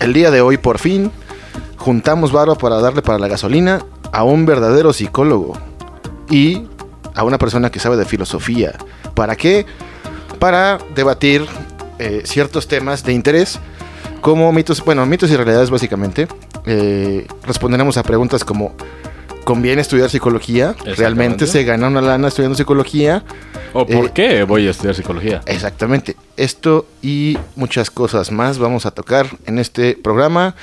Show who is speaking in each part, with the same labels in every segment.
Speaker 1: el día de hoy por fin juntamos barba para darle para la gasolina a un verdadero psicólogo y a una persona que sabe de filosofía. ¿Para qué? Para debatir eh, ciertos temas de interés como mitos, bueno, mitos y realidades básicamente. Eh, responderemos a preguntas como ¿conviene estudiar psicología? ¿Realmente
Speaker 2: Exactamente.
Speaker 1: se gana una lana estudiando psicología?
Speaker 2: ¿O por
Speaker 1: Eh,
Speaker 2: qué voy a estudiar psicología?
Speaker 1: Exactamente. Esto y muchas cosas más vamos a tocar en este programa.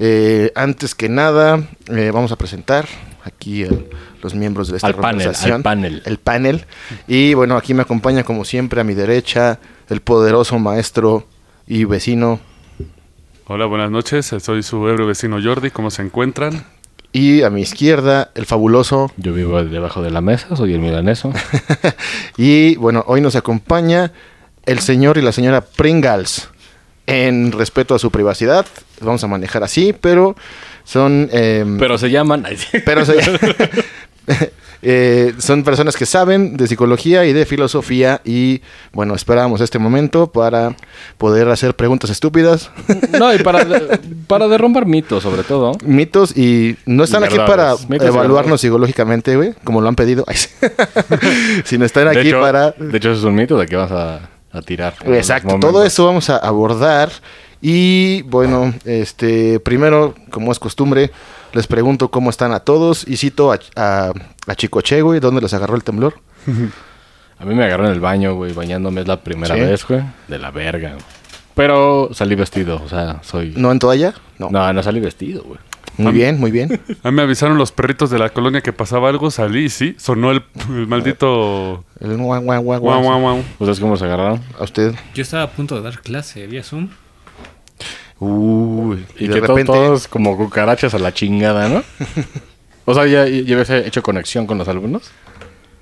Speaker 1: Eh, antes que nada, eh, vamos a presentar aquí a los miembros de esta
Speaker 2: Al panel,
Speaker 1: organización.
Speaker 2: al panel.
Speaker 1: El panel. Y bueno, aquí me acompaña como siempre a mi derecha el poderoso maestro y vecino
Speaker 3: Hola, buenas noches. Soy su ebrio vecino Jordi. ¿Cómo se encuentran?
Speaker 1: y a mi izquierda el fabuloso.
Speaker 2: Yo vivo debajo de la mesa, soy el milaneso.
Speaker 1: Y bueno, hoy nos acompaña el señor y la señora Pringles. En respeto a su privacidad, vamos a manejar así, pero son... em,
Speaker 2: Pero se llaman...
Speaker 1: Pero se- eh, son personas que saben de psicología y de filosofía y bueno, esperábamos este momento para poder hacer preguntas estúpidas,
Speaker 2: No, y para, de- para derrumbar mitos, sobre todo.
Speaker 1: mitos y no están
Speaker 2: Y
Speaker 1: aquí para
Speaker 2: verdades. Mitos y
Speaker 1: evaluarnos
Speaker 2: verdades.
Speaker 1: psicológicamente, güey, como lo han pedido, Ay, sí. sino están
Speaker 2: De
Speaker 1: aquí
Speaker 2: hecho,
Speaker 1: para...
Speaker 2: de hecho, es un mito de que vas a, a tirar. en
Speaker 1: Exacto,
Speaker 2: algún
Speaker 1: todo
Speaker 2: momento.
Speaker 1: eso vamos a abordar y bueno, este, primero, como es costumbre, les pregunto cómo están a todos y cito a, a, a Chicoche, güey, ¿dónde les agarró el temblor?
Speaker 2: A mí me agarró en el baño, güey, bañándome. Es la primera
Speaker 1: ¿Sí?
Speaker 2: vez, güey. De la verga, güey. Pero salí vestido, o sea, soy...
Speaker 1: ¿No en toalla? No.
Speaker 2: No, no salí vestido, güey.
Speaker 1: Muy bien, muy bien.
Speaker 3: A mí me avisaron los perritos de la colonia que pasaba algo. Salí, y sí. Sonó el, el maldito.
Speaker 1: El guau, guau, guau,
Speaker 3: Guau,
Speaker 1: guau.
Speaker 3: guau, guau.
Speaker 2: ¿Ustedes cómo se agarraron?
Speaker 1: A usted.
Speaker 4: Yo estaba a punto de dar clase vía Zoom.
Speaker 1: Uy, y,
Speaker 2: Y,
Speaker 1: de
Speaker 2: que to-
Speaker 1: repente.
Speaker 2: todos como cucarachas a la chingada, ¿no? o sea, ¿ya, ya habías hecho conexión con los alumnos?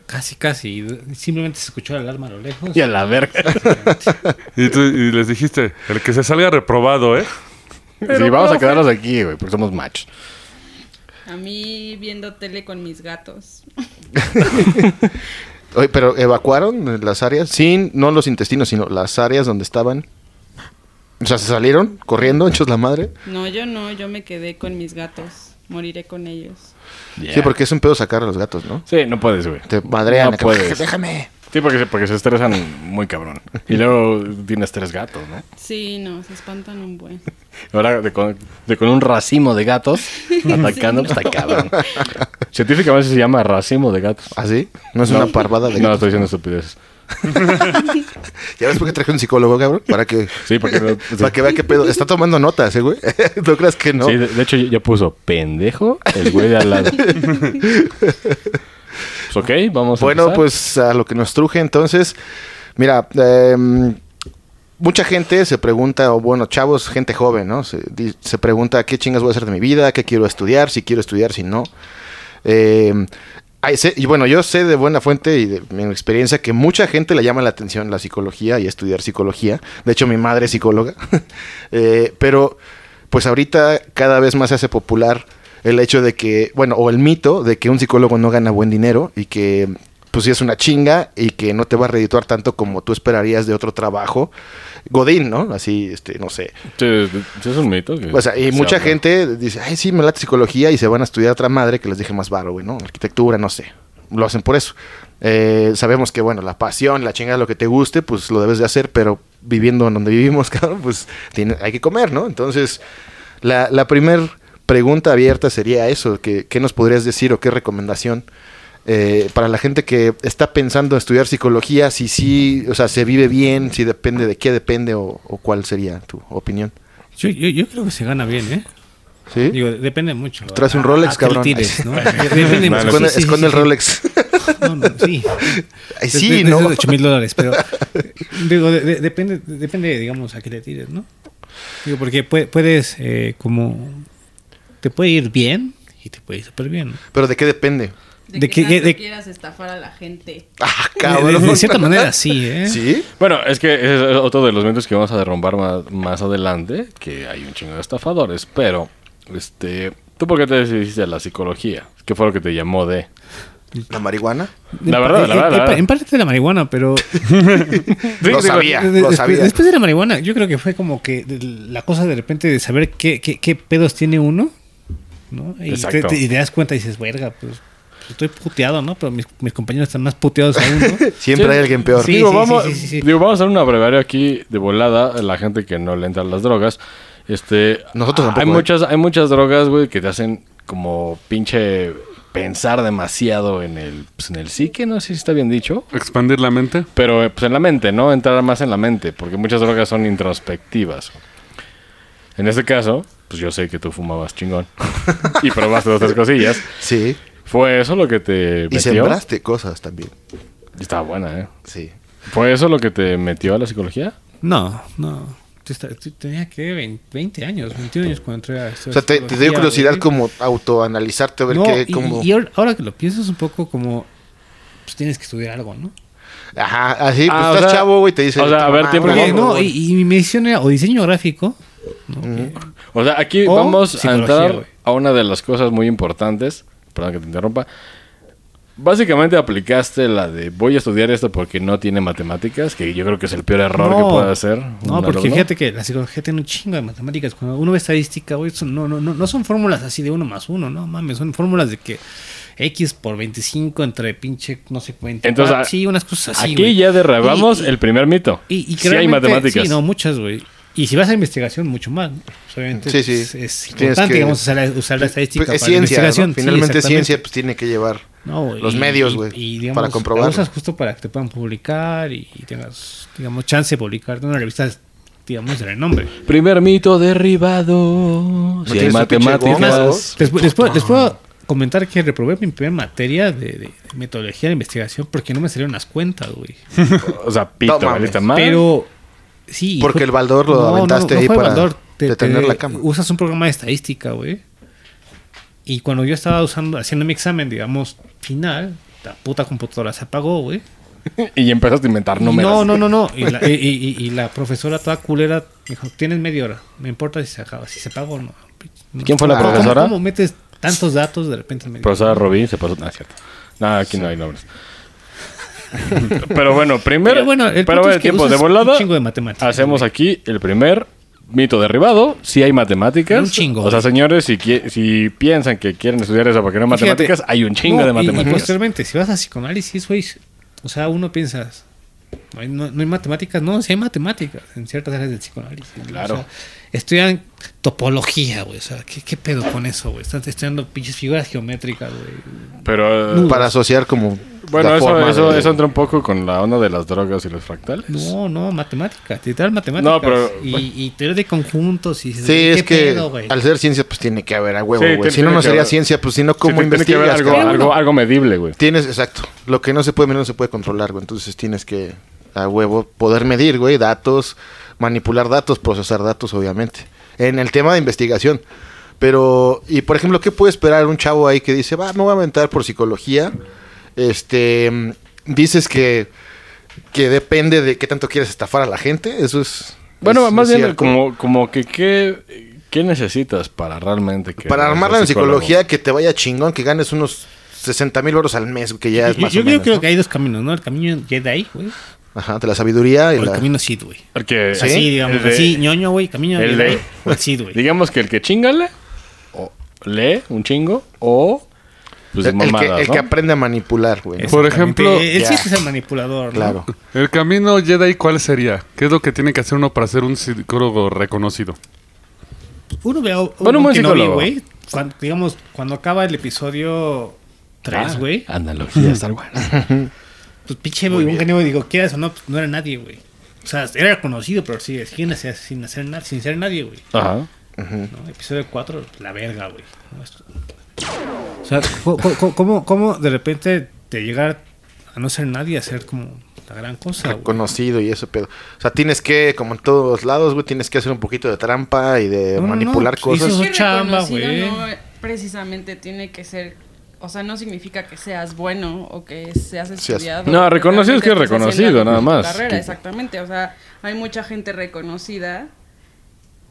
Speaker 4: Casi, casi. Simplemente se escuchó la alarma a lo lejos.
Speaker 2: Y a la verga.
Speaker 3: Y, tú- y les dijiste, el que se salga reprobado, ¿eh?
Speaker 2: sí, vamos a quedarnos aquí, güey, porque somos machos.
Speaker 5: A mí viendo tele con mis gatos.
Speaker 1: Oye, pero evacuaron las áreas, sin, no los intestinos, sino las áreas donde estaban. O sea, se salieron corriendo, hechos la madre.
Speaker 5: No, yo no, yo me quedé con mis gatos. Moriré con ellos.
Speaker 1: Sí, porque es un pedo sacar a los gatos, ¿no?
Speaker 2: Sí, no puedes, güey.
Speaker 1: Te madrean.
Speaker 2: No
Speaker 1: acá,
Speaker 2: puedes.
Speaker 1: Déjame.
Speaker 2: Sí, porque, se- porque se estresan muy cabrón. Y luego tienes tres gatos, ¿no?
Speaker 5: Sí, no, se espantan un buen.
Speaker 2: Ahora de con, de con un racimo de gatos atacando, pues está cabrón. Científicamente se llama racimo de gatos.
Speaker 1: ¿Así? no es una parvada de.
Speaker 2: ¿Ah, No, estoy diciendo estupideces.
Speaker 1: ¿Ya ves por qué traje un psicólogo, cabrón? Para que,
Speaker 2: Sí, porque... no- pues,
Speaker 1: para que vea qué pedo. Está tomando notas, ¿eh, güey. ¿No creas que no?
Speaker 2: Sí, de, de hecho ya puso pendejo el güey de al lado. pues ok, vamos a
Speaker 1: Bueno,
Speaker 2: empezar.
Speaker 1: pues a lo que nos truje entonces. Mira, em, mucha gente se pregunta, o bueno, chavos, gente joven, ¿no? Se, di- se pregunta qué chingas voy a hacer de mi vida, qué quiero estudiar, si quiero estudiar, si no. Em, ay, sé- y bueno, yo sé de buena fuente y de mi experiencia que mucha gente le llama la atención la psicología y estudiar psicología. De hecho, mi madre es psicóloga. Eh, pero, pues ahorita cada vez más se hace popular el hecho de que, bueno, o el mito de que un psicólogo no gana buen dinero y que, pues sí es una chinga y que no te va a redituar tanto como tú esperarías de otro trabajo. Godín, ¿no? Así, este, no sé.
Speaker 2: Sí, sí, es un mito. que
Speaker 1: O sea,
Speaker 2: se
Speaker 1: y mucha
Speaker 2: habla.
Speaker 1: gente dice, ay, sí, me late psicología y se van a estudiar otra madre que les dije más varo, güey, ¿no? Arquitectura, no sé. Lo hacen por eso. Eh, sabemos que, bueno, la pasión, la chingada, lo que te guste, pues lo debes de hacer, pero viviendo en donde vivimos, cabrón, pues tiene- hay que comer, ¿no? Entonces, la, la primer pregunta abierta sería eso, que, ¿qué nos podrías decir o qué recomendación eh, para la gente que está pensando en estudiar psicología, si sí, o sea, se vive bien, si depende de qué depende o, o cuál sería tu opinión?
Speaker 4: Yo, yo, yo creo que se gana bien, ¿eh?
Speaker 1: ¿Sí?
Speaker 4: Digo, depende mucho.
Speaker 1: Traes un
Speaker 4: A-
Speaker 1: Rolex,
Speaker 4: a qué le
Speaker 1: cabrón.
Speaker 4: tires, ¿no? depende
Speaker 1: No,
Speaker 4: mucho.
Speaker 1: esconde
Speaker 4: Sí, sí,
Speaker 1: esconde
Speaker 4: sí,
Speaker 1: el
Speaker 4: sí.
Speaker 1: Rolex.
Speaker 4: No, no, sí.
Speaker 1: Ay,
Speaker 4: De-
Speaker 1: sí,
Speaker 4: de- de
Speaker 1: ¿no?
Speaker 4: esos 8 mil dólares, pero. Digo, de- de- depende, depende, digamos, a qué le tires, ¿no? Digo, porque pue- puedes, eh, como. Te puede ir bien y te puede ir súper bien.
Speaker 1: Pero ¿de qué depende?
Speaker 5: De,
Speaker 4: De
Speaker 5: que,
Speaker 4: que-
Speaker 5: tanto
Speaker 4: de-
Speaker 5: quieras estafar a la gente.
Speaker 1: Ah,
Speaker 4: De,
Speaker 1: cabrón.
Speaker 4: de cierta manera, sí, ¿eh?
Speaker 1: ¿Sí?
Speaker 2: Bueno, es que es otro de los momentos que vamos a derrumbar más, más adelante, que hay un chingo de estafadores, pero, este, ¿tú por qué te decidiste a la psicología? ¿Qué fue lo que te llamó de...?
Speaker 1: ¿La marihuana?
Speaker 2: La verdad, la
Speaker 4: eh, En-
Speaker 2: verdad,
Speaker 4: en-
Speaker 2: la verdad.
Speaker 4: En parte de la marihuana, pero.
Speaker 1: lo sabía,
Speaker 4: de-
Speaker 1: lo
Speaker 4: después-
Speaker 1: sabía.
Speaker 4: Después de la marihuana, yo creo que fue como que de- la cosa de repente de saber qué, qué, qué pedos tiene uno, ¿no? Y te,
Speaker 2: Exacto.
Speaker 4: te- y te das cuenta y dices, verga, pues, pues estoy puteado, ¿no? Pero mis, mis compañeros están más puteados aún, ¿no?
Speaker 1: Siempre
Speaker 2: Sí.
Speaker 1: hay alguien peor.
Speaker 4: Sí.
Speaker 2: digo, vamos,
Speaker 4: sí, sí, sí.
Speaker 2: digo, vamos a hacer un abreviario aquí de volada a la gente que no le entran las drogas. Este,
Speaker 1: Nosotros tampoco,
Speaker 2: hay
Speaker 1: ¿eh?
Speaker 2: muchas, hay muchas drogas, güey, que te hacen como pinche pensar demasiado en el, pues, en el psique, no sé si está bien dicho.
Speaker 3: Expandir la mente.
Speaker 2: Pero eh, pues en la mente, ¿no? Entrar más en la mente, porque muchas drogas son introspectivas. En este caso, pues yo sé que tú fumabas chingón y probaste dos tres cosillas.
Speaker 1: Sí.
Speaker 2: ¿Fue eso lo que te
Speaker 1: Y
Speaker 2: metió?
Speaker 1: sembraste cosas también.
Speaker 2: Estaba buena, ¿eh?
Speaker 1: Sí.
Speaker 2: ¿Fue eso lo que te metió a la psicología?
Speaker 4: No, no. Te esta- te- Tenía que 20, 20 años, 21 años cuando entré a esto.
Speaker 1: O sea, te, te dio curiosidad como autoanalizarte, a ver
Speaker 4: ¿eh? No,
Speaker 1: qué,
Speaker 4: y-
Speaker 1: cómo...
Speaker 4: y, ahora- ahora que lo pienso es un poco como, pues tienes que estudiar algo, ¿no?
Speaker 1: Ajá, así, pues
Speaker 2: Ah, o
Speaker 1: estás
Speaker 2: sea-
Speaker 1: chavo, güey, te dice...
Speaker 2: o sea, a ver, tiempo-
Speaker 4: Porque,
Speaker 2: Porque-
Speaker 4: no, y, y mi medición era o diseño gráfico,
Speaker 2: O sea, aquí
Speaker 4: O
Speaker 2: vamos a
Speaker 4: psicología,
Speaker 2: entrar
Speaker 4: güey.
Speaker 2: a una de las cosas muy importantes. Perdón que te interrumpa. Básicamente aplicaste la de voy a estudiar esto porque no tiene matemáticas, que yo creo que es el peor error que
Speaker 4: No.
Speaker 2: puede hacer.
Speaker 4: No,
Speaker 2: un
Speaker 4: porque
Speaker 2: alumno.
Speaker 4: fíjate que la psicología tiene un chingo de matemáticas. Cuando uno ve estadística, güey, son- no, no, no, no son fórmulas así de uno más uno, no mames, son fórmulas de que X por 25 entre pinche, no sé, 20.
Speaker 2: Entonces, a-
Speaker 4: sí, unas cosas así.
Speaker 2: Aquí
Speaker 4: güey.
Speaker 2: ya derrabamos
Speaker 4: Y- y-
Speaker 2: el primer mito.
Speaker 4: Y, y que
Speaker 2: sí hay
Speaker 4: realmente-
Speaker 2: matemáticas.
Speaker 4: Sí, no, muchas, güey. Y si vas a investigación, mucho más. ¿no? Pues, obviamente
Speaker 1: Sí, sí.
Speaker 4: Es, es
Speaker 1: Tienes
Speaker 4: importante,
Speaker 1: que- Pues,
Speaker 4: digamos, usar la, usar la estadística
Speaker 1: Es
Speaker 4: para la
Speaker 1: ciencia,
Speaker 4: investigación.
Speaker 1: ¿no?
Speaker 4: Sí,
Speaker 1: Finalmente es
Speaker 4: exactamente.
Speaker 1: ciencia, pues tiene que llevar...
Speaker 4: No, güey,
Speaker 1: Los
Speaker 4: y-
Speaker 1: medios,
Speaker 4: y-
Speaker 1: güey,
Speaker 4: y,
Speaker 1: para
Speaker 4: digamos, la
Speaker 1: comprobarlo.
Speaker 4: usas justo para que te puedan publicar y, y tengas, digamos, chance de publicar en una revista, digamos, de renombre.
Speaker 2: Primer mito derribado. Si hay
Speaker 1: tienes un pinche
Speaker 2: matemáticas.
Speaker 1: gongo?
Speaker 4: Les, pu- les puedo, les puedo comentar que reprobé mi primera materia de, de- de metodología de investigación porque no me salieron las cuentas, güey.
Speaker 2: O sea, pito,
Speaker 1: Toma,
Speaker 2: maldita madre.
Speaker 4: Pero, sí.
Speaker 1: Porque el baldor lo aventaste ahí
Speaker 4: fue
Speaker 1: para
Speaker 4: baldor,
Speaker 1: detener la cama.
Speaker 4: Usas un programa de estadística, güey. Y cuando yo estaba usando, haciendo mi examen, digamos, final, la puta computadora se apagó, güey.
Speaker 2: Y empezaste a inventar números.
Speaker 4: No, no, no, no. Y la, y- y- y- y la profesora toda culera me dijo, tienes media hora. No importa si se acaba, si se pagó o no. No.
Speaker 2: ¿Quién fue la
Speaker 4: ¿Cómo-
Speaker 2: profesora?
Speaker 4: ¿Cómo, metes tantos datos de repente en media hora?
Speaker 2: Profesora Rubí se pasó. No, es cierto. No, aquí no hay nombres. pero bueno, primero.
Speaker 4: Pero bueno, el
Speaker 2: pero
Speaker 4: punto
Speaker 2: bueno,
Speaker 4: es que
Speaker 2: tiempo de
Speaker 4: usas un
Speaker 2: volada.
Speaker 4: chingo de matemáticas,
Speaker 2: hacemos
Speaker 4: güey.
Speaker 2: aquí el primer mito derribado. Si hay matemáticas.
Speaker 4: Un chingo,
Speaker 2: O sea,
Speaker 4: güey.
Speaker 2: señores, si, qui- si piensan que quieren estudiar eso porque no hay
Speaker 4: Y fíjate,
Speaker 2: matemáticas, hay un chingo
Speaker 4: no,
Speaker 2: de
Speaker 4: y- Y,
Speaker 2: matemáticas.
Speaker 4: posteriormente, si vas a psicoanálisis, güey, o sea, uno piensas, no hay, no- no hay matemáticas, no, sí hay matemáticas en ciertas áreas del psicoanálisis. ¿no?
Speaker 2: Claro.
Speaker 4: O sea, estudian topología, güey, o sea, ¿qué, qué pedo con eso, güey? Están estudiando pinches figuras geométricas, güey.
Speaker 2: pero. eh,
Speaker 1: Para asociar como...
Speaker 2: Bueno,
Speaker 1: la
Speaker 2: eso,
Speaker 1: forma
Speaker 2: eso,
Speaker 1: de-
Speaker 2: eso entra un poco con la onda de las drogas y los fractales.
Speaker 1: Pues,
Speaker 4: No, no, matemáticas, literal matemáticas.
Speaker 2: No, pero-
Speaker 4: Y, y teoría de conjuntos y
Speaker 1: Sí, es
Speaker 4: ¿qué
Speaker 1: que
Speaker 4: pedo, güey?
Speaker 1: al ser ciencia, pues tiene que haber a huevo,
Speaker 2: Sí,
Speaker 1: güey.
Speaker 2: tiene-
Speaker 1: si no,
Speaker 2: tiene
Speaker 1: no
Speaker 2: que
Speaker 1: sería
Speaker 2: haber-
Speaker 1: ciencia, pues si no,
Speaker 2: Sí,
Speaker 1: ¿cómo
Speaker 2: tiene que haber
Speaker 1: investigas?
Speaker 2: algo,
Speaker 1: cabrón?
Speaker 2: algo, algo medible, güey.
Speaker 1: Tienes, exacto. Lo que no se puede medir no se puede controlar, güey. Entonces tienes que, a huevo, poder medir, güey, datos, manipular datos, procesar datos, obviamente. En el tema de investigación. Pero, y por ejemplo, ¿qué puede esperar un chavo ahí que dice, va, me voy a aventar por psicología? Este, mm, dices que, que depende de qué tanto quieres estafar a la gente. Eso es.
Speaker 2: Bueno,
Speaker 1: es-
Speaker 2: más
Speaker 1: es
Speaker 2: bien
Speaker 1: cierto.
Speaker 2: como, como que qué, qué necesitas para realmente que...
Speaker 1: Para
Speaker 2: eres
Speaker 1: armarla en
Speaker 2: psicólogo?
Speaker 1: psicología, que te vaya chingón, que ganes unos 60 mil euros al mes, que ya es
Speaker 4: yo
Speaker 1: más
Speaker 4: yo
Speaker 1: o
Speaker 4: creo-
Speaker 1: menos,
Speaker 4: creo
Speaker 1: ¿no?
Speaker 4: que hay dos caminos, ¿no? El camino Jedi, güey.
Speaker 1: Ajá, de la sabiduría
Speaker 4: O
Speaker 1: y
Speaker 4: el
Speaker 1: la...
Speaker 4: camino Sith, güey.
Speaker 2: Porque
Speaker 1: ¿Sí?
Speaker 4: Así, digamos,
Speaker 2: el de-
Speaker 4: así, ñoño, güey, camino
Speaker 2: el
Speaker 4: Jedi,
Speaker 2: de-
Speaker 4: o el Sith, güey.
Speaker 2: Digamos que el que chingale, o lee un chingo, o... Pues
Speaker 1: el, el que,
Speaker 2: mamadas,
Speaker 1: el
Speaker 2: ¿no?
Speaker 1: que aprende a manipular, güey. ¿no?
Speaker 3: Por ejemplo,
Speaker 4: Exactamente. el
Speaker 1: Ya.
Speaker 4: chiste es el manipulador, ¿no?
Speaker 1: Claro.
Speaker 3: el camino Jedi, ¿cuál sería? ¿Qué es lo que tiene que hacer uno para ser un psicólogo reconocido?
Speaker 4: Uno ve a un
Speaker 2: Bueno, un buen
Speaker 4: Kenobi,
Speaker 2: psicólogo.
Speaker 4: güey. Cuando, digamos, cuando acaba el episodio 3,
Speaker 2: Ah,
Speaker 4: güey,
Speaker 2: Analogía Star Wars.
Speaker 4: pues pinche güey, un Kenobi, digo, quieras o no, pues no era nadie, güey. O sea, era conocido, pero sí, sin, hacer- sin, hacer na- sin ser nadie, güey.
Speaker 2: Ajá.
Speaker 4: ¿no? Episodio 4, la verga, güey. ¿no? Esto- O sea, co- co- co- ¿cómo, cómo de repente de llegar a no ser nadie a ser como la gran cosa, güey.
Speaker 1: Reconocido y ese pedo. O sea, tienes que, como en todos lados, güey, tienes que hacer un poquito de trampa y de
Speaker 4: No, no, no,
Speaker 1: manipular
Speaker 4: pues,
Speaker 1: cosas.
Speaker 4: hizo-
Speaker 5: Es
Speaker 4: su
Speaker 5: que
Speaker 4: chamba,
Speaker 5: reconocido
Speaker 4: güey.
Speaker 5: No precisamente tiene que ser. O sea, no significa que seas bueno o que seas estudiado.
Speaker 2: No,
Speaker 5: o que
Speaker 2: reconocido es que
Speaker 5: realmente estés
Speaker 2: reconocido,
Speaker 5: haciendo
Speaker 2: nada
Speaker 5: tu
Speaker 2: más.
Speaker 5: Carrera,
Speaker 2: Tipo.
Speaker 5: exactamente. O sea, hay mucha gente reconocida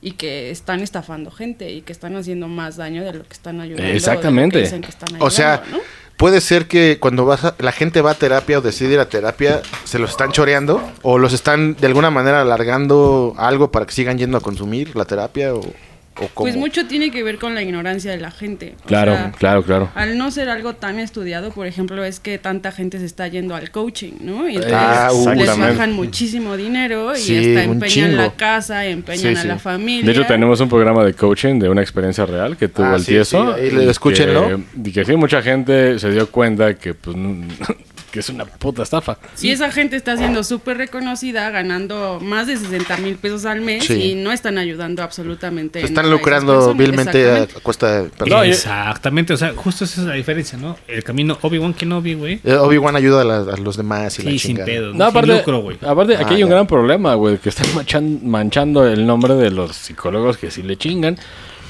Speaker 5: y que están estafando gente y que están haciendo más daño de lo que están ayudando. de lo que
Speaker 2: Exactamente.
Speaker 5: dicen que están
Speaker 1: O sea,
Speaker 5: ayudando, ¿no?
Speaker 1: puede ser que cuando vas a- la gente va a terapia o decide ir a terapia, se los están choreando o los están de alguna manera alargando algo para que sigan yendo a consumir la terapia o, o cómo.
Speaker 5: Pues mucho tiene que ver con la ignorancia de la gente. O
Speaker 2: Claro,
Speaker 5: sea,
Speaker 2: claro, claro.
Speaker 5: Al no ser algo tan estudiado, por ejemplo, es que tanta gente se está yendo al coaching, ¿no? Y entonces
Speaker 1: Ah,
Speaker 5: les
Speaker 1: exactamente.
Speaker 5: bajan muchísimo dinero y
Speaker 1: Sí,
Speaker 5: hasta
Speaker 1: un
Speaker 5: empeñan la
Speaker 1: chingo.
Speaker 5: casa, empeñan
Speaker 1: Sí,
Speaker 5: a
Speaker 1: sí.
Speaker 5: la familia.
Speaker 2: De hecho, tenemos un programa de coaching de una experiencia real que tuvo
Speaker 1: Ah,
Speaker 2: el
Speaker 1: sí,
Speaker 2: tieso.
Speaker 1: sí, ahí le-
Speaker 2: y
Speaker 1: escúchenlo.
Speaker 2: que- Y que sí, mucha gente se dio cuenta que, pues, no- que es una puta estafa.
Speaker 5: Y esa gente está siendo súper reconocida, ganando más de 60 mil pesos al mes
Speaker 1: Sí.
Speaker 5: y no están ayudando absolutamente.
Speaker 1: Se
Speaker 5: nada
Speaker 1: están
Speaker 5: a esas
Speaker 1: lucrando
Speaker 5: personas.
Speaker 1: vilmente a,
Speaker 5: Exactamente.
Speaker 1: a cuesta de
Speaker 2: No,
Speaker 1: personas.
Speaker 2: y-
Speaker 4: Exactamente, o sea, justo esa es la diferencia, ¿no? El camino Obi-Wan Kenobi, güey.
Speaker 1: Eh, Obi-Wan ayuda a, la- a los demás y
Speaker 4: Sí,
Speaker 1: la
Speaker 4: sin
Speaker 1: chingada.
Speaker 4: pedo,
Speaker 2: No,
Speaker 4: sin
Speaker 2: aparte,
Speaker 4: lucro, güey.
Speaker 2: aparte aquí
Speaker 1: Ah,
Speaker 2: hay un
Speaker 1: ya.
Speaker 2: gran problema, güey, que están machan- manchando el nombre de los psicólogos que sí le chingan,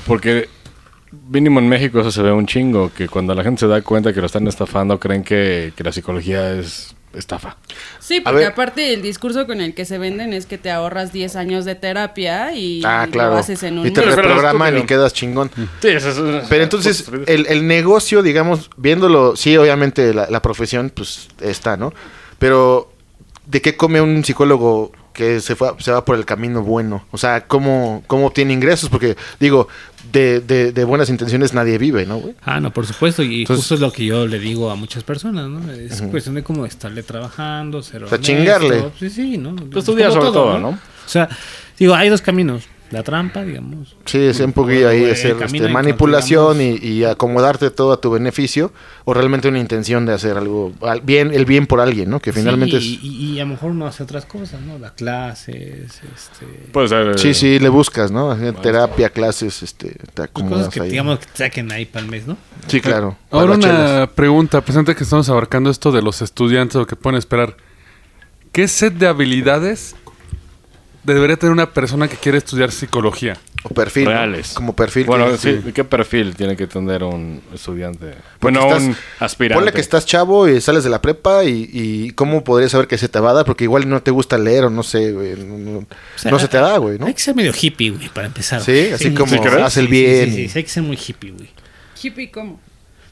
Speaker 2: porque mínimo en México eso se ve un chingo, que cuando la gente se da cuenta que lo están estafando, creen que, que la psicología es estafa.
Speaker 5: Sí,
Speaker 1: ver.
Speaker 5: porque aparte el discurso con el que se venden es que te ahorras 10 años de terapia y
Speaker 1: Ah, claro.
Speaker 5: lo haces en un
Speaker 1: y te
Speaker 5: mes.
Speaker 2: Pero, pero,
Speaker 1: reprograman y
Speaker 2: estúpido. Mm.
Speaker 1: quedas chingón.
Speaker 2: Sí, eso es...
Speaker 1: Pero entonces, el, el negocio, digamos, viéndolo, sí, obviamente la, la profesión, pues está, ¿no? Pero, ¿de qué come un psicólogo que se, fue, se va por el camino bueno? O sea, ¿cómo, cómo obtiene ingresos? Porque, digo, de, de- de buenas intenciones nadie vive, ¿no, güey?
Speaker 4: Ah, no, por supuesto, y
Speaker 1: Entonces-
Speaker 4: justo es lo que yo le digo a muchas personas, ¿no? Es cuestión de cómo estarle trabajando, ser
Speaker 1: O sea,
Speaker 4: honesto,
Speaker 1: chingarle.
Speaker 4: Sí, sí, ¿no?
Speaker 2: Pues estudiar
Speaker 4: Como
Speaker 2: sobre todo, ¿no?
Speaker 4: O sea, digo, hay dos caminos, la trampa, digamos.
Speaker 1: Sí, es un poquillo ahí
Speaker 4: Güey,
Speaker 1: hacer
Speaker 4: camina
Speaker 1: este,
Speaker 4: en
Speaker 1: manipulación y, y acomodarte todo a tu beneficio, o realmente una intención de hacer algo, al- bien, el bien por alguien, ¿no? Que finalmente
Speaker 4: Sí,
Speaker 1: es...
Speaker 4: y, y- y a lo mejor no hace otras cosas, ¿no? Las clases, este...
Speaker 2: Puede ser...
Speaker 1: Sí, sí, le buscas, ¿no? Hacer Terapia, clases, este, te
Speaker 4: pues
Speaker 1: acomodas
Speaker 4: cosas que,
Speaker 1: ahí.
Speaker 4: digamos, que te saquen ahí para el mes, ¿no?
Speaker 1: Sí,
Speaker 2: eh,
Speaker 1: claro.
Speaker 3: Ahora una
Speaker 1: Barbachelas.
Speaker 3: pregunta, presente que estamos abarcando esto de los estudiantes, lo que pueden esperar. ¿Qué set de habilidades debería tener una persona que quiere estudiar psicología?
Speaker 1: O perfil. ¿no?
Speaker 2: Reales.
Speaker 1: Como perfil.
Speaker 2: Bueno,
Speaker 1: tienes
Speaker 2: sí,
Speaker 1: que-
Speaker 2: ¿qué perfil tiene que tener un estudiante?
Speaker 1: Porque
Speaker 2: Bueno,
Speaker 1: estás-
Speaker 2: un aspirante.
Speaker 1: Ponle que estás chavo y sales de la prepa y, y cómo podrías saber que se te va a dar, porque igual no te gusta leer o no sé, güey, no, no-
Speaker 4: O sea,
Speaker 1: no se te da, güey, ¿no?
Speaker 4: Hay que ser medio hippie, güey, para empezar.
Speaker 1: Sí, así como
Speaker 4: ¿Sí crees?
Speaker 1: haz el
Speaker 4: Sí, sí,
Speaker 1: bien.
Speaker 4: Sí, sí, sí, hay que ser muy hippie, güey.
Speaker 5: Hippie, ¿cómo?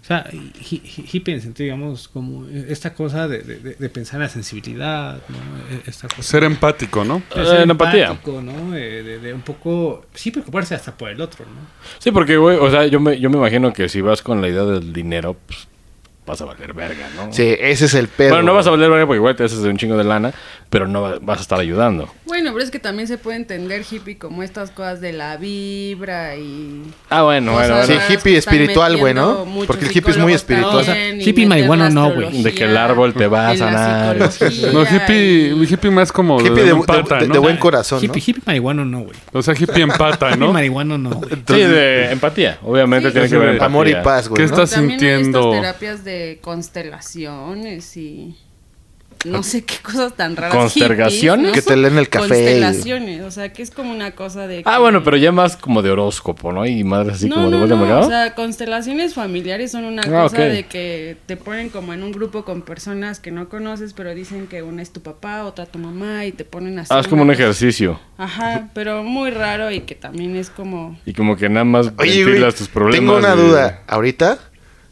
Speaker 4: O sea, hi- hi- hippie en el sentido, digamos, como esta cosa de, de- de- de pensar en la sensibilidad, ¿no? E- Esta cosa.
Speaker 3: Ser empático, ¿no?
Speaker 4: de ser
Speaker 2: Eh, en empatía.
Speaker 4: empático, ¿no? Eh, de, de un poco, sí, preocuparse hasta por el otro, ¿no?
Speaker 2: Sí, porque, güey, o sea, yo me, yo me imagino que si vas con la idea del dinero, pues vas a valer verga, ¿no?
Speaker 1: Sí, ese es el pedo.
Speaker 2: bueno, no vas a valer verga porque igual te haces de un chingo de lana, pero no va- vas a estar ayudando.
Speaker 5: Bueno, pero es que también se puede entender hippie como estas cosas de la vibra y...
Speaker 2: Ah, bueno,
Speaker 5: cosas
Speaker 2: bueno,
Speaker 5: raras
Speaker 1: Sí,
Speaker 2: bueno.
Speaker 5: que
Speaker 1: hippie
Speaker 5: están
Speaker 1: espiritual, güey, ¿no?
Speaker 5: metiendo muchos
Speaker 1: Porque el hippie es muy
Speaker 5: psicólogos
Speaker 4: espiritual.
Speaker 5: también,
Speaker 4: O sea,
Speaker 5: y
Speaker 4: hippie
Speaker 5: meter
Speaker 4: marihuana
Speaker 5: la
Speaker 4: no, güey.
Speaker 2: De que el árbol te va a
Speaker 5: en la
Speaker 2: sanar.
Speaker 5: psicología
Speaker 3: No, hippie,
Speaker 5: y-
Speaker 3: hippie más como
Speaker 1: Hippie de,
Speaker 3: de,
Speaker 1: bu- de-
Speaker 3: empata,
Speaker 1: de-
Speaker 3: ¿no?
Speaker 1: de buen corazón, ¿no?
Speaker 4: hippie, hippie marihuano no, güey.
Speaker 3: O sea, hippie empata,
Speaker 4: Hippie
Speaker 3: ¿no?
Speaker 4: marihuano no, güey.
Speaker 2: Sí, de empatía. Obviamente
Speaker 5: Sí.
Speaker 2: tiene que ver
Speaker 3: Sí,
Speaker 2: empatía.
Speaker 1: Amor y paz, güey.
Speaker 3: ¿Qué
Speaker 1: ¿no?
Speaker 3: estás
Speaker 5: También hay
Speaker 3: sintiendo?
Speaker 5: estas terapias de constelaciones y... No sé qué cosas tan raras.
Speaker 2: ¿Constergaciones?
Speaker 5: hippies,
Speaker 1: Que te leen el café y-
Speaker 5: Constelaciones, o sea, que es como una cosa de...
Speaker 2: Ah,
Speaker 5: que-
Speaker 2: bueno, pero ya más como de horóscopo, ¿no? Y madre así
Speaker 5: no,
Speaker 2: como de
Speaker 5: no,
Speaker 2: vuelta
Speaker 5: no,
Speaker 2: mercado.
Speaker 5: O sea, constelaciones familiares son una
Speaker 2: Ah,
Speaker 5: cosa
Speaker 2: ok.
Speaker 5: de que te ponen como en un grupo con personas que no conoces, pero dicen que una es tu papá, otra tu mamá y te ponen así.
Speaker 2: ah, es como un
Speaker 5: una-
Speaker 2: ejercicio.
Speaker 5: Ajá, pero muy raro y que también es como...
Speaker 2: Y como que nada más
Speaker 1: Oye, güey,
Speaker 2: ventilas tus problemas.
Speaker 1: tengo una
Speaker 2: y-
Speaker 1: duda. Ahorita,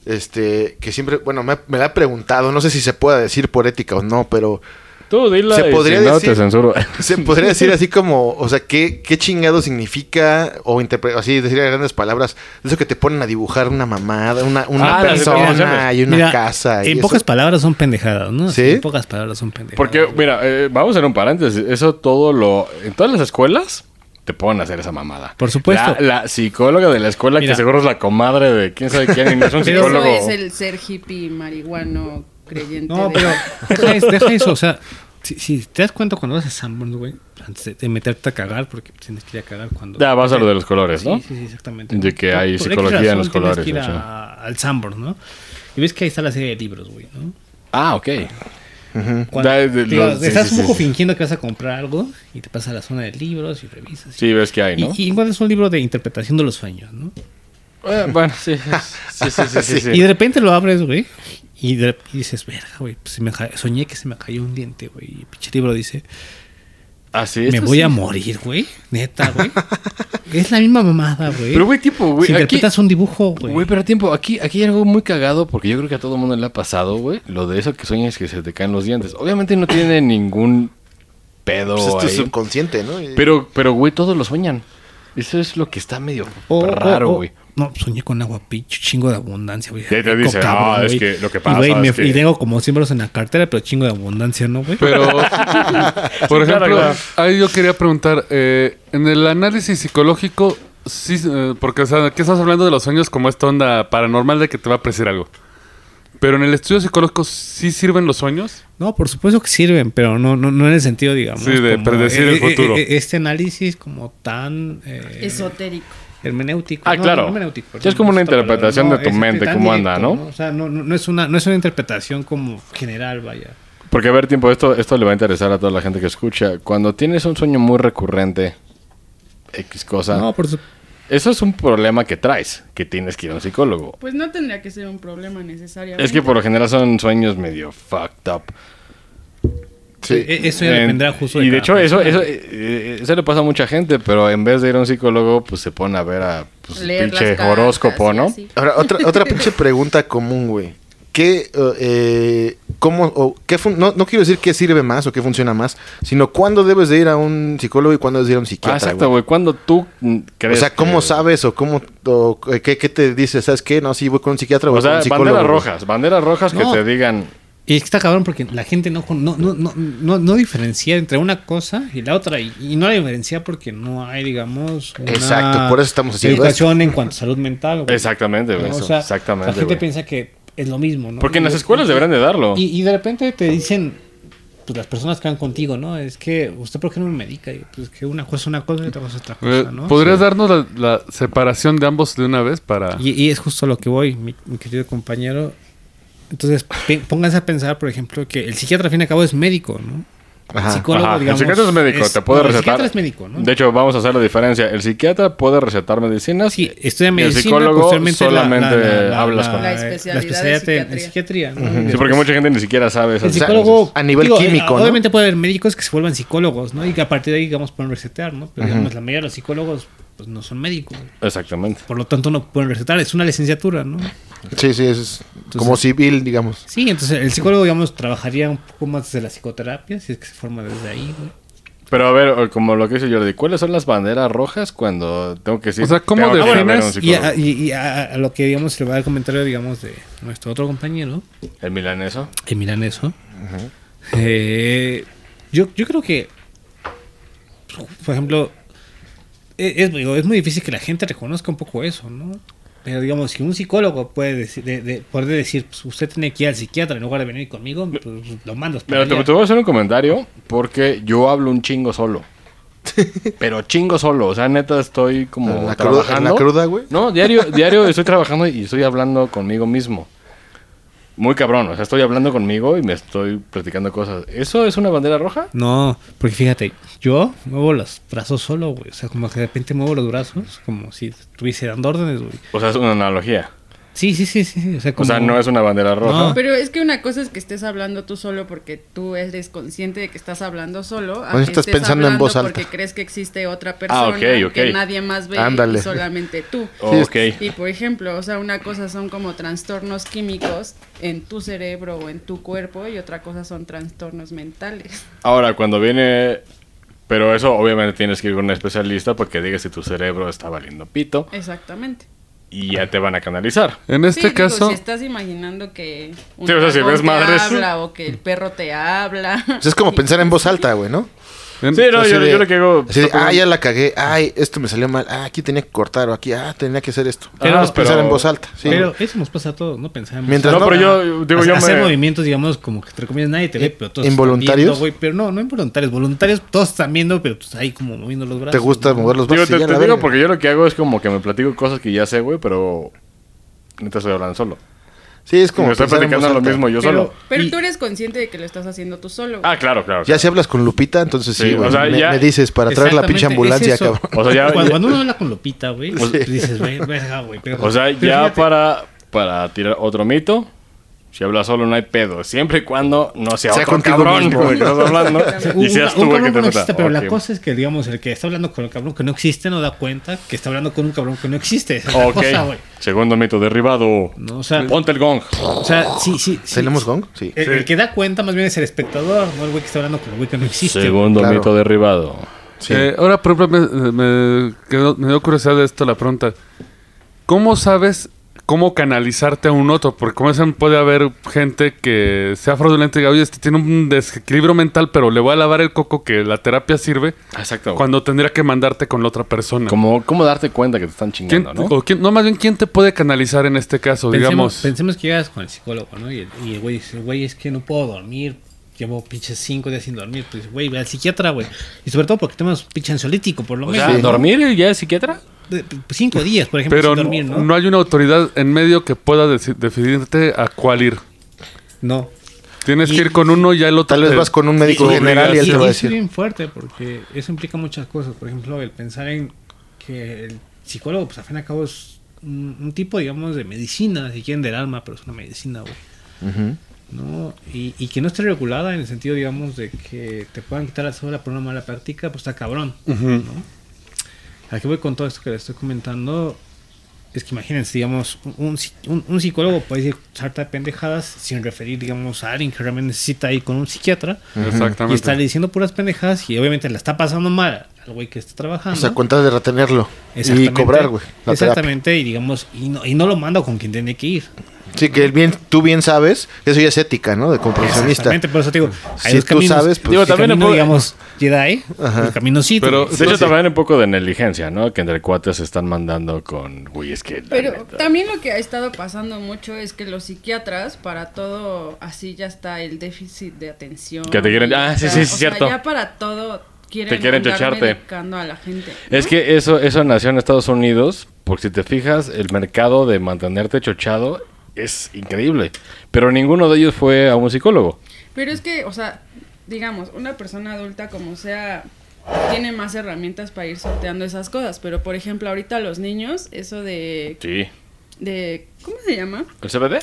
Speaker 1: este, que siempre, bueno, me, me la ha preguntado, no sé si se pueda decir por ética o no, pero...
Speaker 2: Tú dila
Speaker 1: Se
Speaker 2: y
Speaker 1: podría
Speaker 2: si no,
Speaker 1: decir-
Speaker 2: te censuro.
Speaker 1: Se podría decir así como, o sea, ¿qué, qué chingado significa? O interpre- así decir a grandes palabras, eso que te ponen a dibujar una mamada, una, una
Speaker 2: Ah, las
Speaker 1: persona
Speaker 2: definiciones.
Speaker 1: y una
Speaker 4: Mira,
Speaker 1: casa. y
Speaker 4: En
Speaker 1: eso.
Speaker 4: pocas palabras son pendejadas, ¿no?
Speaker 1: ¿Sí?
Speaker 4: En pocas palabras son pendejadas.
Speaker 2: Porque, mira, eh, vamos a hacer un paréntesis. Eso todo lo. En todas las escuelas te pueden hacer esa mamada.
Speaker 4: Por supuesto.
Speaker 2: La, la psicóloga de la escuela,
Speaker 4: Mira.
Speaker 2: que seguro es la comadre de quién sabe quién, y no es un
Speaker 4: Pero-
Speaker 2: psicólogo.
Speaker 5: Eso es el ser hippie marihuano creyente.
Speaker 4: No,
Speaker 5: de-
Speaker 4: pero deja, es- deja eso, o sea, si, si te das cuenta cuando vas a Sanborns, güey, antes de, de meterte a cagar, porque tienes que ir a cagar cuando...
Speaker 2: Ya, vas a lo de los colores,
Speaker 4: Sí,
Speaker 2: ¿no?
Speaker 4: Sí, sí, exactamente.
Speaker 2: De que hay
Speaker 4: X
Speaker 2: psicología en
Speaker 4: razón
Speaker 2: los
Speaker 4: tienes que ir
Speaker 2: colores,
Speaker 4: a- al Sanborns, ¿no? Y ves que ahí está la serie de libros, güey, ¿no?
Speaker 2: Ah, ok.
Speaker 1: Mm.
Speaker 4: Cuando-
Speaker 2: Da- de-
Speaker 4: digo,
Speaker 2: los- sí,
Speaker 4: estás
Speaker 2: sí,
Speaker 4: un
Speaker 2: sí,
Speaker 4: poco
Speaker 2: sí.
Speaker 4: fingiendo que vas a comprar algo y te pasas a la zona de libros y revisas.
Speaker 2: Sí, ves que hay,
Speaker 4: Y-
Speaker 2: ¿no?
Speaker 4: Y, encuentras un libro de interpretación de los sueños, ¿no?
Speaker 2: Eh, bueno, sí. Sí, sí, sí, sí, sí.
Speaker 4: Y de repente lo abres, güey. Y, de- y dices, verga, güey, pues se me ca- soñé que se me cayó un diente, güey. Y el pinche libro dice,
Speaker 2: Ah, sí,
Speaker 4: me
Speaker 2: esto
Speaker 4: voy
Speaker 2: sí.
Speaker 4: a morir, güey. Neta, güey. es la misma mamada, güey.
Speaker 2: Pero, güey, tipo, güey.
Speaker 4: si
Speaker 2: aquí-
Speaker 4: interpretas un dibujo, güey.
Speaker 2: Güey, pero tiempo, aquí, aquí hay algo muy cagado porque yo creo que a todo mundo le ha pasado, güey. Lo de eso que sueñas que se te caen los dientes. Obviamente no tiene ningún pedo
Speaker 1: Pues es tu
Speaker 2: Oh, ahí.
Speaker 1: subconsciente, ¿no? Y-
Speaker 2: Pero, pero, güey, todos lo sueñan. Eso es lo que está medio
Speaker 1: Oh,
Speaker 4: O- o-
Speaker 2: raro,
Speaker 4: o-
Speaker 2: güey.
Speaker 4: No, soñé con agua pinche, chingo de abundancia, güey.
Speaker 2: Ya te
Speaker 4: Rico,
Speaker 2: dice,
Speaker 4: cabrón,
Speaker 2: "Ah, es
Speaker 4: güey".
Speaker 2: que lo que
Speaker 4: Y,
Speaker 2: pasa
Speaker 4: güey, me-
Speaker 2: es que-
Speaker 4: Y tengo como símbolos en la cartera, pero chingo de abundancia, ¿no, güey?
Speaker 3: Pero, por
Speaker 2: claro,
Speaker 3: ejemplo,
Speaker 2: claro.
Speaker 3: ahí yo quería preguntar, eh, en el análisis psicológico, sí, eh, porque, o sea, ¿qué estás hablando de los sueños como esta onda paranormal de que te va a aparecer algo? Pero en el estudio psicológico, ¿sí sirven los sueños?
Speaker 4: No, por supuesto que sirven, pero no, no, no en el sentido, digamos.
Speaker 3: Sí, de
Speaker 4: como,
Speaker 3: predecir el futuro.
Speaker 4: este análisis como tan eh,
Speaker 5: Esotérico.
Speaker 4: hermenéutico.
Speaker 2: Ah, claro.
Speaker 4: hermenéutico,
Speaker 2: Ya es como una
Speaker 4: esta palabra,
Speaker 2: interpretación de tu
Speaker 4: es,
Speaker 2: mente,
Speaker 4: tan
Speaker 2: cómo anda, ¿no?
Speaker 4: O sea, no, no, no es una, no es una interpretación como general, vaya.
Speaker 2: Porque a ver, tiempo, esto, esto le va a interesar a toda la gente que escucha. Cuando tienes un sueño muy recurrente, X cosa,
Speaker 4: no, por su-
Speaker 2: eso es un problema que traes, que tienes que ir a un psicólogo.
Speaker 5: Pues no tendría que ser un problema necesariamente.
Speaker 2: Es que por lo general son sueños medio fucked up.
Speaker 1: Sí.
Speaker 4: e- Eso ya dependerá
Speaker 2: En-
Speaker 4: justo
Speaker 2: Y de
Speaker 4: cada
Speaker 2: hecho, eso,
Speaker 4: persona.
Speaker 2: eso, eh, eso le pasa a mucha gente, pero en vez de ir a un psicólogo, pues se pone a ver a pues,
Speaker 5: Leer las
Speaker 2: pinche
Speaker 5: cartas
Speaker 2: horóscopo,
Speaker 5: y
Speaker 2: ¿no?
Speaker 5: así.
Speaker 1: Ahora, otra, otra pinche pregunta común, güey. ¿Qué, eh, eh, cómo, o qué fun- no, no quiero decir qué sirve más o qué funciona más, sino cuándo debes de ir a un psicólogo y cuándo debes de ir a un
Speaker 2: Ah,
Speaker 1: psiquiatra,
Speaker 2: exacto,
Speaker 1: güey?
Speaker 2: güey. Cuando tú mm,
Speaker 1: O
Speaker 2: crees.
Speaker 1: sea, ¿cómo
Speaker 2: que-
Speaker 1: sabes o cómo o, eh, qué, qué te dice? ¿Sabes qué? No, sí, voy con un psiquiatra o
Speaker 2: O
Speaker 1: voy con
Speaker 2: sea,
Speaker 1: un psicólogo.
Speaker 2: banderas
Speaker 1: güey.
Speaker 2: rojas. Banderas rojas
Speaker 4: No.
Speaker 2: que te digan.
Speaker 4: Y está cabrón porque la gente no, con- no, no, no, no, no diferencia entre una cosa y la otra. Y, y no la diferencia porque no hay, digamos. una
Speaker 1: Exacto, por eso estamos haciendo
Speaker 4: Educación en cuanto a salud mental. güey.
Speaker 2: Exactamente, güey.
Speaker 4: ¿No?
Speaker 2: eso,
Speaker 4: O sea,
Speaker 2: exactamente,
Speaker 4: La gente
Speaker 2: güey.
Speaker 4: piensa que es lo mismo, ¿no?
Speaker 2: Porque en
Speaker 4: Y-
Speaker 2: las escuelas
Speaker 4: y-
Speaker 2: deberían de darlo.
Speaker 4: Y, y de repente te dicen. Pues las personas que van contigo, ¿no? Es que, ¿usted por qué no me medica? Y, pues que una cosa es una cosa y otra cosa es otra
Speaker 3: Eh,
Speaker 4: cosa, ¿no?
Speaker 3: ¿Podrías darnos la, la separación de ambos de una vez para...
Speaker 4: Y, y es justo a lo que voy, mi, mi querido compañero. Entonces, pe- pónganse a pensar, por ejemplo, que el psiquiatra al fin y al cabo es médico, ¿no?
Speaker 1: Ajá.
Speaker 4: El psicólogo,
Speaker 2: Ajá,
Speaker 4: digamos.
Speaker 2: el psiquiatra es médico, te puede
Speaker 4: no,
Speaker 2: recetar.
Speaker 4: El psiquiatra es médico, ¿no?
Speaker 2: De hecho, vamos a hacer la diferencia. El psiquiatra puede recetar medicinas.
Speaker 4: sí, estudia
Speaker 2: y
Speaker 4: medicina,
Speaker 2: El psicólogo
Speaker 4: posteriormente la- la-
Speaker 2: solamente
Speaker 4: la- la-
Speaker 2: hablas
Speaker 4: la-
Speaker 2: con
Speaker 5: La
Speaker 4: la
Speaker 5: especialidad de
Speaker 4: especialidad en- en
Speaker 5: psiquiatría.
Speaker 4: psiquiatría, ¿no?
Speaker 2: Sí, porque mucha gente ni siquiera sabe esas
Speaker 4: El
Speaker 2: cosas.
Speaker 4: psicólogo.
Speaker 1: a nivel químico, ¿no?
Speaker 4: Obviamente puede haber médicos que se vuelvan psicólogos, ¿no? Y que a partir de ahí, digamos, pueden recetar, ¿no? Pero digamos, la mayoría de los psicólogos, pues no son médicos.
Speaker 2: Exactamente.
Speaker 4: Por lo tanto, no pueden recetar. Es una licenciatura, ¿no?
Speaker 1: Sí, sí, es como civil, digamos.
Speaker 4: Sí, entonces el psicólogo, digamos, trabajaría un poco más desde la psicoterapia, si es que se forma desde ahí, güey.
Speaker 2: Pero a ver, o- como lo que dice Jordi, ¿cuáles son las banderas rojas cuando tengo que decir?
Speaker 3: O sea, ¿cómo
Speaker 2: tengo que ir a ver a un
Speaker 3: defines
Speaker 4: Y,
Speaker 2: psicólogo?
Speaker 4: a, y- y a- a lo que, digamos, se le va a dar comentario, digamos, de nuestro otro compañero,
Speaker 2: El milaneso.
Speaker 4: el milaneso. Eh, yo, yo creo que, por ejemplo, e- es, digo, es muy difícil que la gente reconozca un poco eso, ¿no? Pero digamos, si un psicólogo puede decir, de, de- puede decir pues, usted tiene que ir al psiquiatra en lugar de venir conmigo, pues, lo mandas. para
Speaker 2: Mira, te,
Speaker 4: allá.
Speaker 2: te voy a hacer un comentario porque yo hablo un chingo solo. Pero chingo solo, o sea, neta estoy como
Speaker 1: ¿En la cruda- en
Speaker 2: trabajando.
Speaker 1: la cruda, güey?
Speaker 2: No, diario, diario estoy trabajando y estoy hablando conmigo mismo. Muy cabrón, o sea, estoy hablando conmigo y me estoy platicando cosas. ¿Eso es una bandera roja?
Speaker 4: No, porque fíjate, yo muevo los brazos solo, güey. O sea, como que de repente muevo los brazos, como si estuviese dando órdenes, güey.
Speaker 2: O sea, es una analogía.
Speaker 4: Sí, sí, sí, sí. sí, O sea,
Speaker 2: O
Speaker 4: como...
Speaker 2: sea, no es una bandera roja.
Speaker 4: No.
Speaker 5: Pero es que una cosa es que estés hablando tú solo porque tú eres consciente de que estás hablando solo. a
Speaker 1: O sea,
Speaker 5: que
Speaker 1: Pues estás pensando en
Speaker 5: hablando
Speaker 1: voz alta.
Speaker 5: Porque crees que existe otra persona
Speaker 2: ok, Ah, ok.
Speaker 5: que nadie más ve
Speaker 1: Ándale.
Speaker 5: y solamente tú.
Speaker 2: Oh,
Speaker 1: Sí,
Speaker 2: ok.
Speaker 5: Y por ejemplo, o sea, una cosa son como trastornos químicos en tu cerebro o en tu cuerpo y otra cosa son trastornos mentales.
Speaker 2: Ahora, cuando viene... Pero eso obviamente tienes que ir con un especialista porque diga si tu cerebro está valiendo pito
Speaker 5: Exactamente.
Speaker 2: y ya te van a canalizar.
Speaker 3: En este
Speaker 5: Sí, digo,
Speaker 3: caso...
Speaker 5: si estás imaginando que un
Speaker 2: Sí, o sea, si
Speaker 5: dragón
Speaker 2: ves
Speaker 5: te
Speaker 2: madres-
Speaker 5: habla o que el perro te habla.
Speaker 1: Pues es como pensar en voz alta, güey, ¿no?
Speaker 3: en-
Speaker 2: Sí, no,
Speaker 1: Em, Así
Speaker 2: yo,
Speaker 1: de-
Speaker 2: yo lo que hago...
Speaker 1: así de, ah, ya la cagué. Ay, esto me salió mal. Ah, aquí tenía que cortar o aquí, ah, tenía que hacer esto.
Speaker 2: Pero-
Speaker 1: es pensar
Speaker 2: pero-
Speaker 1: en voz alta. Sí.
Speaker 4: Pero eso nos pasa a todos, ¿no? Pensamos.
Speaker 1: Mientras
Speaker 2: No,
Speaker 1: no-
Speaker 2: pero yo digo,
Speaker 4: hacer,
Speaker 2: yo
Speaker 4: hacer
Speaker 2: me...
Speaker 4: movimientos, digamos, como que entre comillas nadie te ve, pero todos están
Speaker 1: Eh, ¿Involuntarios?
Speaker 4: viendo, güey, pero no, no involuntarios. Voluntarios, todos están viendo, pero pues ahí como moviendo los brazos.
Speaker 1: ¿Te gusta
Speaker 4: ¿no?
Speaker 1: mover los
Speaker 2: Digo,
Speaker 1: brazos?
Speaker 2: te,
Speaker 1: y ya
Speaker 2: te
Speaker 1: la
Speaker 2: digo
Speaker 1: verga.
Speaker 2: porque yo lo que hago es como que me platico cosas que ya sé, güey, pero neta estoy hablando solo.
Speaker 1: Sí, es como.
Speaker 2: me estoy
Speaker 1: pensar en voz
Speaker 2: platicando lo
Speaker 1: alta.
Speaker 2: mismo yo
Speaker 5: pero,
Speaker 2: solo.
Speaker 5: Pero
Speaker 4: Y-
Speaker 5: tú eres consciente de que lo estás haciendo tú solo.
Speaker 2: Ah, claro, claro.
Speaker 1: Ya si hablas con Lupita, entonces sí,
Speaker 2: Sí, o
Speaker 1: güey,
Speaker 2: sea,
Speaker 1: me,
Speaker 2: ya-
Speaker 1: me dices para traer la pinche ambulancia,
Speaker 4: Exactamente, es
Speaker 2: cabrón.
Speaker 1: cabrón.
Speaker 4: eso.
Speaker 2: O sea, ya-
Speaker 4: cuando,
Speaker 2: ya-
Speaker 4: cuando uno habla con Lopita, güey, pues,
Speaker 2: O sea-
Speaker 4: dices, güey, verga, güey. pero-
Speaker 2: O sea,
Speaker 4: pero
Speaker 2: ya
Speaker 4: fíjate,
Speaker 2: para, para tirar otro mito, si hablas solo no hay pedo. Siempre y cuando no sea,
Speaker 1: Sea
Speaker 2: otro
Speaker 1: contigo
Speaker 2: cabrón
Speaker 1: mismo.
Speaker 2: con el que estás hablando.
Speaker 4: un-
Speaker 2: y seas tú
Speaker 4: un
Speaker 2: el que te
Speaker 4: cabrón que no
Speaker 2: meta.
Speaker 4: existe, pero la
Speaker 2: Ok.
Speaker 4: cosa es que, digamos, el que está hablando con el cabrón que no existe no da cuenta que está hablando con un cabrón que no existe. Esa es la
Speaker 2: Ok. Pues,
Speaker 4: cosa, güey.
Speaker 2: Segundo mito derribado.
Speaker 4: No, o sea-
Speaker 2: Ponte el gong.
Speaker 4: O sea, sí, sí. sí
Speaker 1: ¿Tenemos gong? Sí.
Speaker 4: El, el que da cuenta más bien es el espectador, no el güey que está hablando con el güey que no existe.
Speaker 2: Segundo
Speaker 1: claro.
Speaker 2: mito derribado.
Speaker 1: Sí.
Speaker 3: Eh, ahora, por ejemplo, me, me quedó, me dio curiosidad de esto la pregunta. ¿Cómo sabes cómo canalizarte a un otro? Porque como dicen, puede haber gente que sea fraudulenta y diga, oye, este tiene un desequilibrio mental, pero le voy a lavar el coco que la terapia sirve
Speaker 2: Exacto.
Speaker 3: cuando tendría que mandarte con la otra persona.
Speaker 2: Como, ¿Cómo darte cuenta que te están
Speaker 3: ¿Quién-
Speaker 2: chingando,
Speaker 3: o
Speaker 2: no?
Speaker 3: quién- ¿no? más bien, ¿quién te puede canalizar en este caso,
Speaker 4: Pensemos,
Speaker 3: digamos?
Speaker 4: pensemos que llegas con el psicólogo, ¿no? Y el, y el güey dice, güey, es que no puedo dormir. Llevo pinches cinco días sin dormir. Pues, güey, ve al psiquiatra, güey. Y sobre todo porque tenemos pinche ansiolítico, por lo
Speaker 2: O
Speaker 4: menos.
Speaker 2: sea,
Speaker 4: ¿no?
Speaker 2: ¿dormir ya es psiquiatra?
Speaker 4: De- pues, Cinco días, por ejemplo,
Speaker 3: pero
Speaker 4: sin dormir,
Speaker 3: no,
Speaker 4: ¿no?
Speaker 3: no hay una autoridad en medio que pueda deci- definirte a cuál ir.
Speaker 4: No.
Speaker 3: Tienes
Speaker 4: Y-
Speaker 3: que ir con uno y ya el otro.
Speaker 1: Tal vez
Speaker 3: te-
Speaker 1: vas con un médico
Speaker 3: y-
Speaker 1: general y él
Speaker 3: y-
Speaker 1: te va a
Speaker 4: es
Speaker 1: decir.
Speaker 4: bien fuerte porque eso implica muchas cosas. Por ejemplo, el pensar en que el psicólogo, pues al fin y al cabo es un, un tipo, digamos, de medicina, si quieren, del alma, pero es una medicina, güey. ¿no? Y, y que no esté regulada en el sentido, digamos, de que te puedan quitar la cédula por una mala práctica, pues está cabrón. ¿no? Aquí voy con todo esto que les estoy comentando. Es que imagínense, digamos, un- un, psi- un- un psicólogo puede decir sarta de pendejadas sin referir, digamos, a alguien que realmente necesita ir con un psiquiatra. Y está
Speaker 3: Exactamente.
Speaker 4: diciendo puras pendejadas y obviamente la está pasando mal al güey que está
Speaker 1: O
Speaker 4: trabajando.
Speaker 1: sea, con tal de retenerlo y
Speaker 4: Exactamente.
Speaker 1: cobrar, güey. la terapia.
Speaker 4: Exactamente, y digamos, y no, y no lo manda con quien tiene que ir.
Speaker 1: Sí, que el bien, tú bien sabes, eso ya es ética, ¿no? De compromisionista.
Speaker 4: Exactamente, por eso te digo, hay
Speaker 1: Si
Speaker 4: dos
Speaker 1: tú
Speaker 4: caminos.
Speaker 1: sabes, pues- eh,
Speaker 4: Digo,
Speaker 2: El
Speaker 4: también
Speaker 2: camino,
Speaker 4: camino,
Speaker 2: digamos,
Speaker 4: digamos, Jedi, el camino sí.
Speaker 3: Pero-
Speaker 2: De hecho, también un poco de negligencia, ¿no? Que entre cuates se están mandando con... Güey, es que... la
Speaker 5: Pero
Speaker 2: neta".
Speaker 5: también lo que ha estado pasando mucho es que los psiquiatras, para todo, así ya está el déficit de atención.
Speaker 2: Que te quieren- ah, sí, sí, sí,
Speaker 5: O sea,
Speaker 2: cierto.
Speaker 5: ya para todo quieren,
Speaker 2: Te quieren
Speaker 5: andar
Speaker 2: chocharte.
Speaker 5: medicando a la gente.
Speaker 2: Es que eso, eso nació en Estados Unidos, porque si te fijas, el mercado de mantenerte chochado es increíble. Pero ninguno de ellos fue a un psicólogo.
Speaker 5: Pero es que, o sea, digamos, una persona adulta como sea tiene más herramientas para ir sorteando esas cosas, pero por ejemplo, ahorita los niños, eso de,
Speaker 2: Sí.
Speaker 5: de ¿cómo se llama?
Speaker 2: ¿El CBD?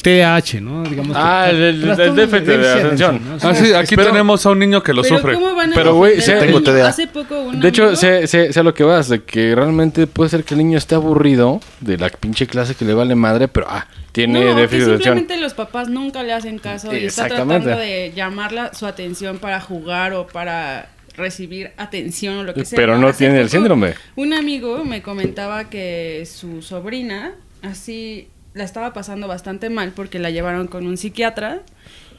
Speaker 4: TH, ¿no? Digamos que-
Speaker 2: Ah, el- el-
Speaker 4: trastorno
Speaker 2: el déficit de atención.
Speaker 4: ¿no? O sea,
Speaker 3: Ah, sí, aquí
Speaker 2: Pero-
Speaker 3: tenemos a un niño que lo
Speaker 5: pero
Speaker 3: sufre.
Speaker 5: ¿cómo van a
Speaker 2: Pero, güey,
Speaker 5: defender
Speaker 2: sé-
Speaker 5: al
Speaker 1: Tengo
Speaker 5: niño?
Speaker 1: TDA.
Speaker 5: Hace poco un
Speaker 2: De hecho,
Speaker 5: amigo-
Speaker 2: sé, sé, sé a lo que vas, de que realmente puede ser que el niño esté aburrido de la pinche clase que le vale madre, pero ah, tiene
Speaker 5: No, que
Speaker 2: déficit de atención.
Speaker 5: simplemente los papás nunca le hacen caso y está
Speaker 2: Exactamente.
Speaker 5: tratando de llamar la- su atención para jugar o para recibir atención o lo que sea.
Speaker 2: Pero no
Speaker 5: Hace
Speaker 2: tiene el
Speaker 5: poco,
Speaker 2: síndrome.
Speaker 5: Un amigo me comentaba que su sobrina así la estaba pasando bastante mal porque la llevaron con un psiquiatra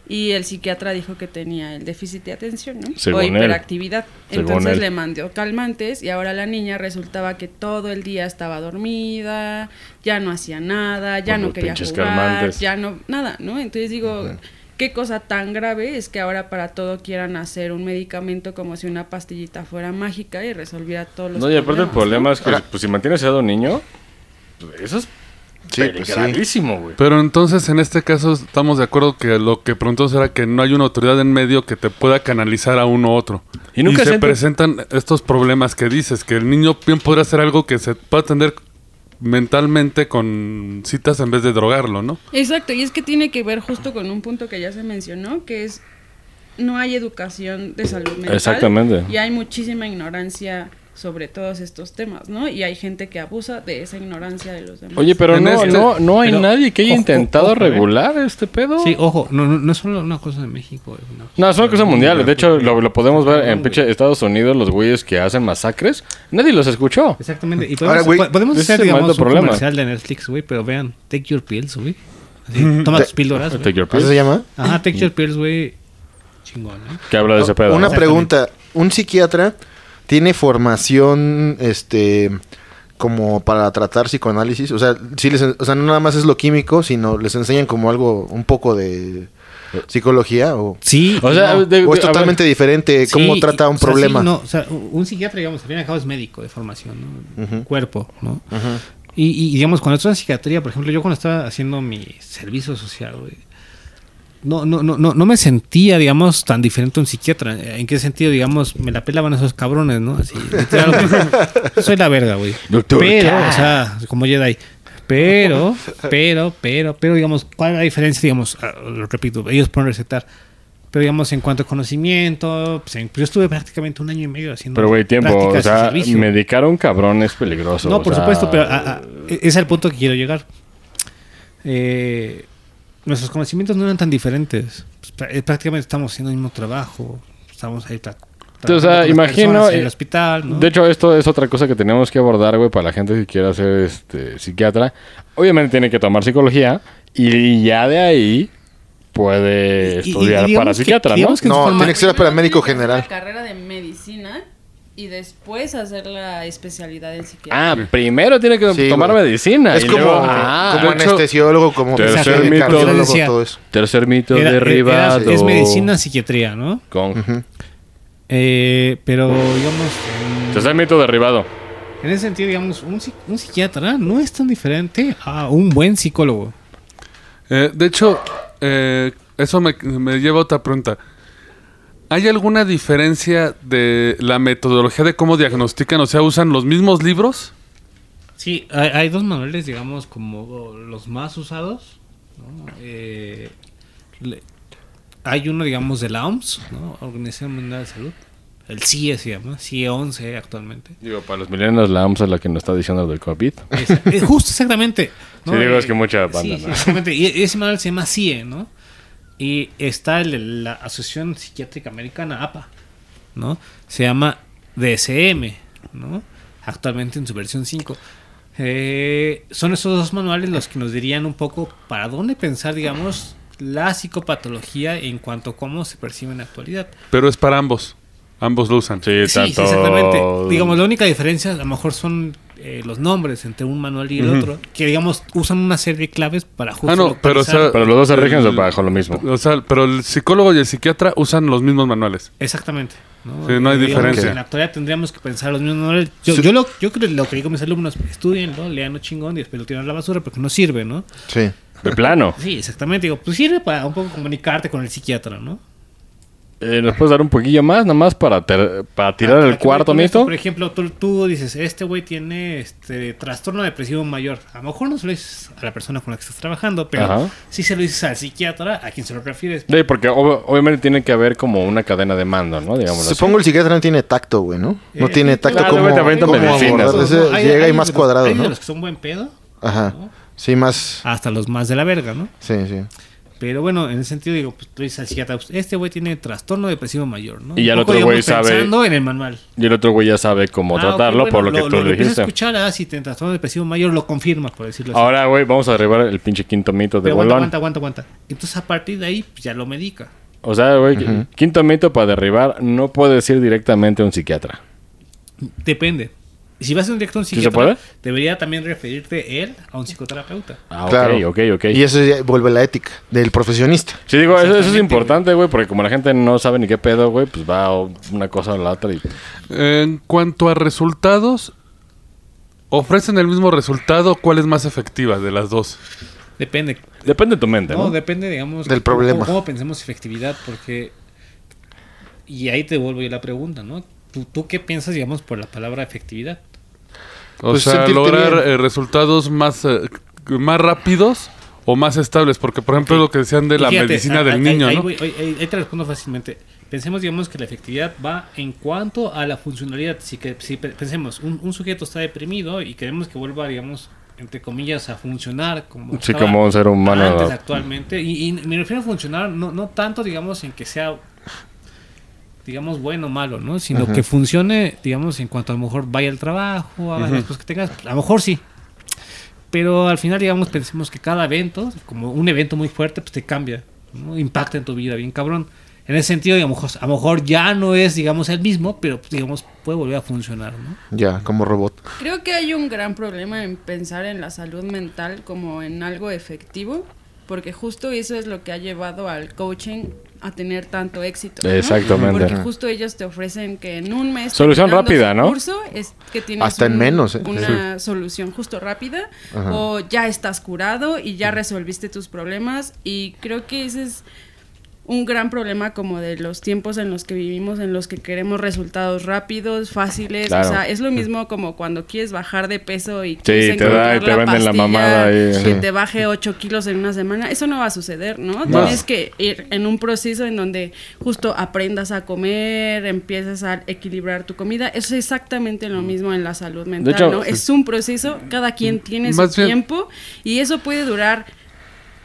Speaker 5: y el psiquiatra dijo que tenía el déficit de atención, ¿no?
Speaker 2: Según
Speaker 5: o
Speaker 2: él.
Speaker 5: hiperactividad.
Speaker 2: Según
Speaker 5: Entonces
Speaker 2: él.
Speaker 5: le mandó calmantes y ahora la niña resultaba que todo el día estaba dormida, ya no hacía nada, ya
Speaker 2: Con
Speaker 5: no
Speaker 2: los
Speaker 5: quería
Speaker 2: pinches
Speaker 5: jugar,
Speaker 2: calmantes.
Speaker 5: ya no nada, ¿no? Entonces digo, qué cosa tan grave es que ahora para todo quieran hacer un medicamento como si una pastillita fuera mágica y resolviera todos los
Speaker 2: No, y aparte el problema
Speaker 5: ¿no?
Speaker 2: es que pues, si mantienes a un niño, pues, eso es
Speaker 1: Sí, pues, sí.
Speaker 2: peligrosísimo, güey.
Speaker 3: Pero entonces, en este caso, estamos de acuerdo que lo que preguntó será que no hay una autoridad en medio que te pueda canalizar a uno u otro.
Speaker 2: Y
Speaker 3: Y,
Speaker 2: nunca
Speaker 3: se
Speaker 2: siento-
Speaker 3: presentan estos problemas que dices, que el niño bien podría hacer algo que se pueda atender mentalmente con citas en vez de drogarlo, ¿no?
Speaker 5: Exacto, y es que tiene que ver justo con un punto que ya se mencionó, que es no hay educación de salud mental.
Speaker 2: Exactamente.
Speaker 5: Y hay muchísima ignorancia sobre todos estos temas, ¿no? Y hay gente que abusa de esa ignorancia de los demás.
Speaker 2: Pues, Oye, pero
Speaker 3: En
Speaker 2: no,
Speaker 3: este-
Speaker 2: no, no hay
Speaker 4: pero-
Speaker 2: nadie que haya
Speaker 4: ojo,
Speaker 2: intentado
Speaker 4: ojo, eh.
Speaker 2: regular este pedo.
Speaker 4: Sí, ojo, no, no, no es solo una cosa de México. güey, no.
Speaker 2: No, es una cosa mundial. De hecho, lo, lo podemos ver en pinche Estados Unidos, los güeyes que hacen masacres. Nadie los escuchó.
Speaker 4: Exactamente. Y
Speaker 1: Ahora,
Speaker 4: podemos,
Speaker 1: güey,
Speaker 4: po- podemos
Speaker 2: ese es
Speaker 4: hacer,
Speaker 2: el
Speaker 4: digamos, un
Speaker 2: maldito problema.
Speaker 4: comercial de Netflix, güey, pero vean, Take Your Pills, güey. Así, Toma tus píldoras, güey.
Speaker 2: Take your
Speaker 1: ¿Así
Speaker 2: pill.
Speaker 1: se llama?
Speaker 4: Ajá, Take Your Pills, güey. Chingón, ¿eh?
Speaker 2: Que habla de ese pedo.
Speaker 1: Una
Speaker 2: ¿no?
Speaker 1: pregunta. ¿Un psiquiatra tiene formación este como para tratar psicoanálisis? O sea, sí les en- o sea, no nada más es lo químico, sino les enseñan como algo, un poco de psicología o,
Speaker 4: Sí.
Speaker 2: O sea, de-
Speaker 4: no.
Speaker 1: o
Speaker 2: de-
Speaker 1: es
Speaker 2: a ver,
Speaker 1: totalmente diferente cómo
Speaker 4: Sí,
Speaker 1: trata
Speaker 4: y-
Speaker 1: un
Speaker 4: o sea,
Speaker 1: problema.
Speaker 4: sí, no, o sea, un psiquiatra, digamos, al fin y al cabo es médico de formación, ¿no? Cuerpo, ¿no? Y, y, digamos, cuando estoy en psiquiatría, por ejemplo, yo cuando estaba haciendo mi servicio social, güey, no, no, no, no, no me sentía, digamos, tan diferente a un psiquiatra. ¿En qué sentido, digamos, me la pelaban esos cabrones, no? Así, literal, güey. soy la verga, güey.
Speaker 2: Doctor
Speaker 4: Pero,
Speaker 2: K.
Speaker 4: o sea, como Jedi. Pero, pero, pero, pero, digamos, ¿cuál es la diferencia? Digamos, ah, lo repito, ellos pueden recetar. Pero, digamos, en cuanto a conocimiento, pues, en- yo estuve prácticamente un año y medio haciendo
Speaker 2: Pero, güey, tiempo.
Speaker 4: prácticas
Speaker 2: O
Speaker 4: de
Speaker 2: sea,
Speaker 4: servicio.
Speaker 2: medicar a un cabrón es peligroso.
Speaker 4: No,
Speaker 2: o
Speaker 4: por
Speaker 2: sea,
Speaker 4: supuesto, pero a- a- e- es el punto que quiero llegar. Eh, nuestros conocimientos no eran tan diferentes. Pues, prá- eh, prácticamente estamos haciendo el mismo trabajo. Estamos ahí tra-
Speaker 2: o
Speaker 4: trabajando
Speaker 2: sea,
Speaker 4: con las
Speaker 2: imagino,
Speaker 4: personas en
Speaker 2: eh,
Speaker 4: el hospital, ¿no?
Speaker 2: De hecho, esto es otra cosa que tenemos que abordar, güey, para la gente que quiera ser este, psiquiatra. Obviamente tiene que tomar psicología y ya de ahí puede
Speaker 4: Y- y- y
Speaker 2: estudiar
Speaker 4: digamos
Speaker 2: para
Speaker 4: que-
Speaker 2: psiquiatra, ¿no?
Speaker 4: digamos que en su
Speaker 1: No,
Speaker 4: forma-
Speaker 1: tiene que ser
Speaker 5: Primero
Speaker 1: paramédico
Speaker 5: tienes que hacer
Speaker 1: general.
Speaker 5: La carrera de medicina y después hacer la especialidad en psiquiatría.
Speaker 2: Ah, primero tiene que
Speaker 1: Sí,
Speaker 2: tomar
Speaker 1: güey.
Speaker 2: medicina.
Speaker 1: Es
Speaker 2: y
Speaker 1: como,
Speaker 2: luego- ah,
Speaker 1: como este
Speaker 3: de hecho,
Speaker 1: anestesiólogo, como
Speaker 2: tercer
Speaker 1: cirujano,
Speaker 2: mito.
Speaker 1: cardiólogo,
Speaker 4: Decía-
Speaker 1: todo eso.
Speaker 2: tercer mito
Speaker 4: Era- era-
Speaker 2: derribado.
Speaker 4: es medicina, psiquiatría, ¿no?
Speaker 2: Con-
Speaker 1: Ujú.
Speaker 4: Eh, pero, digamos, en-
Speaker 2: Tercer mito derribado.
Speaker 4: en ese sentido, digamos, un, psi- un psiquiatra no es tan diferente a un buen psicólogo.
Speaker 3: Eh, de hecho, eh, eso me, me lleva a otra pregunta. ¿Hay alguna diferencia de la metodología de cómo diagnostican? O sea, ¿usan los mismos libros?
Speaker 4: Sí, hay, hay dos manuales, digamos, como los más usados. ¿no? Eh, le- hay uno, digamos, de la OMS, ¿no? Organización Mundial de Salud. El CIE se llama, CIE 11 actualmente.
Speaker 2: Digo, para los milenios la AMSA es la que nos está diciendo del COVID.
Speaker 4: Es- eh, justo, exactamente.
Speaker 2: Sí, digo, es que
Speaker 4: Eh,
Speaker 2: mucha banda,
Speaker 4: sí,
Speaker 2: ¿no?
Speaker 4: sí, exactamente. Y ese manual se llama CIE, ¿no? Y está el de la Asociación Psiquiátrica Americana, APA, ¿no? Se llama DSM, ¿no? Actualmente en su versión 5. Eh, son esos dos manuales los que nos dirían un poco para dónde pensar, digamos, la psicopatología en cuanto a cómo se percibe en la actualidad.
Speaker 3: Pero es para ambos. Ambos lo usan.
Speaker 2: Sí,
Speaker 4: Sí,
Speaker 2: tanto.
Speaker 4: sí, exactamente. Digamos, la única diferencia a lo mejor son eh, los nombres entre un manual y el otro, que digamos usan una serie de claves para justo
Speaker 3: Ah, no, pero, o
Speaker 4: localizar-
Speaker 3: sea,
Speaker 2: Pero los dos se rigen
Speaker 3: el-
Speaker 2: bajo lo mismo.
Speaker 3: O sea, pero el psicólogo y el psiquiatra usan los mismos manuales.
Speaker 4: Exactamente. ¿no?
Speaker 3: Sí, no hay
Speaker 4: Digamos,
Speaker 3: diferencia.
Speaker 4: En la actualidad tendríamos que pensar los mismos manuales. Yo, yo lo, yo creo lo que digo a mis alumnos, estudienlo, leanlo chingón y después lo tiran a la basura porque no sirve, ¿no?
Speaker 1: Sí.
Speaker 2: De plano.
Speaker 4: Sí, exactamente. Digo, pues sirve para un poco comunicarte con el psiquiatra, ¿no?
Speaker 2: Eh, ¿Nos puedes dar un poquillo más, nada más para, ter- para tirar
Speaker 4: Ah, Para
Speaker 2: el
Speaker 4: que vean
Speaker 2: cuarto
Speaker 4: con esto,
Speaker 2: mito?
Speaker 4: este Por ejemplo, tú, tú dices, este güey tiene este trastorno depresivo mayor. A lo mejor no se lo dices a la persona con la que estás trabajando, pero
Speaker 2: Ajá.
Speaker 4: si se lo dices al psiquiatra, a quien se lo refieres.
Speaker 2: Sí, porque ob- obviamente tiene que haber como una cadena de mando, ¿no? Digamos así.
Speaker 1: Supongo el psiquiatra no tiene tacto, güey, ¿no? No
Speaker 4: Eh,
Speaker 1: tiene
Speaker 4: sí,
Speaker 1: tacto
Speaker 2: claro,
Speaker 1: como,
Speaker 2: güey, también
Speaker 1: como
Speaker 2: medicina,
Speaker 1: abordar.
Speaker 2: ¿no?
Speaker 1: Ese
Speaker 4: Hay-
Speaker 1: llega
Speaker 4: hay
Speaker 1: y más
Speaker 4: de los-
Speaker 1: cuadrado,
Speaker 4: hay de
Speaker 1: ¿no?
Speaker 4: los que son buen pedo
Speaker 1: Ajá.
Speaker 4: ¿no? Ah.
Speaker 1: Sí, más...
Speaker 4: hasta los más de la verga, ¿no?
Speaker 1: Sí, sí.
Speaker 4: Pero bueno, en ese sentido digo, pues tú dices al psiquiatra, pues, este güey tiene trastorno depresivo mayor, ¿no?
Speaker 2: Y ya el
Speaker 4: Un poco,
Speaker 2: otro güey
Speaker 4: digamos,
Speaker 2: sabe
Speaker 4: Pensando en el manual.
Speaker 2: Y el otro güey ya sabe cómo
Speaker 4: Ah, ok,
Speaker 2: tratarlo
Speaker 4: bueno,
Speaker 2: por lo que tú le
Speaker 4: empiezas a
Speaker 2: dijiste.
Speaker 4: escuchar, ah, si tiene trastorno depresivo mayor, lo confirmas, por decirlo así.
Speaker 2: Ahora, güey, vamos a derribar el pinche quinto mito de
Speaker 4: Pero aguanta,
Speaker 2: Bolón.
Speaker 4: aguanta, aguanta, aguanta. Entonces a partir de ahí, pues, ya lo medica.
Speaker 2: O sea, güey, quinto mito para derribar no puedes ir directamente a un psiquiatra.
Speaker 4: Depende. Si vas a un directo a un
Speaker 2: ¿Sí se
Speaker 4: psiquiatra,
Speaker 2: puede?
Speaker 4: debería también referirte él a un psicoterapeuta.
Speaker 2: Ah,
Speaker 1: Claro.
Speaker 2: ok, ok, ok.
Speaker 1: Y eso ya vuelve la ética del profesionista.
Speaker 2: Sí, digo, eso, eso es
Speaker 4: Exactamente,
Speaker 2: importante, güey, porque como la gente no sabe ni qué pedo, güey, pues va o- una cosa a la otra y...
Speaker 3: En cuanto a resultados, ¿ofrecen el mismo resultado? ¿Cuál es más efectiva de las dos?
Speaker 4: Depende.
Speaker 2: Depende de tu mente,
Speaker 4: No,
Speaker 2: ¿no?
Speaker 4: depende, digamos,
Speaker 1: Del
Speaker 4: cómo-
Speaker 1: problema.
Speaker 4: Cómo, pensemos efectividad, porque. Y ahí te vuelvo yo la pregunta, ¿no? ¿Tú, tú qué piensas, digamos, por la palabra efectividad?
Speaker 3: O
Speaker 1: Pues
Speaker 3: sea,
Speaker 1: sentirte
Speaker 3: lograr
Speaker 1: bien.
Speaker 3: eh, resultados más, eh, más rápidos o más estables. Porque, por ejemplo, lo que decían de la
Speaker 4: Fíjate,
Speaker 3: medicina
Speaker 4: ah,
Speaker 3: del
Speaker 4: ahí-
Speaker 3: niño,
Speaker 4: ahí
Speaker 3: ¿no?
Speaker 4: voy- ahí- ahí- ahí te respondo fácilmente. Pensemos, digamos, que la efectividad va en cuanto a la funcionalidad. Si, que, si pe- pensemos, un, un sujeto está deprimido y queremos que vuelva, digamos, entre comillas, a funcionar como,
Speaker 2: Sí,
Speaker 4: estaba
Speaker 2: como un ser humano.
Speaker 4: antes actualmente. Y, y me refiero a funcionar no, no tanto, digamos, en que sea, digamos, bueno o malo, ¿no? Sino que funcione, digamos, en cuanto a lo mejor vaya al trabajo, haga las cosas que tengas. A lo mejor sí. Pero al final, digamos, pensemos que cada evento, como un evento muy fuerte, pues te cambia, ¿no? impacta en tu vida, bien cabrón. En ese sentido, digamos, a lo mejor ya no es, digamos, el mismo, pero pues, digamos, puede volver a funcionar, ¿no?
Speaker 1: Ya, como robot.
Speaker 5: Creo que hay un gran problema en pensar en la salud mental como en algo efectivo, porque justo eso es lo que ha llevado al coaching a tener tanto éxito. ¿no?
Speaker 2: Exactamente.
Speaker 5: Porque justo ellos te ofrecen que en un mes.
Speaker 2: Solución
Speaker 5: terminando
Speaker 2: rápida,
Speaker 5: su
Speaker 2: ¿no?
Speaker 5: Curso es que tienes
Speaker 1: Hasta en menos, ¿eh?
Speaker 5: Una solución justo rápida
Speaker 1: Ajá.
Speaker 5: o ya estás curado y ya resolviste tus problemas y creo que ese es un gran problema como de los tiempos en los que vivimos, en los que queremos resultados rápidos, fáciles.
Speaker 2: Claro.
Speaker 5: O sea, es lo mismo como cuando quieres bajar de peso y
Speaker 2: Sí,
Speaker 5: quieres
Speaker 2: te da-
Speaker 5: encontrar
Speaker 2: te venden la
Speaker 5: pastilla
Speaker 2: mamada ahí.
Speaker 5: que
Speaker 2: Sí.
Speaker 5: te baje 8 kilos en una semana. Eso no va a suceder,
Speaker 3: No.
Speaker 5: ¿no? Tienes que ir en un proceso en donde justo aprendas a comer, empiezas a equilibrar tu comida. Eso es exactamente
Speaker 3: Mm.
Speaker 5: lo mismo en la salud mental,
Speaker 2: hecho, pues
Speaker 5: ¿no?
Speaker 2: sí.
Speaker 5: Es un proceso, cada quien tiene
Speaker 3: Mm, Más
Speaker 5: su
Speaker 3: bien-
Speaker 5: tiempo y eso puede durar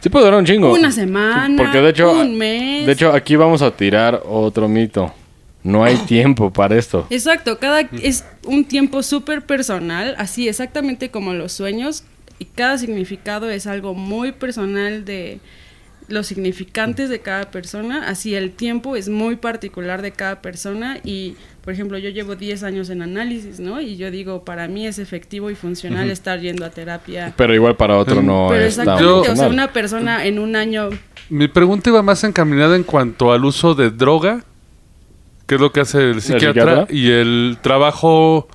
Speaker 2: Sí puede durar un chingo.
Speaker 5: Una semana,
Speaker 2: Porque de hecho,
Speaker 5: un mes.
Speaker 2: de hecho aquí vamos a tirar otro mito. No hay tiempo para esto.
Speaker 5: Exacto, cada es un tiempo súper personal, así exactamente como los sueños, y cada significado es algo muy personal de los significantes de cada persona, así el tiempo es muy particular de cada persona y, por ejemplo, yo llevo 10 años en análisis, ¿no? Y yo digo, para mí es efectivo y funcional estar yendo a terapia.
Speaker 2: Pero igual para otro no
Speaker 5: Pero
Speaker 2: es tan
Speaker 5: exactamente, o sea,
Speaker 2: funcional.
Speaker 5: una persona en un año
Speaker 3: Mi pregunta iba más encaminada en cuanto al uso de droga, que es lo que hace el psiquiatra,
Speaker 2: psiquiatra?
Speaker 3: y el trabajo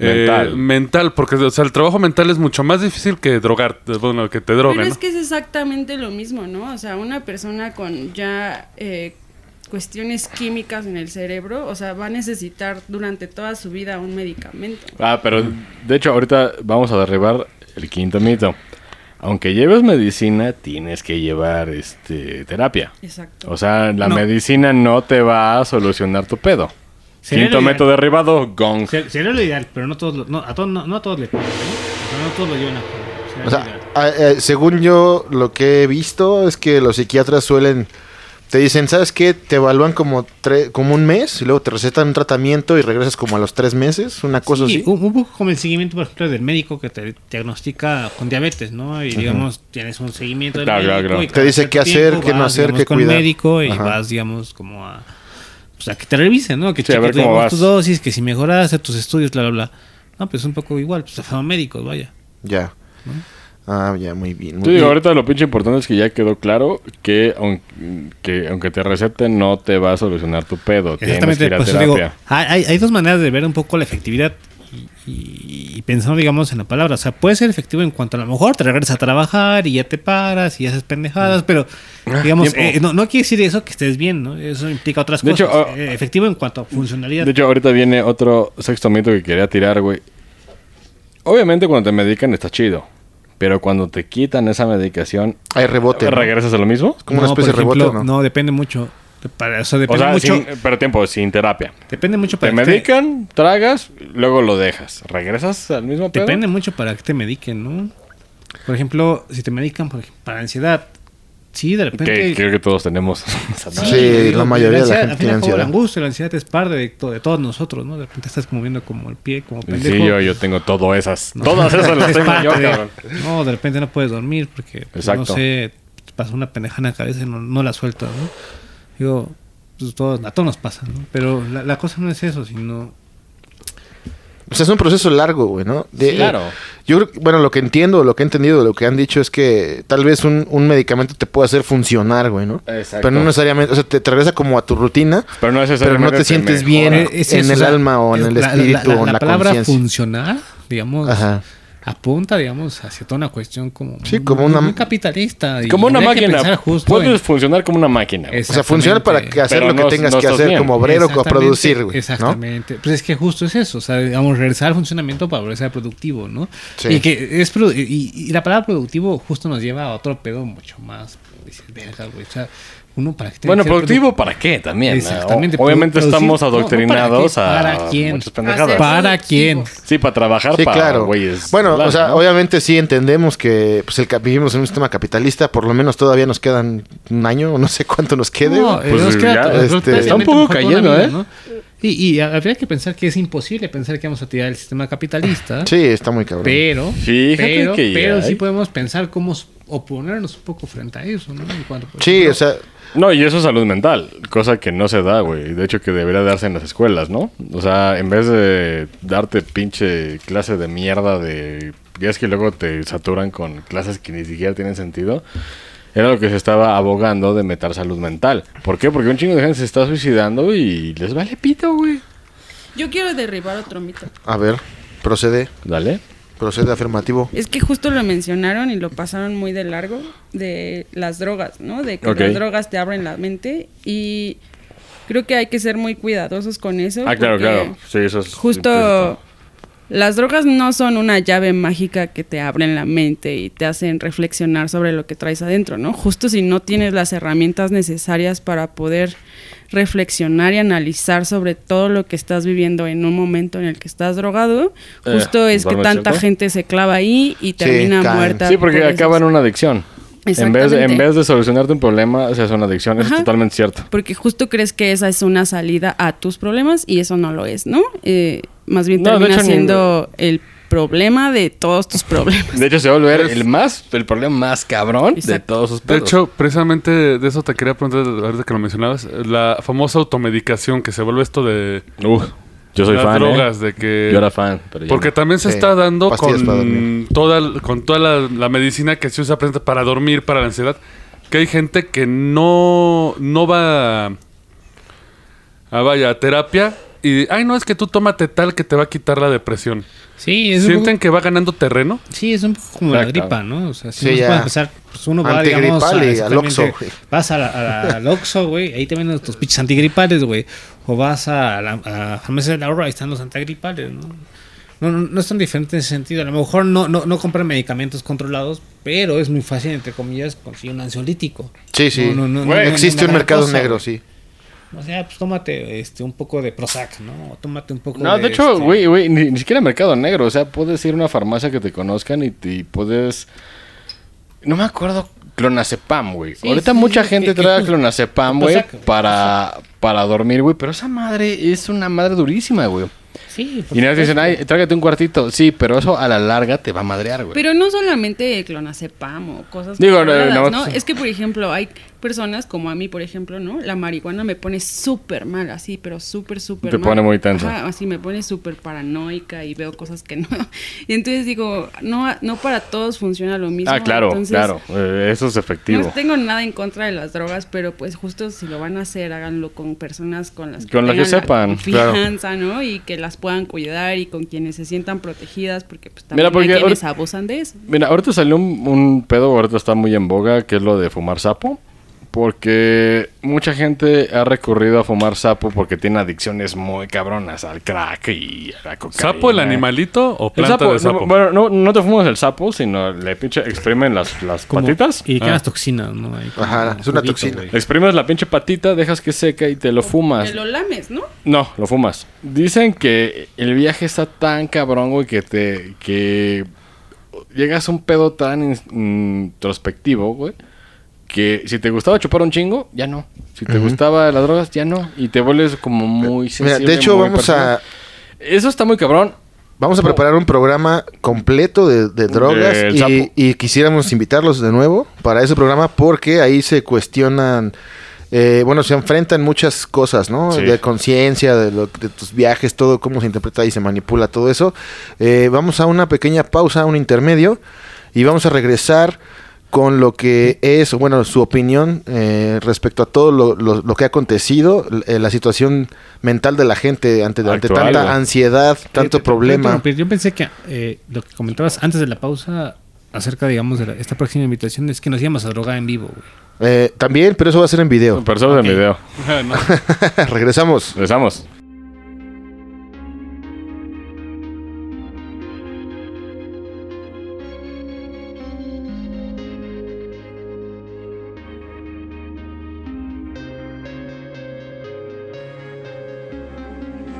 Speaker 3: eh,
Speaker 2: Mental.
Speaker 3: mental, porque o sea, el trabajo mental es mucho más difícil que drogar, bueno, que te droguen.
Speaker 5: Pero es
Speaker 3: ¿no?
Speaker 5: que es exactamente lo mismo, ¿no? O sea, una persona con ya eh, cuestiones químicas en el cerebro, o sea, va a necesitar durante toda su vida un medicamento.
Speaker 2: Ah, pero de hecho ahorita vamos a derribar el quinto mito. Aunque lleves medicina, tienes que llevar este terapia.
Speaker 5: Exacto.
Speaker 2: O sea, la
Speaker 4: No.
Speaker 2: medicina no te va a solucionar tu pedo.
Speaker 4: Sería
Speaker 2: Quinto
Speaker 4: lo
Speaker 2: mito
Speaker 4: ideal.
Speaker 2: derribado, gong.
Speaker 4: Se- Sería lo ideal, pero no todos lo- no, a todos, no, no a todos le pasa, ¿no? O sea, no todos lo llevan a cabo. Sería
Speaker 1: O
Speaker 4: lo ideal.
Speaker 1: sea, a- eh, según yo, lo que he visto es que los psiquiatras suelen. Te dicen, ¿sabes qué? Te evalúan como, tre- como un mes y luego te recetan un tratamiento y regresas como a los tres meses, una cosa
Speaker 4: Sí, uh.
Speaker 1: así.
Speaker 4: un, un poco como el seguimiento, por ejemplo, del médico que te diagnostica con diabetes, ¿no? Y digamos, tienes un seguimiento del
Speaker 2: Claro, claro,
Speaker 4: médico
Speaker 2: claro.
Speaker 4: y
Speaker 2: Te
Speaker 4: cada
Speaker 1: dice
Speaker 4: cierto
Speaker 1: qué hacer, qué no
Speaker 4: vas,
Speaker 1: hacer,
Speaker 4: digamos,
Speaker 1: qué
Speaker 4: con
Speaker 1: cuidar.
Speaker 4: médico y
Speaker 1: Ajá.
Speaker 4: vas, digamos, como a... O sea, que te revisen, ¿no? Que
Speaker 2: Sí, a ver
Speaker 4: cheques,
Speaker 2: cómo
Speaker 4: digamos,
Speaker 2: vas.
Speaker 4: tus dosis, que si mejoraste tus estudios, bla, bla, bla. No, pues un poco igual, pues a médicos, vaya.
Speaker 1: Ya. Ah, ya, muy bien. muy
Speaker 2: Sí, digo,
Speaker 1: bien.
Speaker 2: ahorita lo pinche importante es que ya quedó claro que aunque, que aunque te receten no te va a solucionar tu pedo. Tienes que
Speaker 4: Exactamente,
Speaker 2: ir a
Speaker 4: pues digo,
Speaker 2: terapia.
Speaker 4: hay, hay- hay dos maneras de ver un poco la efectividad y, y- y pensando, digamos, en la palabra. O sea, puede ser efectivo en cuanto a lo mejor te regresas a trabajar y ya te paras y haces pendejadas, pero digamos,
Speaker 2: Mm. Ah, tiempo.
Speaker 4: eh, no, no quiere decir eso que estés bien, ¿no? Eso implica otras
Speaker 2: De
Speaker 4: cosas.
Speaker 2: hecho, ah,
Speaker 4: Eh, efectivo en cuanto a funcionalidad.
Speaker 2: De hecho, ahorita viene otro sexto mito que quería tirar, güey. Obviamente cuando te medican está chido. Pero cuando te quitan esa medicación,
Speaker 1: Hay rebote. ¿no?
Speaker 2: ¿regresas a lo mismo?
Speaker 1: como una especie
Speaker 4: por
Speaker 1: de rebote,
Speaker 4: ejemplo,
Speaker 1: ¿no?
Speaker 4: depende mucho. De- Para, o sea,
Speaker 2: O
Speaker 4: depende
Speaker 2: sea,
Speaker 4: mucho.
Speaker 2: sin- pero tiempo, sin terapia.
Speaker 4: Depende mucho
Speaker 2: Te
Speaker 4: para que te,
Speaker 2: medican, tragas, luego lo dejas. ¿Regresas al mismo pedo?
Speaker 4: Depende mucho para qué te mediquen, ¿no? Por ejemplo, si te medican por ejemplo, para ansiedad, sí, de repente.
Speaker 2: Que creo que todos tenemos.
Speaker 1: Sí, la mayoría de la gente tiene
Speaker 4: al final, como La
Speaker 1: ansiedad.
Speaker 4: angustia, la ansiedad es parte de, to- de todos nosotros, ¿no? De repente estás como viendo como el pie, como pendejo.
Speaker 2: Sí, yo, yo tengo todo esas.
Speaker 4: No,
Speaker 2: Todas esas las
Speaker 4: es
Speaker 2: tengo yo,
Speaker 4: parte de-
Speaker 2: cabrón.
Speaker 4: No, de repente no puedes dormir porque, pues,
Speaker 2: Exacto.
Speaker 4: no sé, te pasa una pendeja en la cabeza y no, no la sueltas, ¿no? Digo, pues todos, a todos nos pasa, ¿no? Pero la, la cosa no es eso, sino...
Speaker 1: O sea, es un proceso largo, güey, ¿no? De-
Speaker 2: Sí, claro.
Speaker 1: eh, Yo creo, que- bueno, lo que entiendo, lo que he entendido, lo que han dicho es que tal vez un, un medicamento te puede hacer funcionar, güey, ¿no?
Speaker 2: Exacto.
Speaker 1: Pero no necesariamente, o sea, te, te regresa como a tu rutina,
Speaker 2: Pero no
Speaker 1: pero
Speaker 2: necesariamente
Speaker 1: no te sientes
Speaker 2: mejora.
Speaker 1: bien
Speaker 4: Eh, es
Speaker 1: en
Speaker 4: eso,
Speaker 1: el
Speaker 4: o sea,
Speaker 1: alma o en
Speaker 4: es
Speaker 1: el
Speaker 4: la- la-
Speaker 1: espíritu
Speaker 4: la-
Speaker 1: o en
Speaker 4: La
Speaker 1: la
Speaker 4: palabra
Speaker 1: conciencia.
Speaker 4: funcionar, digamos...
Speaker 1: Ajá.
Speaker 4: Apunta, digamos, hacia toda una cuestión como...
Speaker 1: Sí,
Speaker 4: muy-
Speaker 1: como una-
Speaker 4: Muy capitalista. y
Speaker 2: Como una
Speaker 4: habría que
Speaker 2: máquina.
Speaker 4: pensar justo
Speaker 2: Puedes
Speaker 4: en-
Speaker 2: funcionar como una máquina. güey.
Speaker 4: Es-
Speaker 1: O sea, funciona para que hacer
Speaker 2: Pero
Speaker 1: lo que
Speaker 2: no-
Speaker 1: tengas
Speaker 2: no
Speaker 1: que
Speaker 2: estás
Speaker 1: hacer
Speaker 2: bien.
Speaker 1: como obrero o
Speaker 4: Exactamente,
Speaker 1: producir, güey. ¿no?
Speaker 4: Exactamente. Pues es que justo es eso. O sea, digamos, regresar al funcionamiento para volver a ser productivo, ¿no?
Speaker 1: Sí.
Speaker 4: Y que es produ- y, y la palabra productivo justo nos lleva a otro pedo mucho más. Dices, verga, güey. O sea, uno para que tenga
Speaker 2: Bueno,
Speaker 4: que ser
Speaker 2: productivo, ¿para qué también?
Speaker 4: Exactamente,
Speaker 2: O- obviamente
Speaker 4: producir-
Speaker 2: estamos
Speaker 4: no, no, ¿para qué?
Speaker 2: adoctrinados a
Speaker 4: ¿Para quién?
Speaker 2: muchas
Speaker 5: Hacer
Speaker 2: pendejadas.
Speaker 4: Para- quién.
Speaker 5: productivos.
Speaker 2: Sí, para trabajar,
Speaker 1: Sí,
Speaker 2: para
Speaker 1: claro.
Speaker 2: güeyes
Speaker 1: bueno, o
Speaker 2: blancos,
Speaker 1: sea,
Speaker 2: ¿no?
Speaker 1: obviamente sí entendemos que pues, el, cap- vivimos en un sistema capitalista, por lo menos todavía nos quedan un año, o no sé cuánto nos quede.
Speaker 4: No,
Speaker 1: güey.
Speaker 4: eh,
Speaker 2: Pues
Speaker 4: nos
Speaker 2: ya,
Speaker 4: queda todo-
Speaker 1: este,
Speaker 4: prácticamente
Speaker 2: está un poco
Speaker 4: mejor toda la
Speaker 2: cayendo,
Speaker 4: vida,
Speaker 2: ¿eh?
Speaker 4: ¿no? Y, y habría que pensar que es imposible pensar que vamos a tirar el sistema capitalista.
Speaker 1: Sí, está muy cabrón.
Speaker 4: Pero,
Speaker 2: Fíjate
Speaker 4: pero,
Speaker 2: que ya
Speaker 4: pero sí
Speaker 2: hay.
Speaker 4: podemos pensar cómo s- oponernos un poco frente a eso, ¿no? En cuanto, por
Speaker 1: Sí,
Speaker 4: ejemplo,
Speaker 1: o sea,
Speaker 2: No, y eso es salud mental, cosa que no se da, güey. De hecho, que debería darse en las escuelas, ¿no? O sea, en vez de darte pinche clase de mierda de... Ya es que luego te saturan con clases que ni siquiera tienen sentido. era lo que se estaba abogando de meter salud mental. ¿Por qué? Porque un chingo de gente se está suicidando y les vale pito, güey.
Speaker 5: Yo quiero derribar otro mito.
Speaker 1: A ver, procede,
Speaker 2: Dale.
Speaker 1: procede afirmativo.
Speaker 5: Es que justo lo mencionaron y lo pasaron muy de largo de las drogas, ¿no? De que
Speaker 2: Ok.
Speaker 5: las drogas te abren la mente y creo que hay que ser muy cuidadosos con eso.
Speaker 2: Ah, claro,
Speaker 5: porque
Speaker 2: claro. Sí, eso es.
Speaker 5: Justo las drogas no son una llave mágica que te abren la mente y te hacen reflexionar sobre lo que traes adentro, ¿no? Justo si no tienes las herramientas necesarias para poder reflexionar y analizar sobre todo lo que estás viviendo en un momento en el que estás drogado,
Speaker 2: Eh,
Speaker 5: justo es que
Speaker 2: totalmente
Speaker 5: tanta
Speaker 2: cierto.
Speaker 5: gente se clava ahí y termina
Speaker 1: caen.
Speaker 5: muerta.
Speaker 2: Sí, porque
Speaker 5: por esos-
Speaker 2: acaba en una adicción. En vez, de, en
Speaker 5: Exactamente.
Speaker 2: vez de solucionarte un problema, se hace una adicción. Eso es
Speaker 5: Ajá.
Speaker 2: totalmente cierto.
Speaker 5: Porque justo crees que esa es una salida a tus problemas y eso no lo es, ¿no? Eh, más bien
Speaker 2: No, de
Speaker 5: termina
Speaker 2: hecho, ni-
Speaker 5: siendo el problema de todos tus problemas.
Speaker 2: De hecho, se va a volver
Speaker 3: Es-
Speaker 2: el, más, el problema más cabrón de
Speaker 5: Pues- Exacto.
Speaker 2: todos sus
Speaker 3: De
Speaker 2: pedos.
Speaker 3: hecho, precisamente de eso te quería preguntar, ahorita que lo mencionabas, la famosa automedicación que se vuelve esto de
Speaker 2: Uf, yo soy
Speaker 3: las
Speaker 2: fan. ¿eh?
Speaker 3: drogas, de que...
Speaker 2: Yo era fan. Pero ya
Speaker 3: Porque
Speaker 2: no.
Speaker 3: también se
Speaker 1: Sí,
Speaker 3: está dando
Speaker 1: pastillas para
Speaker 3: con
Speaker 1: dormir.
Speaker 3: toda, con toda la, la medicina que se usa presente para dormir, para la ansiedad, que hay gente que no, no va a, a vaya a terapia y, ay, no, es que tú tómate tal que te va a quitar la depresión.
Speaker 4: Sí, es un
Speaker 3: ¿Sienten
Speaker 4: poco,
Speaker 3: que va ganando terreno?
Speaker 4: sí, es un poco como la
Speaker 2: Exacto.
Speaker 4: gripa, ¿no? O sea, si
Speaker 1: Sí,
Speaker 4: nos
Speaker 1: ya.
Speaker 4: puede empezar, pues uno va, digamos,
Speaker 1: Antigripal y al
Speaker 4: exactamente,
Speaker 1: Oxxo, güey.
Speaker 4: Vas a la- a la- al Oxxo, güey, ahí te venden tus pinches antigripales, güey. O vas a la, a la farmacia de la Aurora, ahí están los antigripales, ¿no? No, no, no es tan diferente en ese sentido. A lo mejor no, no, no compran medicamentos controlados, pero es muy fácil, entre comillas, conseguir un ansiolítico.
Speaker 1: Sí, sí.
Speaker 4: No, no, no,
Speaker 1: Güey,
Speaker 4: no, no,
Speaker 1: Existe
Speaker 4: no,
Speaker 1: un
Speaker 4: no,
Speaker 1: mercado
Speaker 4: cosa,
Speaker 1: negro,
Speaker 4: güey.
Speaker 1: sí.
Speaker 4: O sea, pues tómate este, un poco de Prozac, ¿no? O tómate un poco
Speaker 2: No, de hecho,
Speaker 4: este,
Speaker 2: güey, güey, ni, ni siquiera mercado negro. O sea, puedes ir a una farmacia que te conozcan y, te- y puedes. No me acuerdo. Clonazepam, güey.
Speaker 4: Sí,
Speaker 2: Ahorita
Speaker 4: sí,
Speaker 2: mucha
Speaker 4: sí,
Speaker 2: gente
Speaker 4: que- que
Speaker 2: trae
Speaker 4: justo-
Speaker 2: clonazepam,
Speaker 4: pues,
Speaker 2: güey,
Speaker 4: saca, güey,
Speaker 2: para, para dormir, güey. Pero esa madre es una madre durísima, güey.
Speaker 4: Sí, pues, por
Speaker 2: Y nada, te dicen,
Speaker 4: supuesto.
Speaker 2: ay, trágate un cuartito. Sí, pero eso a la larga te va a madrear, güey.
Speaker 5: Pero no solamente clonazepam o cosas
Speaker 2: Digo,
Speaker 5: controladas,
Speaker 2: no, no,
Speaker 5: no, Es que, por ejemplo, hay personas como a mí, por ejemplo, ¿no? La marihuana me pone súper mal, así, pero súper, súper
Speaker 2: Te
Speaker 5: mal.
Speaker 2: pone muy tensa.
Speaker 5: Ajá, así me pone súper paranoica y veo cosas que no... Y entonces digo, no, no para todos funciona lo mismo.
Speaker 2: ah, claro,
Speaker 5: entonces,
Speaker 2: claro. Eh, eso es efectivo.
Speaker 5: No tengo nada en contra de las drogas, pero pues justo si lo van a hacer, háganlo con personas con las que,
Speaker 2: Con las que
Speaker 5: tengan la
Speaker 2: sepan, claro.
Speaker 5: confianza, ¿no? Y que las puedan cuidar y con quienes se sientan protegidas, porque pues
Speaker 2: Mira,
Speaker 5: también
Speaker 2: porque
Speaker 5: hay quienes
Speaker 2: ahorita-
Speaker 5: abusan de eso.
Speaker 2: Mira, ahorita salió un, un pedo, ahorita está muy en boga, que es lo de fumar sapo. Porque mucha gente ha recurrido a fumar sapo porque tiene adicciones muy cabronas al crack y a la cocaína.
Speaker 3: ¿Sapo el animalito o
Speaker 2: El
Speaker 3: planta
Speaker 2: sapo,
Speaker 3: de sapo?
Speaker 2: No, bueno, no, no te fumas el sapo, sino le pinche exprimen las, las
Speaker 4: Como-
Speaker 2: patitas.
Speaker 4: Y
Speaker 2: Ah.
Speaker 4: quedan las toxinas, ¿no? Ahí como
Speaker 1: Ajá,
Speaker 4: un
Speaker 1: es una
Speaker 4: juguito,
Speaker 1: toxina.
Speaker 4: güey.
Speaker 2: Exprimes la pinche patita, dejas que seca y te lo fumas.
Speaker 5: Te lo lames, ¿no?
Speaker 2: No, lo fumas. Dicen que el viaje está tan cabrón, güey, que te. que. llegas a un pedo tan in- introspectivo, güey. Que si te gustaba chupar un chingo, ya no. Si te gustaba las drogas, ya no. Y te vuelves como muy
Speaker 1: Mira,
Speaker 2: sensible.
Speaker 1: de hecho,
Speaker 2: muy
Speaker 1: vamos a,
Speaker 2: personal. Eso está muy cabrón.
Speaker 1: vamos a preparar un programa completo de, de drogas
Speaker 2: Del sapo.
Speaker 1: y, y quisiéramos invitarlos de nuevo para ese programa porque ahí se cuestionan, eh, bueno, se enfrentan muchas cosas, ¿no?
Speaker 2: Sí.
Speaker 1: De conciencia, de, lo- de tus viajes, todo, cómo se interpreta y se manipula todo eso. Eh, vamos a una pequeña pausa, a un intermedio y vamos a regresar con lo que es, bueno, su opinión eh, respecto a todo lo, lo- lo que ha acontecido, eh, la situación mental de la gente ante, ante
Speaker 2: Actual,
Speaker 1: tanta
Speaker 2: güey.
Speaker 1: ansiedad, tanto
Speaker 4: Eh, te- te- te
Speaker 1: problema.
Speaker 4: interrumpir. Yo pensé que eh, lo que comentabas antes de la pausa acerca, digamos, de la- esta próxima invitación es que nos íbamos a drogar en vivo, güey.
Speaker 1: Eh, también, pero eso va a ser en video.
Speaker 2: Pero eso es el video.
Speaker 3: No.
Speaker 1: Regresamos.
Speaker 2: Regresamos.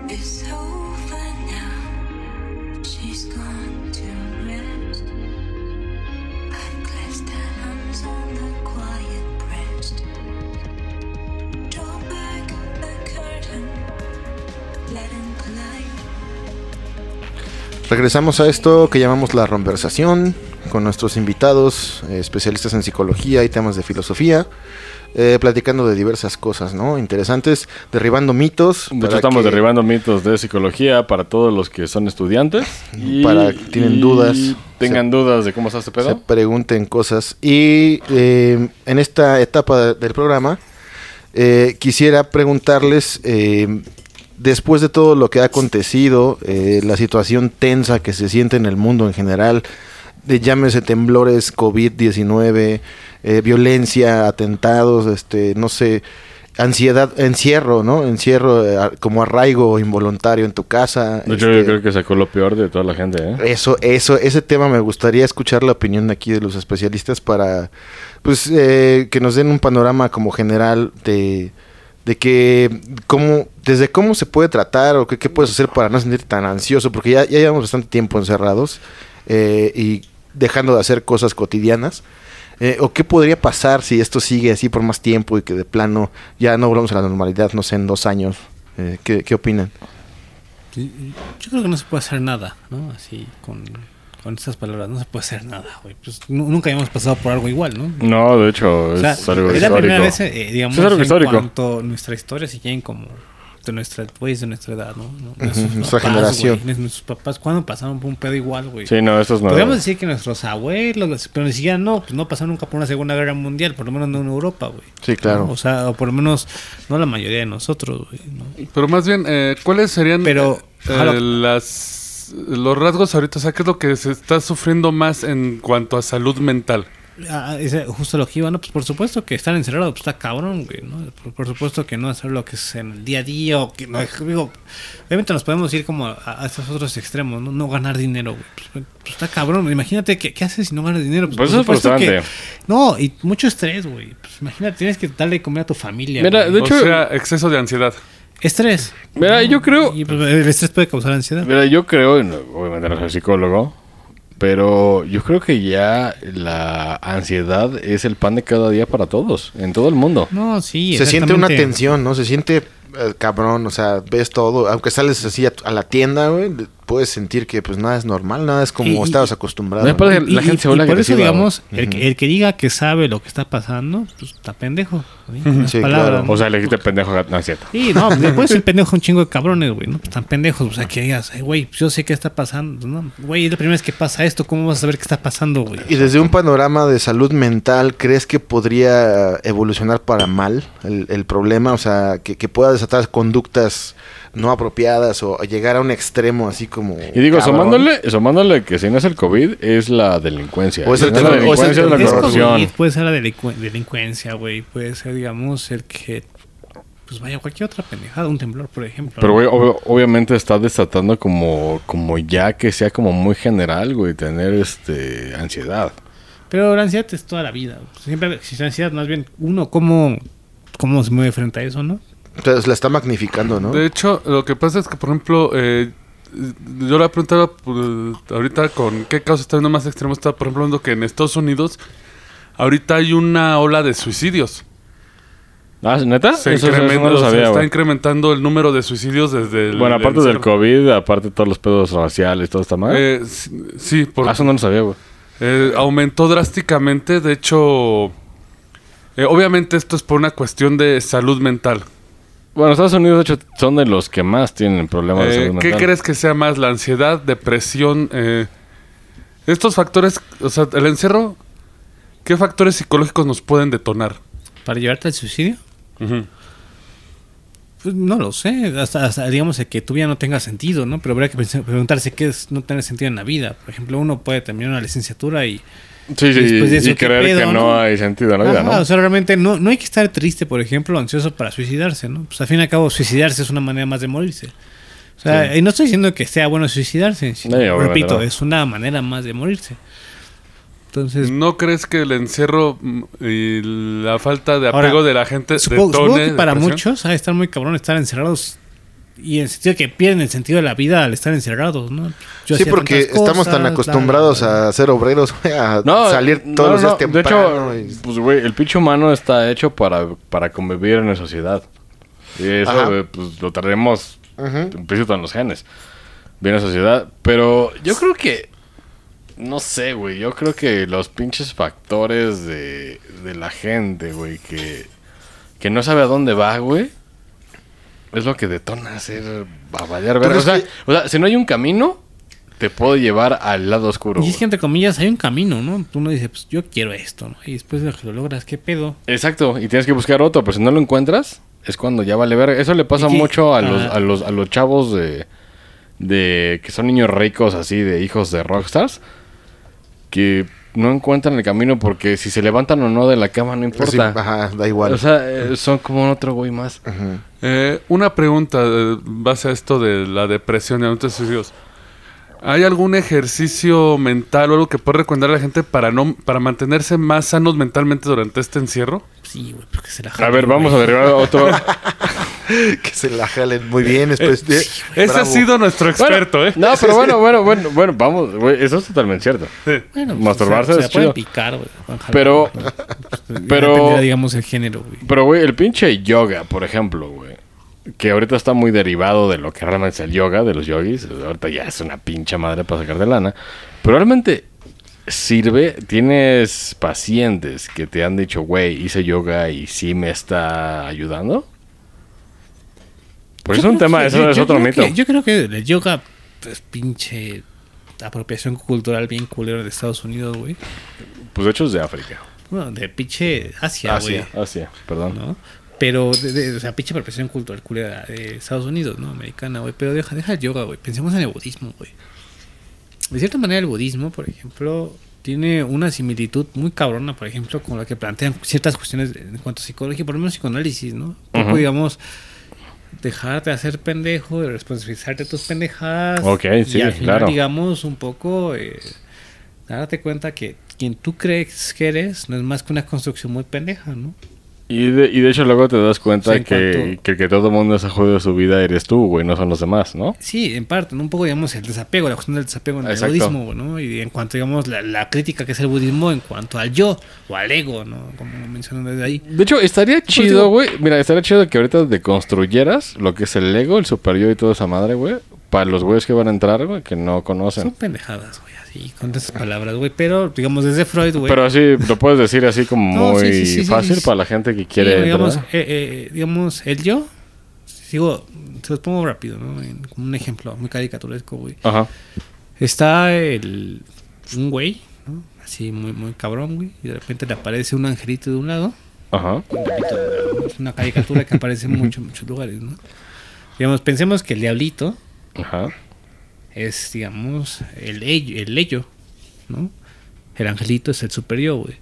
Speaker 6: It's over now. She's gone to rest. I've clasped her hands on the quiet breast. Draw back the curtain, let him collide.
Speaker 1: Regresamos a esto que llamamos la conversación con nuestros invitados, eh, especialistas en psicología y temas de filosofía. eh, platicando de diversas cosas, ¿no? Interesantes, derribando mitos.
Speaker 2: De hecho,
Speaker 1: para
Speaker 2: estamos
Speaker 1: que-
Speaker 2: derribando mitos de psicología para todos los que son estudiantes. Y,
Speaker 1: Para que tienen
Speaker 2: y
Speaker 1: dudas.
Speaker 2: Tengan dudas de cómo está este
Speaker 1: se
Speaker 2: pedo.
Speaker 1: pregunten cosas. Y eh, en esta etapa de- del programa, eh, quisiera preguntarles, eh, después de todo lo que ha acontecido, eh, la situación tensa que se siente en el mundo en general, de llámese temblores, COVID-19, eh, violencia, atentados, este, no sé, ansiedad, encierro, ¿no? Encierro eh, a- como arraigo involuntario en tu casa.
Speaker 2: De hecho,
Speaker 1: este,
Speaker 2: yo creo que sacó lo peor de toda la gente, ¿eh?
Speaker 1: eso, eso, ese tema me gustaría escuchar la opinión de aquí de los especialistas para, pues, eh, que nos den un panorama como general de, de que, cómo, desde cómo se puede tratar o qué, qué puedes hacer para no sentirte tan ansioso, porque ya, ya llevamos bastante tiempo encerrados eh, y dejando de hacer cosas cotidianas. Eh, ¿O qué podría pasar si esto sigue así por más tiempo y que de plano ya no volvamos a la normalidad, no sé, en dos años? Eh, ¿qué, ¿Qué opinan?
Speaker 4: Yo creo que no se puede hacer nada, ¿no? Así con, con estas palabras, no se puede hacer nada, güey. Pues nu- nunca habíamos pasado por algo igual, ¿no?
Speaker 2: No, de hecho,
Speaker 4: O sea,
Speaker 2: es algo
Speaker 4: es la
Speaker 2: histórico.
Speaker 4: primera vez, eh, digamos,
Speaker 2: Es algo
Speaker 4: en
Speaker 2: histórico.
Speaker 4: cuanto nuestra historia se lleven como de nuestra, güeyes de nuestra edad, ¿no? No- nuestros
Speaker 1: nuestra
Speaker 4: papás,
Speaker 1: generación.
Speaker 4: güey, nuestros papás, ¿cuándo pasaron por un pedo igual, güey?
Speaker 2: Sí, no, esto es nuevo.
Speaker 4: Podríamos decir que nuestros abuelos, pero ni siquiera no, pues no pasaron nunca por una Segunda Guerra Mundial, por lo menos no en Europa, güey.
Speaker 1: Sí, claro.
Speaker 4: ¿No? O sea, o por lo menos no la mayoría de nosotros, güey. ¿no?
Speaker 3: Pero más bien, eh, ¿cuáles serían
Speaker 4: Pero,
Speaker 3: eh,
Speaker 4: ajá, lo-
Speaker 3: las, los rasgos ahorita? O sea, ¿qué es lo que se está sufriendo más en cuanto a salud mental?
Speaker 4: Ah, ese- justo lo que iba, ¿no? Pues por supuesto que estar encerrado, pues está cabrón, güey, ¿no? Por, por supuesto que no hacer lo que es en el día a día, o que no, digo, obviamente nos podemos ir como a, a estos otros extremos, ¿no? No ganar dinero, güey. Pues, pues está cabrón, imagínate, ¿qué, qué haces si no ganas dinero?
Speaker 2: Pues eso es
Speaker 4: por supuesto
Speaker 2: frustrante.
Speaker 4: que- no, y mucho estrés, güey. Pues imagínate, tienes que darle de comer a tu familia.
Speaker 2: Mira,
Speaker 4: güey.
Speaker 2: De hecho-
Speaker 3: o sea, exceso de ansiedad.
Speaker 4: Estrés.
Speaker 2: Mira, yo creo.
Speaker 4: Y pues, el estrés puede causar ansiedad.
Speaker 2: Mira, yo creo, y no- obviamente no soy psicólogo, pero yo creo que ya la ansiedad es el pan de cada día para todos, en todo el mundo.
Speaker 4: No, sí.
Speaker 1: se siente una
Speaker 4: exactamente.
Speaker 1: tensión, ¿no? Se siente eh, cabrón, o sea, ves todo, aunque sales así a, tu- a la tienda, güey, le- puedes sentir que pues nada es normal, nada es como
Speaker 4: Y- y-
Speaker 1: estabas acostumbrado.
Speaker 2: No es
Speaker 1: ¿no?
Speaker 2: para- la gente se vuelve
Speaker 4: por eso,
Speaker 2: agresiva,
Speaker 4: digamos, el, que, el que diga que sabe lo que está pasando, pues está pendejo. ¿sí? En las
Speaker 1: Sí,
Speaker 4: palabras,
Speaker 1: claro.
Speaker 4: ¿no?
Speaker 2: O sea, le dijiste pendejo, a- no es cierto.
Speaker 4: Sí, no, después el pendejo un chingo de cabrones, güey, ¿no? Pues Están pendejos, o sea, que digas, "Ay, güey, pues yo sé qué está pasando, ¿no? Güey, es la primera vez que pasa esto, ¿cómo vas a saber qué está pasando, güey?
Speaker 1: Y desde un panorama de salud mental, ¿crees que podría evolucionar para mal el, el problema? O sea, que, que pueda desatar conductas no apropiadas o llegar a un extremo así como...
Speaker 2: Y digo,
Speaker 1: cabrón.
Speaker 2: sumándole, sumándole que si no es el COVID, es la delincuencia.
Speaker 1: O es
Speaker 2: Si
Speaker 1: el
Speaker 2: no es la
Speaker 1: tema- o es el
Speaker 2: delincuencia, es la
Speaker 1: tema-
Speaker 4: Es
Speaker 1: como-
Speaker 2: corrupción.
Speaker 4: COVID, puede ser la delincu- delincuencia, güey, puede ser, digamos, el que, pues vaya, cualquier otra pendejada, un temblor, por ejemplo.
Speaker 2: Pero,
Speaker 4: ¿no?
Speaker 2: güey, ob- obviamente está desatando como, como ya que sea como muy general, güey, tener este ansiedad.
Speaker 4: Pero la ansiedad es toda la vida. Siempre existe ansiedad, más bien uno, ¿cómo, cómo se mueve frente a eso, no?
Speaker 1: Entonces la está magnificando, ¿no?
Speaker 3: De hecho, lo que pasa es que, por ejemplo, eh, yo la preguntaba pues, ahorita con qué causa está viendo más extremo. Está, por ejemplo, viendo que en Estados Unidos ahorita hay una ola de suicidios.
Speaker 2: Ah, ¿neta?
Speaker 3: Se
Speaker 2: Eso, eso no
Speaker 3: incrementa-
Speaker 2: lo
Speaker 3: o sea,
Speaker 2: sabía,
Speaker 3: está
Speaker 2: güey.
Speaker 3: incrementando el número de suicidios desde el.
Speaker 2: Bueno, aparte del
Speaker 3: encierro.
Speaker 2: COVID, aparte de todos los pedos raciales, todo está mal.
Speaker 3: Eh, sí, sí, por,
Speaker 2: Ah, eso no lo sabía, güey.
Speaker 3: Eh, aumentó drásticamente, de hecho, eh, obviamente esto es por una cuestión de salud mental.
Speaker 2: Bueno, Estados Unidos, de hecho, son de los que más tienen problemas de
Speaker 3: Eh,
Speaker 2: salud mental.
Speaker 3: ¿Qué crees que sea más? ¿La ansiedad, depresión? eh, estos factores, o sea, el encierro, ¿qué factores psicológicos nos pueden detonar?
Speaker 4: ¿Para llevarte al suicidio? Pues no lo sé, hasta, hasta, digamos que tu vida no tenga sentido, ¿no? Pero habría que pensar- preguntarse qué es no tener sentido en la vida. Por ejemplo, uno puede terminar una licenciatura y...
Speaker 2: Sí, sí,
Speaker 4: Y después de
Speaker 2: y,
Speaker 4: eso, ¿qué
Speaker 2: creer
Speaker 4: pedo,
Speaker 2: que no,
Speaker 4: no?
Speaker 2: hay sentido en la vida,
Speaker 4: Ajá,
Speaker 2: ¿no?
Speaker 4: O sea, realmente no, no hay que estar triste, por ejemplo, o ansioso para suicidarse, ¿no? Pues al fin y al cabo, suicidarse es una manera más de morirse. O sea, y no estoy diciendo que sea bueno suicidarse, sino,
Speaker 2: No, obviamente
Speaker 4: repito,
Speaker 2: no.
Speaker 4: es una manera más de morirse. Entonces,
Speaker 3: ¿No crees que el encierro mm, y la falta de
Speaker 4: Ahora,
Speaker 3: apego de la gente
Speaker 4: Supongo,
Speaker 3: detone
Speaker 4: supongo que para
Speaker 3: depresión?
Speaker 4: muchos ha de estar muy cabrón estar encerrados y en el sentido que pierden el sentido de la vida al estar encerrados, ¿no? Yo
Speaker 1: sí,
Speaker 4: hacía
Speaker 1: porque
Speaker 4: tantas
Speaker 1: estamos
Speaker 4: cosas,
Speaker 1: tan
Speaker 4: bla,
Speaker 1: acostumbrados
Speaker 4: bla, bla.
Speaker 1: a ser obreros, a salir todos
Speaker 2: no,
Speaker 1: los días
Speaker 2: no.
Speaker 1: temprano.
Speaker 2: De
Speaker 1: y-
Speaker 2: hecho, pues, güey, el pinche humano está hecho para, para convivir en la sociedad. Y eso,
Speaker 1: Ajá.
Speaker 2: güey, pues, lo traemos
Speaker 1: Ujú.
Speaker 2: implícito en los genes. Bien la sociedad. Pero yo creo que. No sé, güey. Yo creo que los pinches factores de, de la gente, güey, que. que no sabe a dónde va, güey, es lo que detona hacer a valer verga. O
Speaker 1: crees
Speaker 2: sea,
Speaker 1: que-
Speaker 2: o sea, si no hay un camino, te puedo llevar al lado oscuro.
Speaker 4: Y es que
Speaker 2: güey.
Speaker 4: entre comillas hay un camino, ¿no? Uno dice, pues yo quiero esto, ¿no? Y después de que lo logras, ¿qué pedo?
Speaker 2: Exacto, y tienes que buscar otro, pero si no lo encuentras, es cuando ya vale verga. Eso le pasa
Speaker 4: Y que-
Speaker 2: mucho a los,
Speaker 4: Ajá.
Speaker 2: a los, a los chavos de, de que son niños ricos así, de hijos de rockstars, que no encuentran el camino porque si se levantan o no de la cama no
Speaker 1: Pues sí,
Speaker 2: importa.
Speaker 1: ajá, da igual.
Speaker 2: o sea, eh, son como otro güey más.
Speaker 3: Eh, una pregunta eh, base a esto de la depresión y adultos suicidios. ¿Hay algún ejercicio mental o algo que pueda recomendar a la gente para no para mantenerse más sanos mentalmente durante este encierro?
Speaker 4: Sí, güey, porque se la
Speaker 2: A
Speaker 4: jala,
Speaker 2: ver,
Speaker 4: güey.
Speaker 2: vamos a derivar a otro.
Speaker 1: que se la jalen muy bien. Después, eh,
Speaker 3: Ese
Speaker 1: bravo.
Speaker 3: ha sido nuestro
Speaker 2: Bueno,
Speaker 3: experto, ¿eh?
Speaker 2: No, pero bueno, bueno, bueno, bueno, vamos, güey, eso es totalmente cierto.
Speaker 4: Bueno,
Speaker 2: Masturbarse
Speaker 4: o sea,
Speaker 2: es
Speaker 4: se la
Speaker 2: chido.
Speaker 4: pueden picar, güey. la pueden jalar,
Speaker 2: Pero-
Speaker 4: güey. Pues, ya
Speaker 2: pero-
Speaker 4: dependerá, digamos, el género, güey.
Speaker 2: Pero, güey, el pinche yoga, por ejemplo, güey. Que ahorita está muy derivado de lo que realmente es el yoga, de los yogis. Ahorita ya es una pincha madre para sacar de lana. Pero realmente sirve. ¿Tienes pacientes que te han dicho, güey, hice yoga y sí me está ayudando? Pues
Speaker 4: Yo
Speaker 2: es un
Speaker 4: creo
Speaker 2: tema,
Speaker 4: que-
Speaker 2: eso
Speaker 4: yo-
Speaker 2: es
Speaker 4: yo
Speaker 2: otro
Speaker 4: creo
Speaker 2: mito.
Speaker 4: que- yo creo que el yoga es pinche apropiación cultural bien culera de Estados Unidos, güey.
Speaker 2: Pues de hecho es de África. Ah,
Speaker 4: Bueno, de pinche Asia, güey.
Speaker 2: Asia, Asia, perdón.
Speaker 4: ¿no? Pero, de, de- o sea, pinche apropiación cultural culera de Estados Unidos, ¿no? Americana, güey. Pero deja, deja el yoga, güey. Pensemos en el budismo, güey. De cierta manera, el budismo, por ejemplo, tiene una similitud muy cabrona, por ejemplo, con la que plantean ciertas cuestiones de- en cuanto a psicología, por lo menos psicoanálisis, ¿no? Un poco,
Speaker 2: Ujú.
Speaker 4: digamos, dejarte hacer pendejo, de responsabilizarte de tus pendejadas.
Speaker 2: Ok, sí,
Speaker 4: y al final,
Speaker 2: claro.
Speaker 4: digamos, un poco... eh, darte cuenta que quien tú crees que eres no es más que una construcción muy pendeja, ¿no?
Speaker 2: Y de, y de hecho luego te das cuenta
Speaker 4: Sí, en
Speaker 2: que,
Speaker 4: cuanto-
Speaker 2: que, que todo el mundo se ha jodido su vida eres tú, güey, no son los demás, ¿no?
Speaker 4: Sí, en parte, ¿no? un poco, digamos, el desapego, la cuestión del desapego en
Speaker 2: Exacto.
Speaker 4: el budismo, ¿no? Y en cuanto, digamos, la, la crítica que es el budismo en cuanto al yo o al ego, ¿no? Como mencionan desde ahí.
Speaker 2: De hecho, estaría chido,
Speaker 4: digo-
Speaker 2: güey. Mira, estaría chido que ahorita deconstruyeras lo que es el Lego, el Super Yo y toda esa madre, güey. Para los güeyes que van a entrar, güey, que no
Speaker 4: Son
Speaker 2: conocen.
Speaker 4: pendejadas, güey, así, con esas palabras, güey. Pero, digamos, desde Freud, güey.
Speaker 2: Pero así, lo puedes decir así como
Speaker 4: No,
Speaker 2: muy
Speaker 4: sí, sí, sí, sí,
Speaker 2: fácil
Speaker 4: sí, sí.
Speaker 2: para la gente que
Speaker 4: Sí,
Speaker 2: quiere
Speaker 4: digamos,
Speaker 2: entrar.
Speaker 4: eh, eh, digamos, el yo, sigo, se los pongo rápido, ¿no? En- como un ejemplo muy caricaturesco, güey.
Speaker 2: Ajá.
Speaker 4: Está el, un güey, ¿no? Así, muy, muy cabrón, güey. Y de repente le aparece un angelito de un lado.
Speaker 2: Ajá.
Speaker 4: Es una caricatura que aparece en muchos, muchos lugares, ¿no? Digamos, pensemos que el diablito
Speaker 2: Ajá.
Speaker 4: es, digamos, el ello, el ello, ¿no? El angelito es el superior, güey.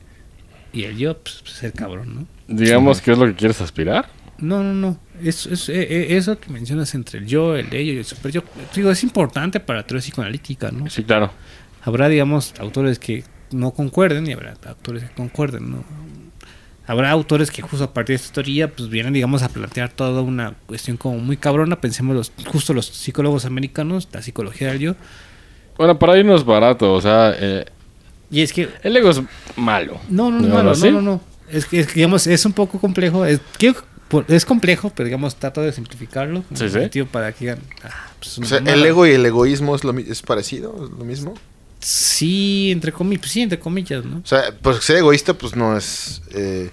Speaker 4: Y el yo, pues, es el cabrón, ¿no?
Speaker 2: Digamos que es lo que quieres aspirar.
Speaker 4: No, no, no. Es, es- eh, eh, eso que mencionas entre el yo, el ello y el superior, digo, es importante para la teoría psicoanalítica, ¿no?
Speaker 2: Sí, claro.
Speaker 4: Habrá, digamos, autores que no concuerden y habrá autores que concuerden, ¿no? Habrá autores que justo a partir de esta teoría pues vienen, digamos, a plantear toda una cuestión como muy cabrona. Pensemos los, justo los psicólogos americanos, la psicología del yo.
Speaker 2: Bueno, para irnos barato, o sea, eh,
Speaker 4: Y es que,
Speaker 2: el Lego es malo.
Speaker 4: no, no, no,
Speaker 2: Digámoslo
Speaker 4: no, no,
Speaker 2: así.
Speaker 4: no, no. Es que, es que, digamos, es un poco complejo. Es, que, por- es complejo, pero digamos, trato de simplificarlo. como
Speaker 2: Sí, sí.
Speaker 4: sentido Para que digan, ah, pues,
Speaker 1: O
Speaker 4: una
Speaker 1: sea, el
Speaker 4: mamada.
Speaker 1: ego y el egoísmo es, lo, mi- es parecido, es lo mismo.
Speaker 4: Sí, entre comillas, pues, sí, entre comillas, ¿no?
Speaker 1: O sea, pues ser egoísta, pues no es. eh,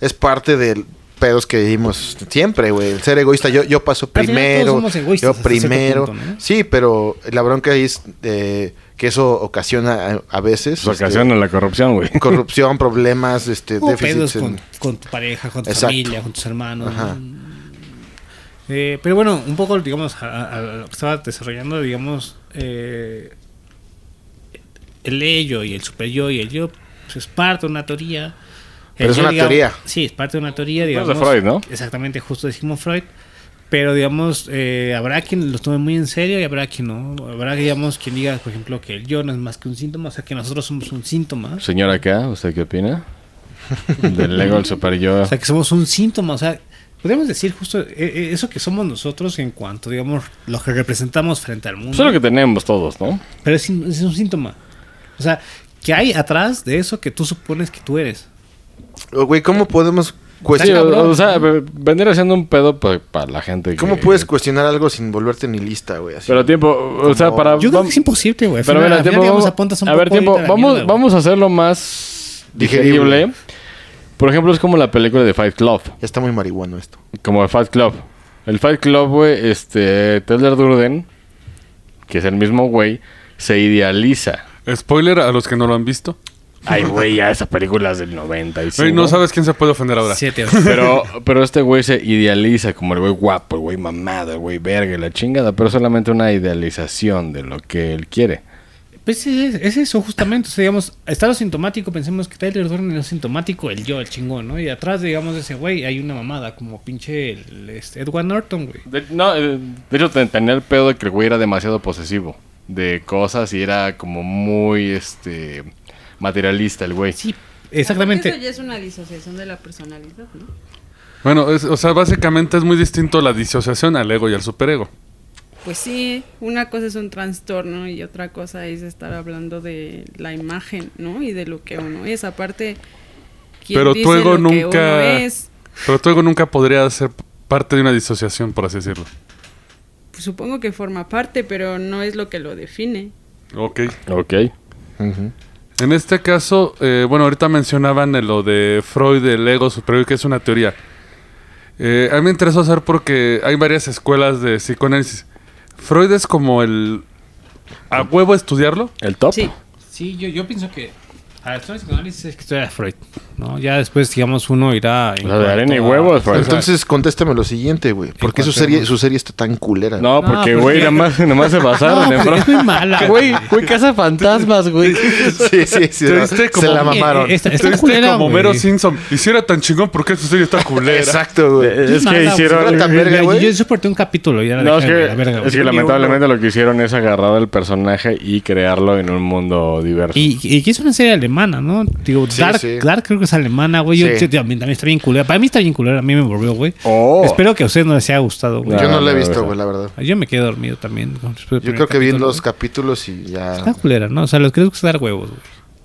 Speaker 1: es parte del pedos que vivimos siempre, güey. El ser egoísta, yo, yo paso
Speaker 4: Al final
Speaker 1: primero.
Speaker 4: todos somos egoístas
Speaker 1: yo
Speaker 4: hasta cierto
Speaker 1: primero.
Speaker 4: punto, ¿no?
Speaker 1: Sí, pero la bronca es eh, que eso ocasiona a, a veces.
Speaker 2: Pues
Speaker 1: este,
Speaker 2: ocasiona la corrupción, güey.
Speaker 1: corrupción, problemas, este,
Speaker 4: O
Speaker 1: déficits.
Speaker 4: pedos
Speaker 1: en-
Speaker 4: con, con tu pareja, con tu
Speaker 1: Exacto.
Speaker 4: familia, con tus hermanos. ¿no?
Speaker 1: Ajá.
Speaker 4: Eh, pero bueno, un poco, digamos, a, a- a lo que estaba desarrollando, digamos, eh, el ello y el super yo y el yo pues, es parte de una teoría.
Speaker 1: Pero
Speaker 4: El
Speaker 1: es
Speaker 4: yo,
Speaker 1: una
Speaker 4: digamos-
Speaker 1: teoría.
Speaker 4: Sí, es parte de una teoría,
Speaker 2: Pues
Speaker 4: digamos.
Speaker 2: de Freud, ¿no?
Speaker 4: Exactamente, justo decimos Freud. Pero, digamos, eh, habrá quien los tome muy en serio y habrá quien no. Habrá, digamos, quien diga, por ejemplo, que el yo no es más que un síntoma, o sea, que nosotros somos un síntoma.
Speaker 2: Señora acá, ¿usted qué opina? Del Lego, el Super Yo.
Speaker 4: O sea, que somos un síntoma. O sea, podemos decir justo eh, eh, eso que somos nosotros en cuanto, digamos, lo que representamos frente al mundo.
Speaker 2: Pues es lo que tenemos todos, ¿no?
Speaker 4: Pero es, un- es un síntoma. O sea, que hay atrás de eso que tú supones que tú eres.
Speaker 1: Oh, Güey, ¿cómo podemos
Speaker 2: Sí,
Speaker 1: cuestionar?
Speaker 2: o, o sea, ve- venir haciendo un pedo para la gente.
Speaker 1: ¿Cómo
Speaker 2: que-
Speaker 1: puedes cuestionar algo sin volverte nihilista, güey? Así.
Speaker 2: Pero tiempo, o sea, para.
Speaker 4: Yo creo
Speaker 2: Ah, vam-
Speaker 4: que es imposible, güey. Al
Speaker 2: Pero
Speaker 4: final-
Speaker 2: mira,
Speaker 4: al final,
Speaker 2: tiempo,
Speaker 4: digamos,
Speaker 2: vamos-
Speaker 4: apuntas un
Speaker 2: a ver,
Speaker 4: poco
Speaker 2: tiempo,
Speaker 4: ahorita a la
Speaker 2: vamos,
Speaker 4: mierda, güey.
Speaker 2: vamos a hacerlo más digerible.
Speaker 1: Digerible.
Speaker 2: Por ejemplo, es como la película de Fight Club.
Speaker 1: Ya está muy marihuano esto.
Speaker 2: Como el Fight Club. El Fight Club, güey, este, Taylor Durden, que es el mismo güey, se idealiza.
Speaker 3: Spoiler a los que no lo han visto.
Speaker 2: Ay, güey, ya esa película es del 95.
Speaker 3: Ay, no sabes quién se puede ofender ahora.
Speaker 4: Siete horas.
Speaker 2: Pero, pero este güey se idealiza como el güey guapo, el güey mamado, el güey verga, y la chingada, pero solamente una idealización de lo que él quiere.
Speaker 4: Pues es, es eso, justamente. O sea, digamos, está lo sintomático. Pensemos que Tyler Durden es lo sintomático, el yo, el chingón, ¿no? Y atrás, digamos, de ese güey hay una mamada, como pinche el, este, Edward Norton, güey.
Speaker 2: De, no, eh, de hecho, ten- tenía el pedo de que el güey era demasiado posesivo de cosas y era como muy, este, materialista el güey.
Speaker 4: Sí, exactamente.
Speaker 5: Eso ya es una disociación de la personalidad, ¿no?
Speaker 3: Bueno, es- o sea, básicamente es muy distinto la disociación al ego y al superego.
Speaker 5: Pues sí, una cosa es un trastorno y otra cosa es estar hablando de la imagen, ¿no? Y de lo que uno es. Aparte, ¿quién
Speaker 3: Pero tu
Speaker 5: dice
Speaker 3: ego
Speaker 5: lo que
Speaker 3: nunca-
Speaker 5: uno es?
Speaker 3: Pero tu ego nunca podría ser parte de una disociación, por así decirlo.
Speaker 5: Pues supongo que forma parte, pero no es lo que lo define.
Speaker 3: Ok.
Speaker 2: Ok.
Speaker 3: En este caso, eh, bueno, ahorita mencionaban el- lo de Freud, el ego superior, que es una teoría. Eh, a mí me interesó hacer porque hay varias escuelas de psicoanálisis. Freud es como el... ¿A huevo estudiarlo?
Speaker 2: ¿El top?
Speaker 5: Sí.
Speaker 4: Sí, yo, yo pienso que. A la historia de psicoanálisis es que estoy a Freud, ¿no? Ya después, digamos, uno irá. en
Speaker 2: O sea, de arena y
Speaker 4: cuanto a-
Speaker 2: huevos, pues, Freud.
Speaker 1: Entonces, contéstame lo siguiente, güey. ¿Por qué su serie, su serie está tan culera?
Speaker 2: No,
Speaker 4: No, pues,
Speaker 2: porque,
Speaker 4: porque-
Speaker 2: güey, nada más, nada más se basaron
Speaker 4: No,
Speaker 2: en
Speaker 4: pero es muy mala,
Speaker 2: Güey,
Speaker 4: güey.
Speaker 2: güey, casa fantasmas, güey.
Speaker 1: Sí, sí, sí.
Speaker 3: Te
Speaker 1: no.
Speaker 3: viste
Speaker 1: Se
Speaker 3: como-
Speaker 1: la mamaron.
Speaker 4: Eh, eh, esta- esta
Speaker 3: Estuviste
Speaker 4: culera,
Speaker 3: Este como
Speaker 4: güey.
Speaker 3: Mero Simpson. Hiciera tan chingón porque su serie está culera.
Speaker 1: Exacto,
Speaker 4: Eh,
Speaker 1: güey.
Speaker 2: Es que
Speaker 4: Mala,
Speaker 2: hicieron...
Speaker 4: güey.
Speaker 1: Tan verga,
Speaker 4: Yo-
Speaker 1: güey.
Speaker 4: Yo soporté un capítulo y ya la
Speaker 2: No, es
Speaker 4: dejé de la
Speaker 2: que,
Speaker 4: verga, güey.
Speaker 2: es que lamentablemente lo que hicieron es agarrar el personaje y crearlo en un mundo diverso.
Speaker 4: Y, y que es una serie alemana, ¿no? Digo,
Speaker 1: Sí,
Speaker 4: Dark,
Speaker 1: sí.
Speaker 4: Dark creo que es alemana, güey. Yo,
Speaker 1: Sí.
Speaker 4: yo- yo- a mí también está bien culera. Para mí está bien culera, a mí me volvió, güey.
Speaker 2: Oh.
Speaker 4: Espero que a ustedes no les haya gustado, güey.
Speaker 1: Yo no
Speaker 2: Ah,
Speaker 1: la he
Speaker 2: no,
Speaker 1: visto,
Speaker 2: no.
Speaker 1: güey, la verdad.
Speaker 4: Yo me quedé dormido también. con-
Speaker 1: Yo
Speaker 4: después del primer
Speaker 1: creo que vi en
Speaker 4: capítulo,
Speaker 1: los
Speaker 4: güey.
Speaker 1: capítulos y ya.
Speaker 4: Está culera, ¿no? O sea, los creo que es dar huevos, güey.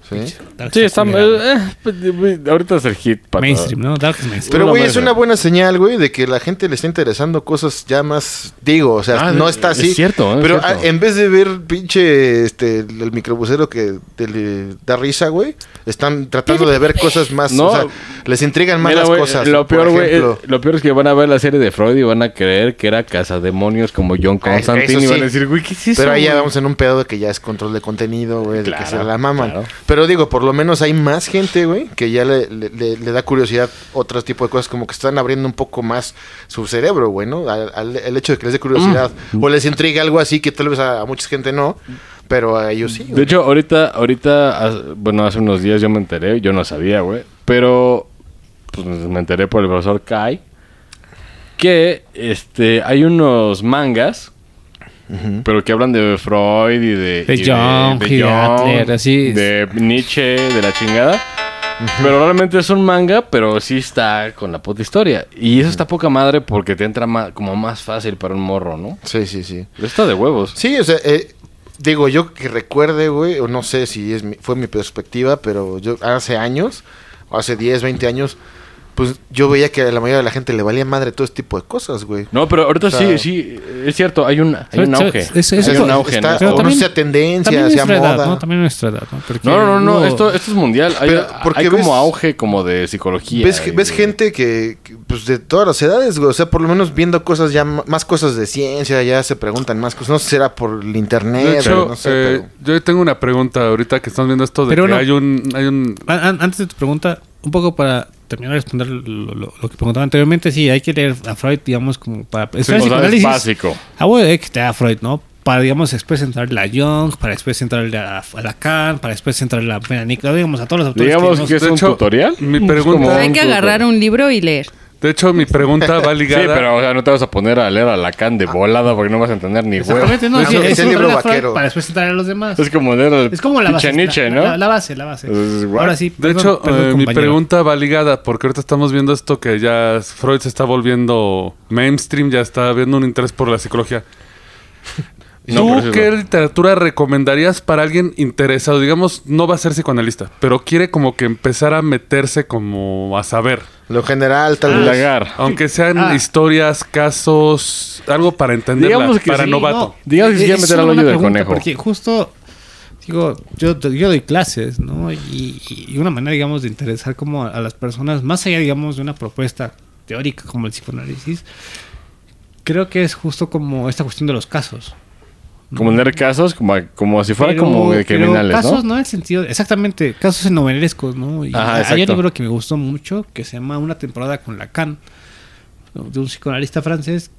Speaker 1: ¿sí?
Speaker 4: Dark
Speaker 2: Sí, está...
Speaker 4: culera, güey.
Speaker 2: eh, eh, ahorita es el hit para
Speaker 4: mainstream, ¿no? Dark es mainstream.
Speaker 1: Pero,
Speaker 2: Una
Speaker 1: güey, es
Speaker 2: madre.
Speaker 1: una buena señal, güey, de que la gente le está interesando cosas ya más. Digo, o sea,
Speaker 2: Ah,
Speaker 1: no
Speaker 2: es-
Speaker 1: está
Speaker 2: es
Speaker 1: así.
Speaker 2: cierto, es
Speaker 1: Pero
Speaker 2: cierto.
Speaker 1: ah, en vez de ver pinche este, el el microbusero que te le da risa, güey, están tratando de ver cosas más.
Speaker 2: No.
Speaker 1: O sea, les intrigan más
Speaker 2: Mira,
Speaker 1: las
Speaker 2: güey,
Speaker 1: cosas.
Speaker 2: Lo
Speaker 1: por
Speaker 2: peor, güey,
Speaker 1: ejemplo.
Speaker 2: eh, lo peor es que van a ver la serie de Freud y van a creer que era cazademonios como John
Speaker 1: Ah, eso
Speaker 2: Constantine y van
Speaker 1: sí.
Speaker 2: a decir, güey, ¿qué es eso?
Speaker 1: Pero ahí ya
Speaker 2: güey?"
Speaker 1: vamos en un pedo de que ya es control de contenido, güey, de que se
Speaker 2: Claro,
Speaker 1: la maman.
Speaker 2: claro.
Speaker 1: Pero digo, por lo menos hay más gente, güey, que ya le, le- le- le da curiosidad otro tipo de cosas, como que están abriendo un poco más su cerebro, güey, ¿no? Al, al- el hecho de que les dé curiosidad
Speaker 2: Mm.
Speaker 1: o les intriga algo así que tal vez a, a mucha gente no, pero a ellos sí.
Speaker 2: De
Speaker 1: güey.
Speaker 2: hecho, ahorita, ahorita, as- bueno, hace unos días yo me enteré, yo no sabía, güey, pero pues, me enteré por el profesor Kai que este hay unos mangas, pero que hablan de Freud y de,
Speaker 4: De
Speaker 2: y
Speaker 4: Jung y de Adler, así es.
Speaker 2: de Nietzsche, de la chingada. Pero realmente es un manga, pero sí está con la puta historia. Y eso está poca madre porque te entra ma- como más fácil para un morro, ¿no?
Speaker 1: Sí, sí, sí.
Speaker 2: Pero Está de huevos.
Speaker 1: Sí, o sea, eh, digo, yo que recuerde, güey, o no sé si es mi- fue mi perspectiva, pero yo hace años, o hace 10, 20 años, pues yo veía que a la mayoría de la gente le valía madre todo este tipo de cosas, güey.
Speaker 2: No, pero ahorita
Speaker 1: O sea-
Speaker 2: sí, sí, es cierto, hay un, hay un
Speaker 4: ¿Sabes?
Speaker 2: auge.
Speaker 4: ¿Sabes? Es- es-
Speaker 2: hay un
Speaker 4: es-
Speaker 2: auge,
Speaker 1: está-
Speaker 2: ¿no?
Speaker 1: o no sea tendencia,
Speaker 4: también
Speaker 1: sea
Speaker 4: nuestra Edad,
Speaker 1: moda.
Speaker 4: ¿no? También nuestra edad, ¿no? Porque
Speaker 2: No, no, no, no,
Speaker 4: uno-
Speaker 2: esto, esto es mundial. Hay,
Speaker 1: Pero, porque
Speaker 2: hay como
Speaker 1: ves-
Speaker 2: auge como de psicología.
Speaker 1: ¿Ves,
Speaker 2: y
Speaker 1: ves
Speaker 2: de-
Speaker 1: gente que, que, pues de todas las edades, güey, o sea, por lo menos viendo cosas ya, m- más cosas de ciencia, ya se preguntan más cosas, no sé si será por el internet,
Speaker 3: De hecho,
Speaker 1: no sé,
Speaker 3: eh,
Speaker 1: pero-
Speaker 3: yo tengo una pregunta ahorita que están viendo esto de
Speaker 4: Pero
Speaker 3: que
Speaker 4: no.
Speaker 3: hay un... Hay un
Speaker 4: A- an- Antes de tu pregunta, un poco para terminar de responder lo, lo- lo que preguntaba anteriormente, sí, hay que leer a Freud, digamos, como para...
Speaker 2: o sea,
Speaker 4: el
Speaker 2: es
Speaker 4: psicoanálisis-
Speaker 2: básico.
Speaker 4: Ah, bueno, hay que leer a Freud, ¿no? Para, digamos, después entrarle a Jung, para después entrarle a, a Lacan, para después entrarle a Menanik, digamos, a todos los autores
Speaker 2: Digamos
Speaker 4: nos-
Speaker 2: que es
Speaker 3: de
Speaker 2: un
Speaker 3: hecho,
Speaker 2: tutorial.
Speaker 3: mi
Speaker 2: Es
Speaker 3: pregunta-
Speaker 2: como
Speaker 3: Hay
Speaker 5: Hay
Speaker 2: un
Speaker 5: que
Speaker 2: tuto-
Speaker 5: agarrar un libro y leer.
Speaker 3: de hecho, mi pregunta va
Speaker 2: Sí,
Speaker 3: ligada...
Speaker 2: pero o sea, no te vas a poner a leer a Lacan de
Speaker 1: Ah.
Speaker 2: volada porque no vas a entender ni huevo.
Speaker 4: Exactamente, no,
Speaker 1: Es
Speaker 4: sí,
Speaker 1: lo que
Speaker 4: es
Speaker 1: dice el
Speaker 4: entrarle
Speaker 1: libro
Speaker 4: a Freud
Speaker 1: vaquero.
Speaker 4: Para después entrarle a los demás.
Speaker 2: Es como leer al
Speaker 4: Es como la base.
Speaker 2: pinche Nietzsche,
Speaker 4: la-
Speaker 2: ¿no?
Speaker 4: La, la base, la base.
Speaker 2: Es- what?
Speaker 4: Ahora sí.
Speaker 3: De
Speaker 4: perdón,
Speaker 3: hecho,
Speaker 4: perdón,
Speaker 3: eh, mi
Speaker 4: compañero.
Speaker 3: pregunta va ligada, porque ahorita estamos viendo esto que ya Freud se está volviendo mainstream, ya está viendo un interés por la psicología.
Speaker 2: No,
Speaker 3: ¿Tú
Speaker 2: pero sí es
Speaker 3: qué
Speaker 2: verdad.
Speaker 3: literatura recomendarías para alguien interesado? Digamos, no va a ser psicoanalista, pero quiere como que empezar a meterse como a saber.
Speaker 1: lo general tal vez...
Speaker 2: indagar.
Speaker 3: Aunque sean
Speaker 4: Ah.
Speaker 3: historias, casos, algo para entenderla,
Speaker 2: Digamos que
Speaker 3: para
Speaker 2: sí,
Speaker 3: novato.
Speaker 4: No,
Speaker 2: Digamos que
Speaker 4: es-
Speaker 2: quiere
Speaker 4: es
Speaker 2: meter
Speaker 4: una
Speaker 2: al hoyo
Speaker 4: buena
Speaker 2: del
Speaker 4: pregunta,
Speaker 2: conejo.
Speaker 4: Porque justo, Digo, yo, do- yo doy clases, ¿no? Y, y una manera, digamos, de interesar como a, a las personas, más allá, digamos, de una propuesta teórica como el psicoanálisis, creo que es justo como esta cuestión de los casos.
Speaker 2: Como tener casos, como, como si fuera
Speaker 4: Pero-
Speaker 2: como de
Speaker 4: pero
Speaker 2: criminales,
Speaker 4: casos,
Speaker 2: ¿no?
Speaker 4: ¿no? En el sentido, exactamente, casos enoverescos, ¿no? Y
Speaker 2: Ajá,
Speaker 4: hay un
Speaker 2: exacto.
Speaker 4: libro que me gustó mucho que se llama Una temporada con Lacan, ¿no? de un psicoanalista francés,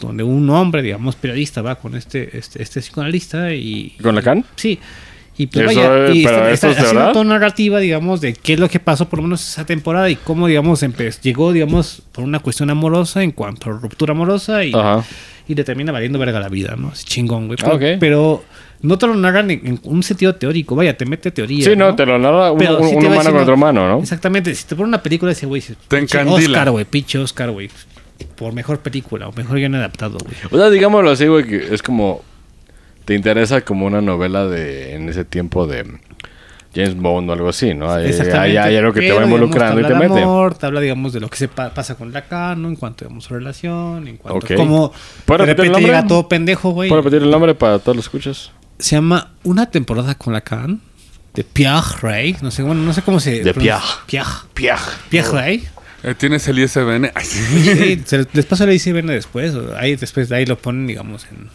Speaker 4: donde un hombre, digamos, periodista, va con este, este, este psicoanalista y...
Speaker 2: ¿Con Lacan?
Speaker 4: Sí. Y pues
Speaker 2: Eso,
Speaker 4: vaya, y
Speaker 2: eh, pero ¿esto
Speaker 4: está, está
Speaker 2: es de
Speaker 4: haciendo
Speaker 2: verdad?
Speaker 4: toda una narrativa, digamos, de qué es lo que pasó por lo menos esa temporada y cómo, digamos, empe- llegó, digamos, por una cuestión amorosa en cuanto a ruptura amorosa y
Speaker 2: Ajá.
Speaker 4: y le termina valiendo verga la vida, ¿no? Así chingón, güey. Pero,
Speaker 2: Ok.
Speaker 4: pero no te lo narran en, en un sentido teórico, vaya, te mete teoría.
Speaker 2: Sí, no, te lo narra un,
Speaker 4: Pero
Speaker 2: un-
Speaker 4: sí te
Speaker 2: un
Speaker 4: va
Speaker 2: humano
Speaker 4: diciendo-
Speaker 2: con otro humano, ¿no?
Speaker 4: Exactamente, si te pone una película ese güey, dices,
Speaker 3: Te
Speaker 4: "Pinche
Speaker 3: encandila".
Speaker 4: Oscar, güey, pinche Oscar, güey. Por mejor película o mejor guion adaptado, güey.
Speaker 2: O sea, digámoslo así, güey, que es como... Te interesa como una novela de... En ese tiempo de... James Bond o algo así, ¿no? Hay, hay,
Speaker 4: Exactamente.
Speaker 2: hay algo que te
Speaker 4: Pero,
Speaker 2: va
Speaker 4: digamos,
Speaker 2: involucrando y te
Speaker 4: habla de
Speaker 2: mete.
Speaker 4: amor, te habla, digamos, de lo que se pa- pasa con la cano, en cuanto digamos, a su relación, en cuanto
Speaker 2: Ok.
Speaker 4: a cómo
Speaker 2: ¿Puedo
Speaker 4: de
Speaker 2: repetir el
Speaker 4: repente
Speaker 2: nombre?
Speaker 4: llega todo pendejo, güey.
Speaker 2: ¿Puedo repetir el nombre para todos los escuchas?
Speaker 4: Se llama Una temporada con la Can de Pierre Rey. No sé, bueno, no sé cómo se.
Speaker 2: De
Speaker 4: pronuncia. Pierre. Pierre Rey.
Speaker 3: Eh, Tienes el ISBN. Ay, sí.
Speaker 4: Sí, se les- les paso el ICBN después. o ahí después de ahí lo ponen, digamos, en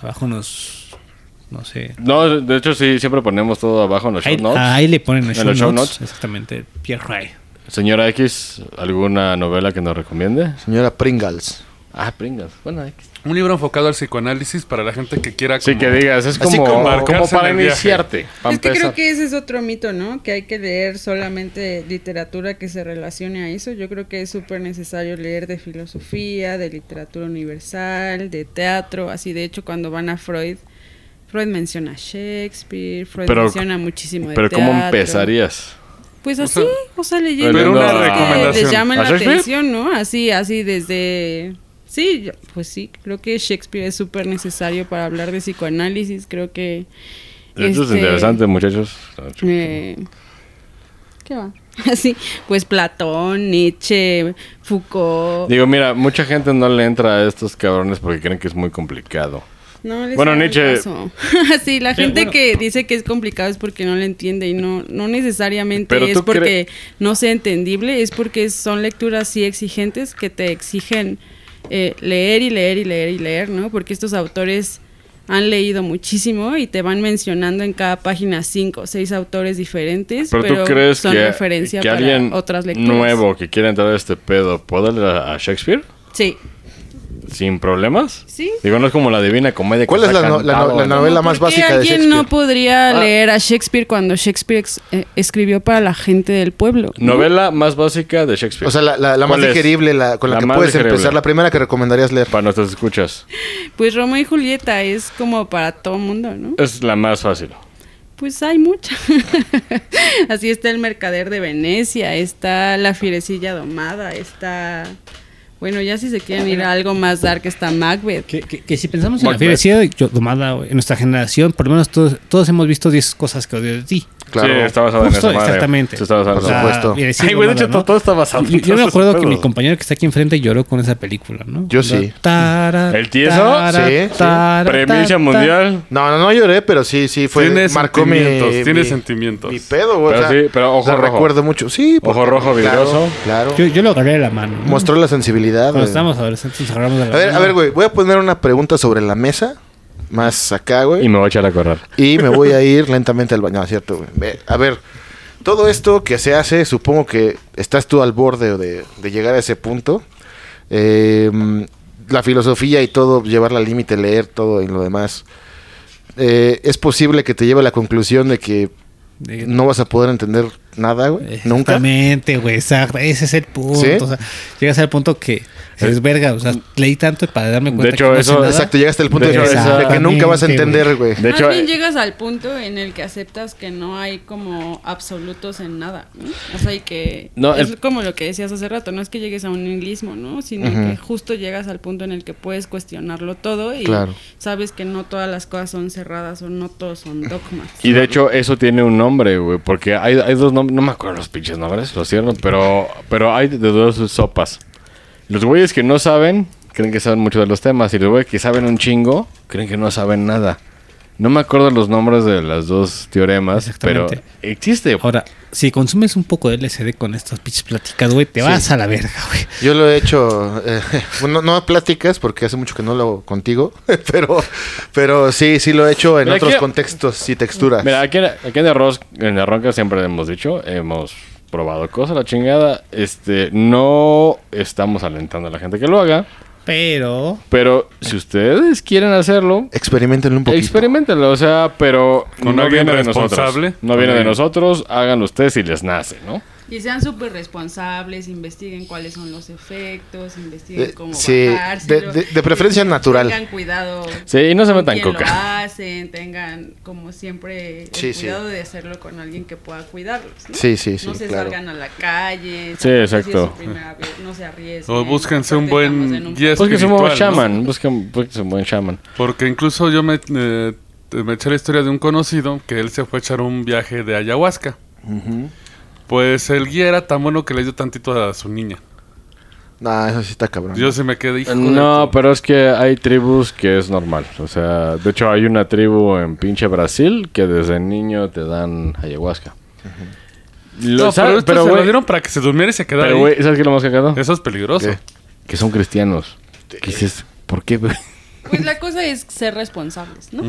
Speaker 4: abajo unos. No sé.
Speaker 2: No, de hecho sí, siempre ponemos todo abajo en los
Speaker 4: Ahí, ah,
Speaker 2: show notes.
Speaker 4: ahí le ponen los
Speaker 2: En
Speaker 4: show,
Speaker 2: los show
Speaker 4: notes,
Speaker 2: notes.
Speaker 4: Exactamente. Pierre Rey.
Speaker 2: Señora X, ¿alguna novela que nos recomiende?
Speaker 1: Señora Pringles.
Speaker 2: Ah, pringas. Bueno, X.
Speaker 3: Un libro enfocado al psicoanálisis para la gente que quiera.
Speaker 2: Sí,
Speaker 3: como-
Speaker 2: que digas, es
Speaker 3: Así
Speaker 2: como,
Speaker 3: como
Speaker 2: como
Speaker 3: embarcarse
Speaker 2: para
Speaker 3: en el viaje.
Speaker 2: iniciarte. para
Speaker 5: Es que creo
Speaker 2: empezar.
Speaker 5: que ese es otro mito, ¿no? Que hay que leer solamente literatura que se relacione a eso. Yo creo que es súper necesario leer de filosofía, de literatura universal, de teatro. Así, de hecho, cuando van a Freud, Freud menciona a Shakespeare, Freud
Speaker 2: Pero-
Speaker 5: menciona muchísimo de
Speaker 2: Pero ¿cómo
Speaker 5: teatro.
Speaker 2: empezarías?
Speaker 5: Pues
Speaker 3: O
Speaker 5: así,
Speaker 3: sea,
Speaker 5: o sea, leyendo
Speaker 2: pero una
Speaker 5: cosas que
Speaker 3: recomendación.
Speaker 5: les llaman
Speaker 2: ¿A
Speaker 5: la
Speaker 2: Shakespeare?
Speaker 5: atención, ¿no? Así, así desde... Sí, yo- pues sí, creo que Shakespeare es súper necesario para hablar de psicoanálisis, creo que...
Speaker 2: Esto es
Speaker 5: este,
Speaker 2: interesante, muchachos.
Speaker 5: eh, ¿Qué va? Así, pues Platón, Nietzsche, Foucault...
Speaker 2: Digo, mira, mucha gente no le entra a estos cabrones porque creen que es muy complicado.
Speaker 5: No les
Speaker 2: Bueno,
Speaker 5: hagan
Speaker 2: Nietzsche-
Speaker 5: caso. sí, la
Speaker 4: Pero
Speaker 5: gente
Speaker 4: bueno.
Speaker 5: que dice que es complicado es porque no lo entiende y no, no necesariamente
Speaker 2: Pero
Speaker 5: es
Speaker 2: tú cre-
Speaker 5: porque no sea entendible, es porque son lecturas sí exigentes que te exigen eh, leer y leer y leer y leer, ¿no? Porque estos autores han leído muchísimo y te van mencionando en cada página cinco o seis autores diferentes,
Speaker 2: Pero, tú
Speaker 5: pero,
Speaker 2: crees
Speaker 5: son
Speaker 2: que,
Speaker 5: referencia
Speaker 2: que
Speaker 5: para
Speaker 2: alguien
Speaker 5: otras lecturas.
Speaker 2: nuevo que quiera entrar a este pedo puede leer a a Shakespeare
Speaker 5: Sí.
Speaker 2: sin problemas.
Speaker 5: Sí.
Speaker 2: Digo, no es como la divina comedia. que
Speaker 1: ¿Cuál es
Speaker 2: está
Speaker 1: la no- la no-
Speaker 2: cantado,
Speaker 1: la
Speaker 2: ¿no?
Speaker 1: novela
Speaker 5: ¿Por
Speaker 1: más
Speaker 5: qué
Speaker 1: básica de
Speaker 5: alguien no
Speaker 1: Shakespeare?
Speaker 5: podría
Speaker 2: Ah.
Speaker 5: leer a Shakespeare cuando Shakespeare ex- eh, escribió para la gente del pueblo?
Speaker 2: Novela más básica de Shakespeare.
Speaker 1: O sea, la, la- la más
Speaker 2: ¿Cuál es?
Speaker 1: digerible, la, con la,
Speaker 2: La
Speaker 1: que
Speaker 2: más
Speaker 1: puedes
Speaker 2: digerible.
Speaker 1: empezar, la primera que recomendarías leer.
Speaker 2: Para nuestras escuchas.
Speaker 5: Pues Romeo y Julieta es como para todo mundo, ¿no?
Speaker 2: Es la más fácil.
Speaker 5: Pues hay mucha. Así está El Mercader de Venecia, está La Fierecilla Domada, está... Bueno, ya si se quieren ir a algo más dark está Macbeth.
Speaker 4: Que, que- que si pensamos en la
Speaker 2: Macbeth.
Speaker 4: fierecida, yo, tomada, güey, en nuestra generación, por lo menos todos, todos hemos visto 10 cosas que odio de ti.
Speaker 1: Claro.
Speaker 2: Sí, está basado en
Speaker 4: Justo,
Speaker 2: esa madre.
Speaker 4: exactamente.
Speaker 2: Sí, está basado en
Speaker 1: Por
Speaker 2: esa madre.
Speaker 1: supuesto.
Speaker 4: Fierecida
Speaker 2: Ay, güey, de
Speaker 4: Domada,
Speaker 2: hecho,
Speaker 4: ¿no?
Speaker 2: todo está basado en
Speaker 4: Yo, yo me
Speaker 2: todos
Speaker 4: acuerdo
Speaker 2: esos
Speaker 4: que mi
Speaker 2: pedos.
Speaker 4: compañero que está aquí enfrente lloró con esa película, ¿no?
Speaker 1: Yo sí.
Speaker 4: Tara,
Speaker 2: ¿El tieso?
Speaker 4: tara,
Speaker 1: Sí, sí.
Speaker 4: tara,
Speaker 2: Premisa
Speaker 4: tara.
Speaker 2: mundial.
Speaker 1: No, no, no lloré, pero sí, sí fue.
Speaker 3: Tiene
Speaker 1: marcó mi-
Speaker 3: sentimientos,
Speaker 1: mi,
Speaker 3: tiene sentimientos.
Speaker 1: Mi pedo, güey.
Speaker 2: Pero sí, pero ojo
Speaker 1: la
Speaker 2: rojo.
Speaker 1: recuerdo mucho. Sí,
Speaker 2: Ojo
Speaker 1: porque-
Speaker 2: rojo, vidrioso.
Speaker 1: Claro. claro.
Speaker 4: Yo, yo lo agarré de la mano. ¿no?
Speaker 1: Mostró la sensibilidad.
Speaker 4: Cuando
Speaker 1: güey.
Speaker 4: estábamos adolescentes nos agarramos de la
Speaker 1: A ver,
Speaker 4: mano.
Speaker 1: a ver, güey. Voy a poner una pregunta sobre la mesa. Más acá, güey.
Speaker 2: Y me voy a echar a correr.
Speaker 1: Y me voy a ir lentamente al baño, No, ¿cierto? güey? Ve- A ver, todo esto que se hace, supongo que estás tú al borde de, de llegar a ese punto. Eh, mm, la filosofía y todo, llevarla al límite, leer todo y lo demás. Eh, es posible que te lleve a la conclusión de que
Speaker 4: De-
Speaker 1: no vas a poder entender nada,
Speaker 4: Eh,
Speaker 1: güey. Nunca.
Speaker 4: Exactamente, güey, exacto. Ese es el punto.
Speaker 1: ¿Sí? Eh,
Speaker 4: O sea, llegas al punto que es verga. O sea, leí tanto para darme cuenta.
Speaker 2: hecho,
Speaker 4: que no
Speaker 2: eso-
Speaker 4: sé nada.
Speaker 1: Exacto, llegaste al punto de,
Speaker 2: De hecho,
Speaker 1: de que
Speaker 4: exactamente,
Speaker 1: nunca vas a
Speaker 4: güey.
Speaker 1: entender, güey.
Speaker 2: De
Speaker 5: más
Speaker 2: hecho,
Speaker 5: bien
Speaker 2: eh,
Speaker 5: llegas al punto en el que aceptas que no hay como absolutos en nada, ¿no? O sea, y que
Speaker 2: No,
Speaker 5: es
Speaker 2: el-
Speaker 5: como lo que decías hace rato, no es que llegues a un nihilismo, ¿no? Sino que justo llegas al punto en el que puedes cuestionarlo todo y
Speaker 1: Claro.
Speaker 5: sabes que no todas las cosas son cerradas o no todos son dogmas.
Speaker 2: y de hecho, eso tiene un nombre, güey. Porque hay, hay dos nombres. No me acuerdo los pinches nombres, lo cierto. Pero, pero hay de dos sopas. Los güeyes que no saben, creen que saben mucho de los temas. Y los güeyes que saben un chingo, creen que no saben nada. No me acuerdo los nombres de las dos teoremas, pero
Speaker 4: Exactamente.
Speaker 2: existe.
Speaker 4: Ahora, si consumes un poco de LSD con estas pinches pláticas, güey, te vas a la verga, güey.
Speaker 1: Yo lo he hecho, eh, bueno, no a pláticas porque hace mucho que no lo hago contigo, pero, pero sí, sí lo he hecho en
Speaker 2: Mira,
Speaker 1: otros
Speaker 2: aquí-
Speaker 1: contextos y texturas.
Speaker 2: Mira, aquí, en- aquí en Arroz, en la Ronca siempre hemos dicho, hemos probado cosas, la chingada. Este, no estamos alentando a la gente que lo haga,
Speaker 4: Pero
Speaker 2: pero si ustedes quieren hacerlo,
Speaker 1: Experimentenlo un poquito.
Speaker 2: experimentenlo, o sea, pero
Speaker 3: Con
Speaker 2: no
Speaker 3: alguien
Speaker 2: viene de nosotros.
Speaker 3: responsable.
Speaker 2: No viene de
Speaker 3: Con-
Speaker 2: nosotros, háganlo ustedes si les nace, ¿no?
Speaker 5: Y sean súper responsables, investiguen cuáles son los efectos, investiguen
Speaker 1: Eh,
Speaker 5: cómo
Speaker 1: sí,
Speaker 5: bajárselo.
Speaker 1: de- de- de preferencia
Speaker 5: Este,
Speaker 1: natural.
Speaker 5: Tengan cuidado.
Speaker 2: Sí, y no se
Speaker 5: con
Speaker 2: metan
Speaker 5: quién
Speaker 2: coca.
Speaker 5: Lo hacen, tengan como siempre el
Speaker 1: Sí, sí.
Speaker 5: cuidado de hacerlo con alguien que pueda cuidarlos. ¿no?
Speaker 1: Sí, sí, sí,
Speaker 5: No se
Speaker 1: claro.
Speaker 5: salgan a la calle.
Speaker 2: Sí,
Speaker 5: no sé si
Speaker 2: exacto.
Speaker 5: es su primera vez, No se arriesguen.
Speaker 3: O búsquense un
Speaker 5: protejamos
Speaker 3: buen
Speaker 5: Pues en un-
Speaker 3: guía
Speaker 2: Busquen un buen
Speaker 3: espiritual, ¿no?
Speaker 2: shaman, busquen, busquen un buen shaman.
Speaker 3: Porque incluso yo me, eh, me eché la historia de un conocido que él se fue a echar un viaje de ayahuasca. Pues el guía era tan bueno que le dio tantito a su niña.
Speaker 1: No, eso sí está cabrón.
Speaker 3: Yo se me quedé hijo de
Speaker 2: No,
Speaker 3: tu-
Speaker 2: pero es que hay tribus que es normal. O sea, de hecho hay una tribu en pinche Brasil que desde niño te dan ayahuasca. Lo-
Speaker 3: No,
Speaker 2: ¿sabes?
Speaker 3: pero, esto
Speaker 2: pero,
Speaker 3: se lo
Speaker 2: güey,
Speaker 3: dieron para que se durmiera y se quedara
Speaker 2: pero,
Speaker 3: ahí.
Speaker 2: güey, ¿sabes qué es lo más cagado?
Speaker 3: Eso es peligroso.
Speaker 1: ¿Qué?
Speaker 2: Que son cristianos. Que dices, ¿por qué? güey?
Speaker 5: Pues la cosa es ser responsables, ¿no?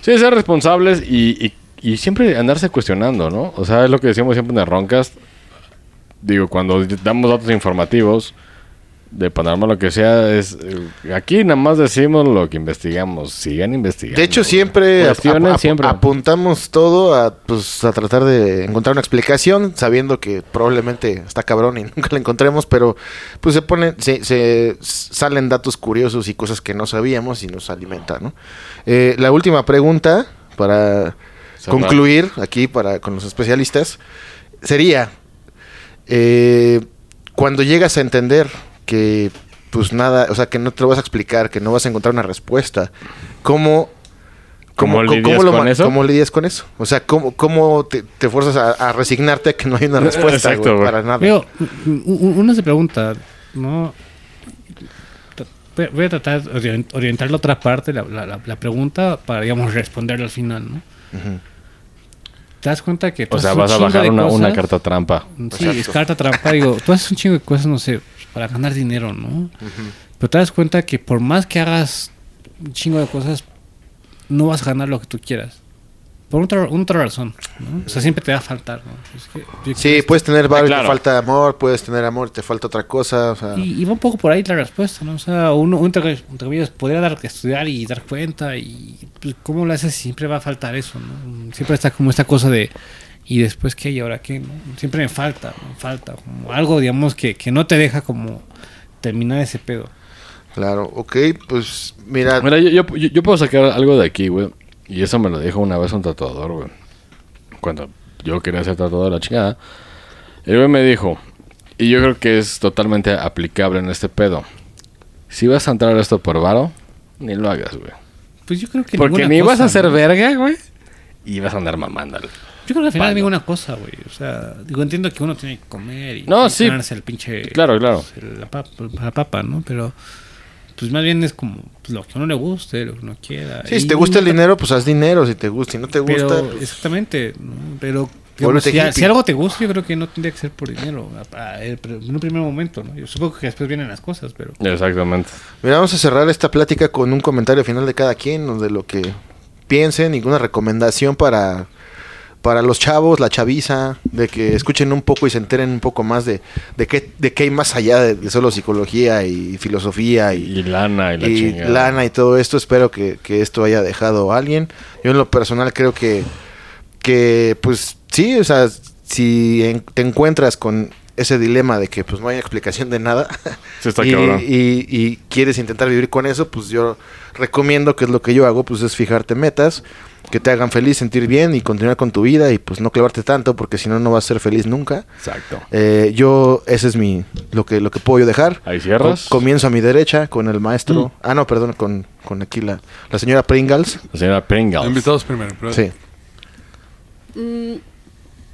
Speaker 2: sí, ser responsables y, y- y siempre andarse cuestionando, ¿no? O sea, es lo que decíamos siempre en el Roncast. Digo, cuando damos datos informativos de Panamá, lo que sea, es... eh, Aquí nada más decimos lo que investigamos. Sigan investigando.
Speaker 1: De hecho,
Speaker 2: güey.
Speaker 1: siempre, ap-
Speaker 2: Cuestionen
Speaker 1: ap-
Speaker 2: siempre.
Speaker 1: apuntamos todo a, pues, a tratar de encontrar una explicación, sabiendo que probablemente está cabrón y nunca la encontremos, pero pues se ponen, se, se salen datos curiosos y cosas que no sabíamos y nos alimenta, ¿no? Eh, la última pregunta para
Speaker 2: Cerrar.
Speaker 1: concluir aquí para con los especialistas sería eh, cuando llegas a entender que pues nada, o sea, que no te lo vas a explicar, que no vas a encontrar una respuesta, ¿cómo,
Speaker 2: ¿Cómo
Speaker 1: co-
Speaker 2: lidias
Speaker 1: lo
Speaker 2: con
Speaker 1: ma-
Speaker 2: eso?
Speaker 1: cómo lidias con eso? O sea, ¿cómo, cómo te, te fuerzas a, a resignarte a que no hay una respuesta
Speaker 2: Exacto,
Speaker 1: güey,
Speaker 2: güey.
Speaker 1: para nada?
Speaker 4: Digo, u- u- uno se pregunta, ¿no? T- voy a- Voy a tratar de orient- orientar la otra parte, la, la- la- la pregunta, para, digamos, responderla al final, ¿no? ¿Te das cuenta que tú
Speaker 2: O sea,
Speaker 4: haces un
Speaker 2: vas a
Speaker 4: chingo
Speaker 2: bajar
Speaker 4: de
Speaker 2: una, una
Speaker 4: cosas?
Speaker 2: carta trampa.
Speaker 4: Sí, es carta trampa. Digo, tú haces un chingo de cosas, no sé, para ganar dinero, ¿no? Pero te das cuenta que por más que hagas un chingo de cosas, no vas a ganar lo que tú quieras. Por otra, otra razón, ¿no? O sea, siempre te va a faltar, ¿no? Es que yo
Speaker 1: Sí, puedes tener varo y
Speaker 2: claro.
Speaker 1: te falta amor, puedes tener amor y te falta otra cosa, o
Speaker 2: Ah.
Speaker 1: sea,
Speaker 4: Y, y va un poco por ahí la respuesta, ¿no? O sea, uno, uno, entre entre comillas, podría dar, estudiar y dar cuenta y pues, cómo lo haces, siempre va a faltar eso, ¿no? Siempre está como esta cosa de, ¿y después qué? ¿Y ahora qué? ¿no? Siempre me falta, me falta, como algo, digamos, que, que no te deja como terminar ese pedo.
Speaker 1: claro, ok, pues mira,
Speaker 2: Mira, yo, yo- yo- yo puedo sacar algo de aquí, güey. Y eso me lo dijo una vez un tatuador, güey. Cuando yo quería ser tatuador de la chingada. El güey me dijo, y yo creo que es totalmente aplicable en este pedo. Si vas a entrar a esto por varo, ni lo hagas, güey.
Speaker 4: Pues yo creo que
Speaker 2: Porque
Speaker 4: ninguna
Speaker 2: ni vas
Speaker 4: cosa,
Speaker 2: a ser
Speaker 4: ¿no?
Speaker 2: verga, güey. Y vas a andar mamándole.
Speaker 4: Yo creo que al final
Speaker 2: Vale.
Speaker 4: ninguna cosa, güey. O sea, digo, entiendo que uno tiene que comer y
Speaker 2: No,
Speaker 4: y
Speaker 2: sí.
Speaker 4: ganarse el pinche... pues,
Speaker 2: Claro, claro.
Speaker 4: el- La papa, la papa, ¿no? Pero pues más bien es como pues, lo que a uno le guste, lo que uno quiera.
Speaker 1: Sí, si
Speaker 4: Y
Speaker 1: te gusta el
Speaker 4: nunca-
Speaker 1: dinero, pues haz dinero. Si te gusta, si no te gusta,
Speaker 4: Pero,
Speaker 1: pues,
Speaker 4: exactamente, ¿no? pero digamos,
Speaker 1: Vuélvete
Speaker 4: si, a-
Speaker 1: hippie.
Speaker 4: si algo te gusta, yo creo que no tendría que ser por dinero, a- a- el pr- en un primer momento, ¿no? Yo supongo que después vienen las cosas, pero...
Speaker 2: Exactamente.
Speaker 1: mira, vamos a cerrar esta plática con un comentario final de cada quien, ¿no? de lo que piensen, ninguna recomendación para, para los chavos, la chaviza, de que escuchen un poco y se enteren un poco más de, de qué, de qué hay más allá de, de solo psicología y filosofía y,
Speaker 2: Y lana y la
Speaker 1: y
Speaker 2: chingada.
Speaker 1: lana y todo esto. Espero que, que esto haya dejado a alguien. Yo en lo personal creo que, que pues sí, o sea, si en- te encuentras con ese dilema de que pues no hay explicación de nada
Speaker 2: Sí, está
Speaker 1: y,
Speaker 2: cabrón.
Speaker 1: y- y quieres intentar vivir con eso, pues yo recomiendo que es lo que yo hago, pues es fijarte metas que te hagan feliz, sentir bien y continuar con tu vida y pues no clavarte tanto porque si no no vas a ser feliz nunca.
Speaker 2: Exacto.
Speaker 1: Eh, yo, ese es mi, lo que, lo que puedo yo dejar.
Speaker 2: Ahí cierras.
Speaker 1: Co- comienzo a mi derecha con el
Speaker 7: Mm.
Speaker 1: maestro. Ah, no, perdón, con, con aquí la, la señora Pringles.
Speaker 2: La señora Pues Pringles.
Speaker 3: Invitados primero. pero-
Speaker 1: Sí.
Speaker 5: Mm,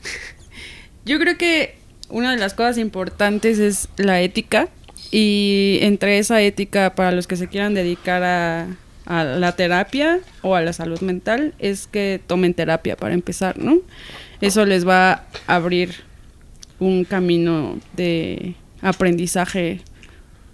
Speaker 5: Yo creo que una de las cosas importantes es la ética y entre esa ética para los que se quieran dedicar a, a la terapia o a la salud mental es que tomen terapia para empezar, ¿no? Eso les va a abrir un camino de aprendizaje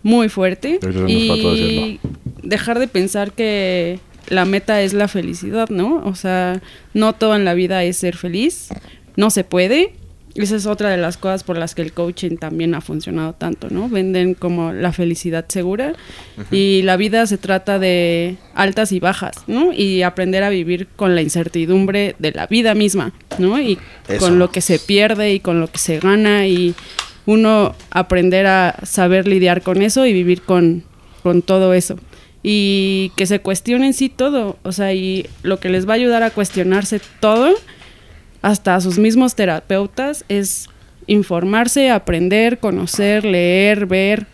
Speaker 5: muy fuerte
Speaker 2: Ahorita nos faltó
Speaker 5: y
Speaker 2: decirlo.
Speaker 5: dejar de pensar que la meta es la felicidad, ¿no? O sea, no todo en la vida es ser feliz, no se puede. Esa es otra de las cosas por las que el coaching también ha funcionado tanto, ¿no? Venden como la felicidad segura y la vida se trata de altas y bajas, ¿no? Y aprender a vivir con la incertidumbre de la vida misma, ¿no? Y
Speaker 1: Eso.
Speaker 5: con lo que se pierde y con lo que se gana y uno aprender a saber lidiar con eso y vivir con, con todo eso. Y que se cuestionen sí todo, o sea, y lo que les va a ayudar a cuestionarse todo, hasta a sus mismos terapeutas, es informarse, aprender, conocer, leer, ver,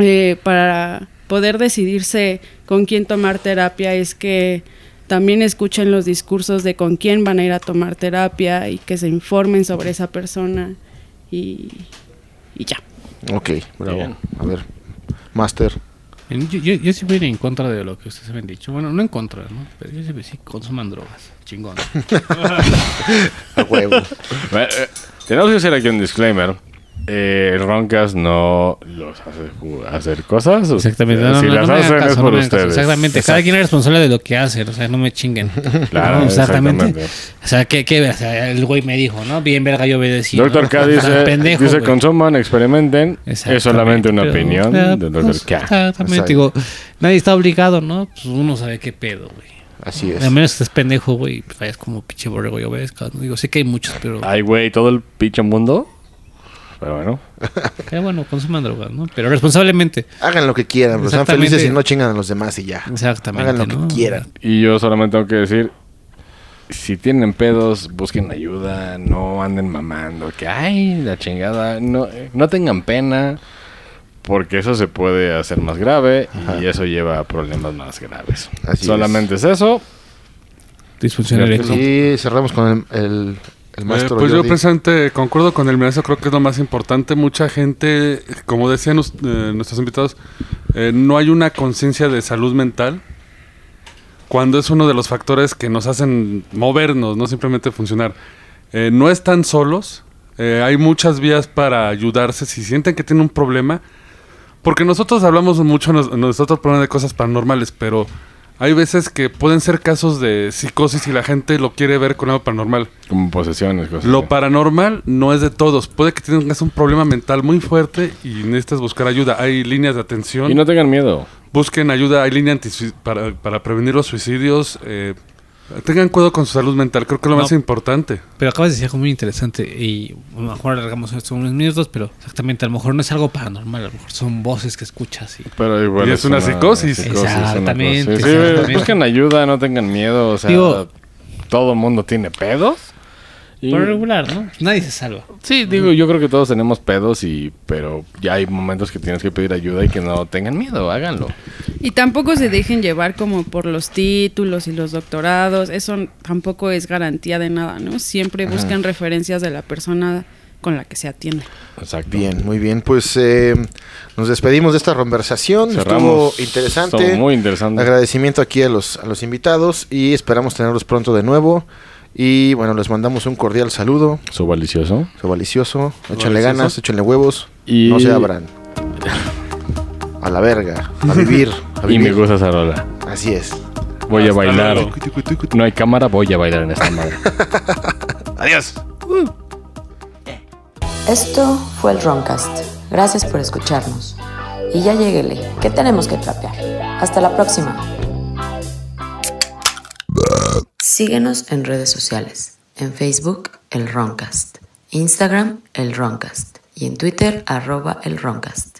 Speaker 5: eh, para poder decidirse con quién tomar terapia es que también escuchen los discursos de con quién van a ir a tomar terapia y que se informen sobre esa persona y, y ya.
Speaker 1: Ok, bravo. A ver, Master.
Speaker 7: Yo, yo, yo sí voy a ir en contra de lo que ustedes habían dicho. Bueno, no en contra, ¿no? Pero yo siempre sí consuman drogas. Chingón.
Speaker 1: A huevo.
Speaker 2: Bueno, eh, tenemos que hacer aquí un disclaimer. Eh, Roncas no los hace ju- hacer cosas.
Speaker 7: Exactamente.
Speaker 2: Eh,
Speaker 7: No,
Speaker 2: si
Speaker 7: no, no
Speaker 2: las
Speaker 7: me hagan
Speaker 2: hacen
Speaker 7: caso,
Speaker 2: es
Speaker 7: no
Speaker 2: por
Speaker 7: me hagan caso.
Speaker 2: ustedes.
Speaker 7: Exactamente. Cada quien es responsable de lo que hace. O sea, no me chinguen.
Speaker 2: Claro,
Speaker 7: No, exactamente.
Speaker 2: exactamente.
Speaker 7: O sea, ¿qué, qué ver? O sea, el güey me dijo, ¿no? Bien, verga, yo obedecí.
Speaker 2: Doctor
Speaker 7: ¿no?
Speaker 2: K dice,
Speaker 7: Pendejo,
Speaker 2: dice
Speaker 7: güey.
Speaker 2: consuman, experimenten.
Speaker 7: Exactamente,
Speaker 2: Es solamente una
Speaker 7: pero,
Speaker 2: opinión
Speaker 7: eh,
Speaker 2: del Doctor
Speaker 7: pues,
Speaker 2: K.
Speaker 7: Exactamente,
Speaker 1: Exacto.
Speaker 7: digo, nadie está obligado, ¿no? Pues uno sabe qué pedo, güey.
Speaker 1: Así es.
Speaker 7: A menos que estés pendejo, güey, pues vayas como pinche borrego y obedezcas, ¿no? Digo, sé que hay muchos, pero
Speaker 2: Ay, güey, todo el pinche mundo. Pero bueno.
Speaker 7: eh, bueno, consuman drogas, ¿no? Pero responsablemente.
Speaker 1: Hagan lo que quieran, pero sean
Speaker 7: Exactamente.
Speaker 1: felices y no chingan a los demás y ya.
Speaker 7: Exactamente,
Speaker 1: Hagan lo
Speaker 7: ¿no?
Speaker 1: que quieran.
Speaker 2: Y yo solamente tengo que decir, si tienen pedos, busquen ayuda, no anden mamando, que ay, la chingada, no, no tengan pena, porque eso se puede hacer más grave y eso lleva a problemas más graves.
Speaker 1: Así
Speaker 2: solamente es, eso.
Speaker 7: Disfunción
Speaker 2: Creo que
Speaker 7: eréctil.
Speaker 1: Y cerramos con el, el, el maestro
Speaker 3: Eh, pues yo
Speaker 1: Jordi.
Speaker 3: presente concuerdo con el ministro, creo que es lo más importante. Mucha gente, como decían us- eh, nuestros invitados, eh, no hay una conciencia de salud mental cuando es uno de los factores que nos hacen movernos, no simplemente funcionar. Eh, no están solos, eh, hay muchas vías para ayudarse si sienten que tienen un problema, porque nosotros hablamos mucho, nos- nosotros ponemos de cosas paranormales, pero hay veces que pueden ser casos de psicosis y la gente lo quiere ver con algo paranormal.
Speaker 2: Como posesiones, cosas
Speaker 3: Lo
Speaker 2: así.
Speaker 3: paranormal no es de todos. Puede que tengas un problema mental muy fuerte y necesitas buscar ayuda. Hay líneas de atención.
Speaker 2: Y no tengan miedo.
Speaker 3: Busquen ayuda. Hay líneas antisui- para, para prevenir los suicidios. eh, tengan cuidado con su salud mental. Creo que es lo
Speaker 7: No.
Speaker 3: más importante.
Speaker 7: Pero acabas de decir algo muy interesante y a lo mejor alargamos esto unos minutos, pero exactamente, a lo mejor no es algo paranormal, a lo mejor son voces que escuchas y
Speaker 2: Pero igual
Speaker 3: Y es una psicosis.
Speaker 2: una cosa.
Speaker 7: Exactamente,
Speaker 2: Sí, sí,
Speaker 7: exactamente.
Speaker 2: busquen ayuda, no tengan miedo. O sea,
Speaker 7: Digo-
Speaker 2: todo mundo tiene pedos. Y-
Speaker 7: por lo regular, ¿no? Nadie se salva.
Speaker 2: Sí, digo, yo creo que todos tenemos pedos y pero ya hay momentos que tienes que pedir ayuda y que no tengan miedo, háganlo.
Speaker 5: Y tampoco se dejen llevar como por los títulos y los doctorados, eso n- tampoco es garantía de nada, ¿no? Siempre busquen referencias de la persona con la que se atiende.
Speaker 2: Exacto.
Speaker 1: Bien, muy bien. Pues eh, nos despedimos de esta conversación.
Speaker 2: Cerramos.
Speaker 1: Estuvo interesante.
Speaker 2: Estuvo muy interesante.
Speaker 1: Agradecimiento aquí a los, a los invitados y esperamos tenerlos pronto de nuevo. Y bueno, les mandamos un cordial saludo.
Speaker 2: Su valicioso.
Speaker 1: Soy valicioso. Échenle
Speaker 3: Valicioso.
Speaker 1: ganas, échenle huevos.
Speaker 2: Y-
Speaker 1: No se abran. A la verga. A vivir. A
Speaker 2: Y me
Speaker 1: vivir.
Speaker 2: gusta esa rola.
Speaker 1: Así es.
Speaker 2: Voy a
Speaker 3: Hasta
Speaker 2: bailar.
Speaker 3: luego.
Speaker 2: No hay cámara, voy a bailar en esta madre.
Speaker 1: Adiós.
Speaker 8: Esto fue el Roncast. Gracias por escucharnos. Y ya lleguele, que tenemos que trapear. Hasta la próxima. Síguenos en redes sociales. En Facebook, el Roncast. Instagram, el Roncast. Y en Twitter, arroba el Roncast.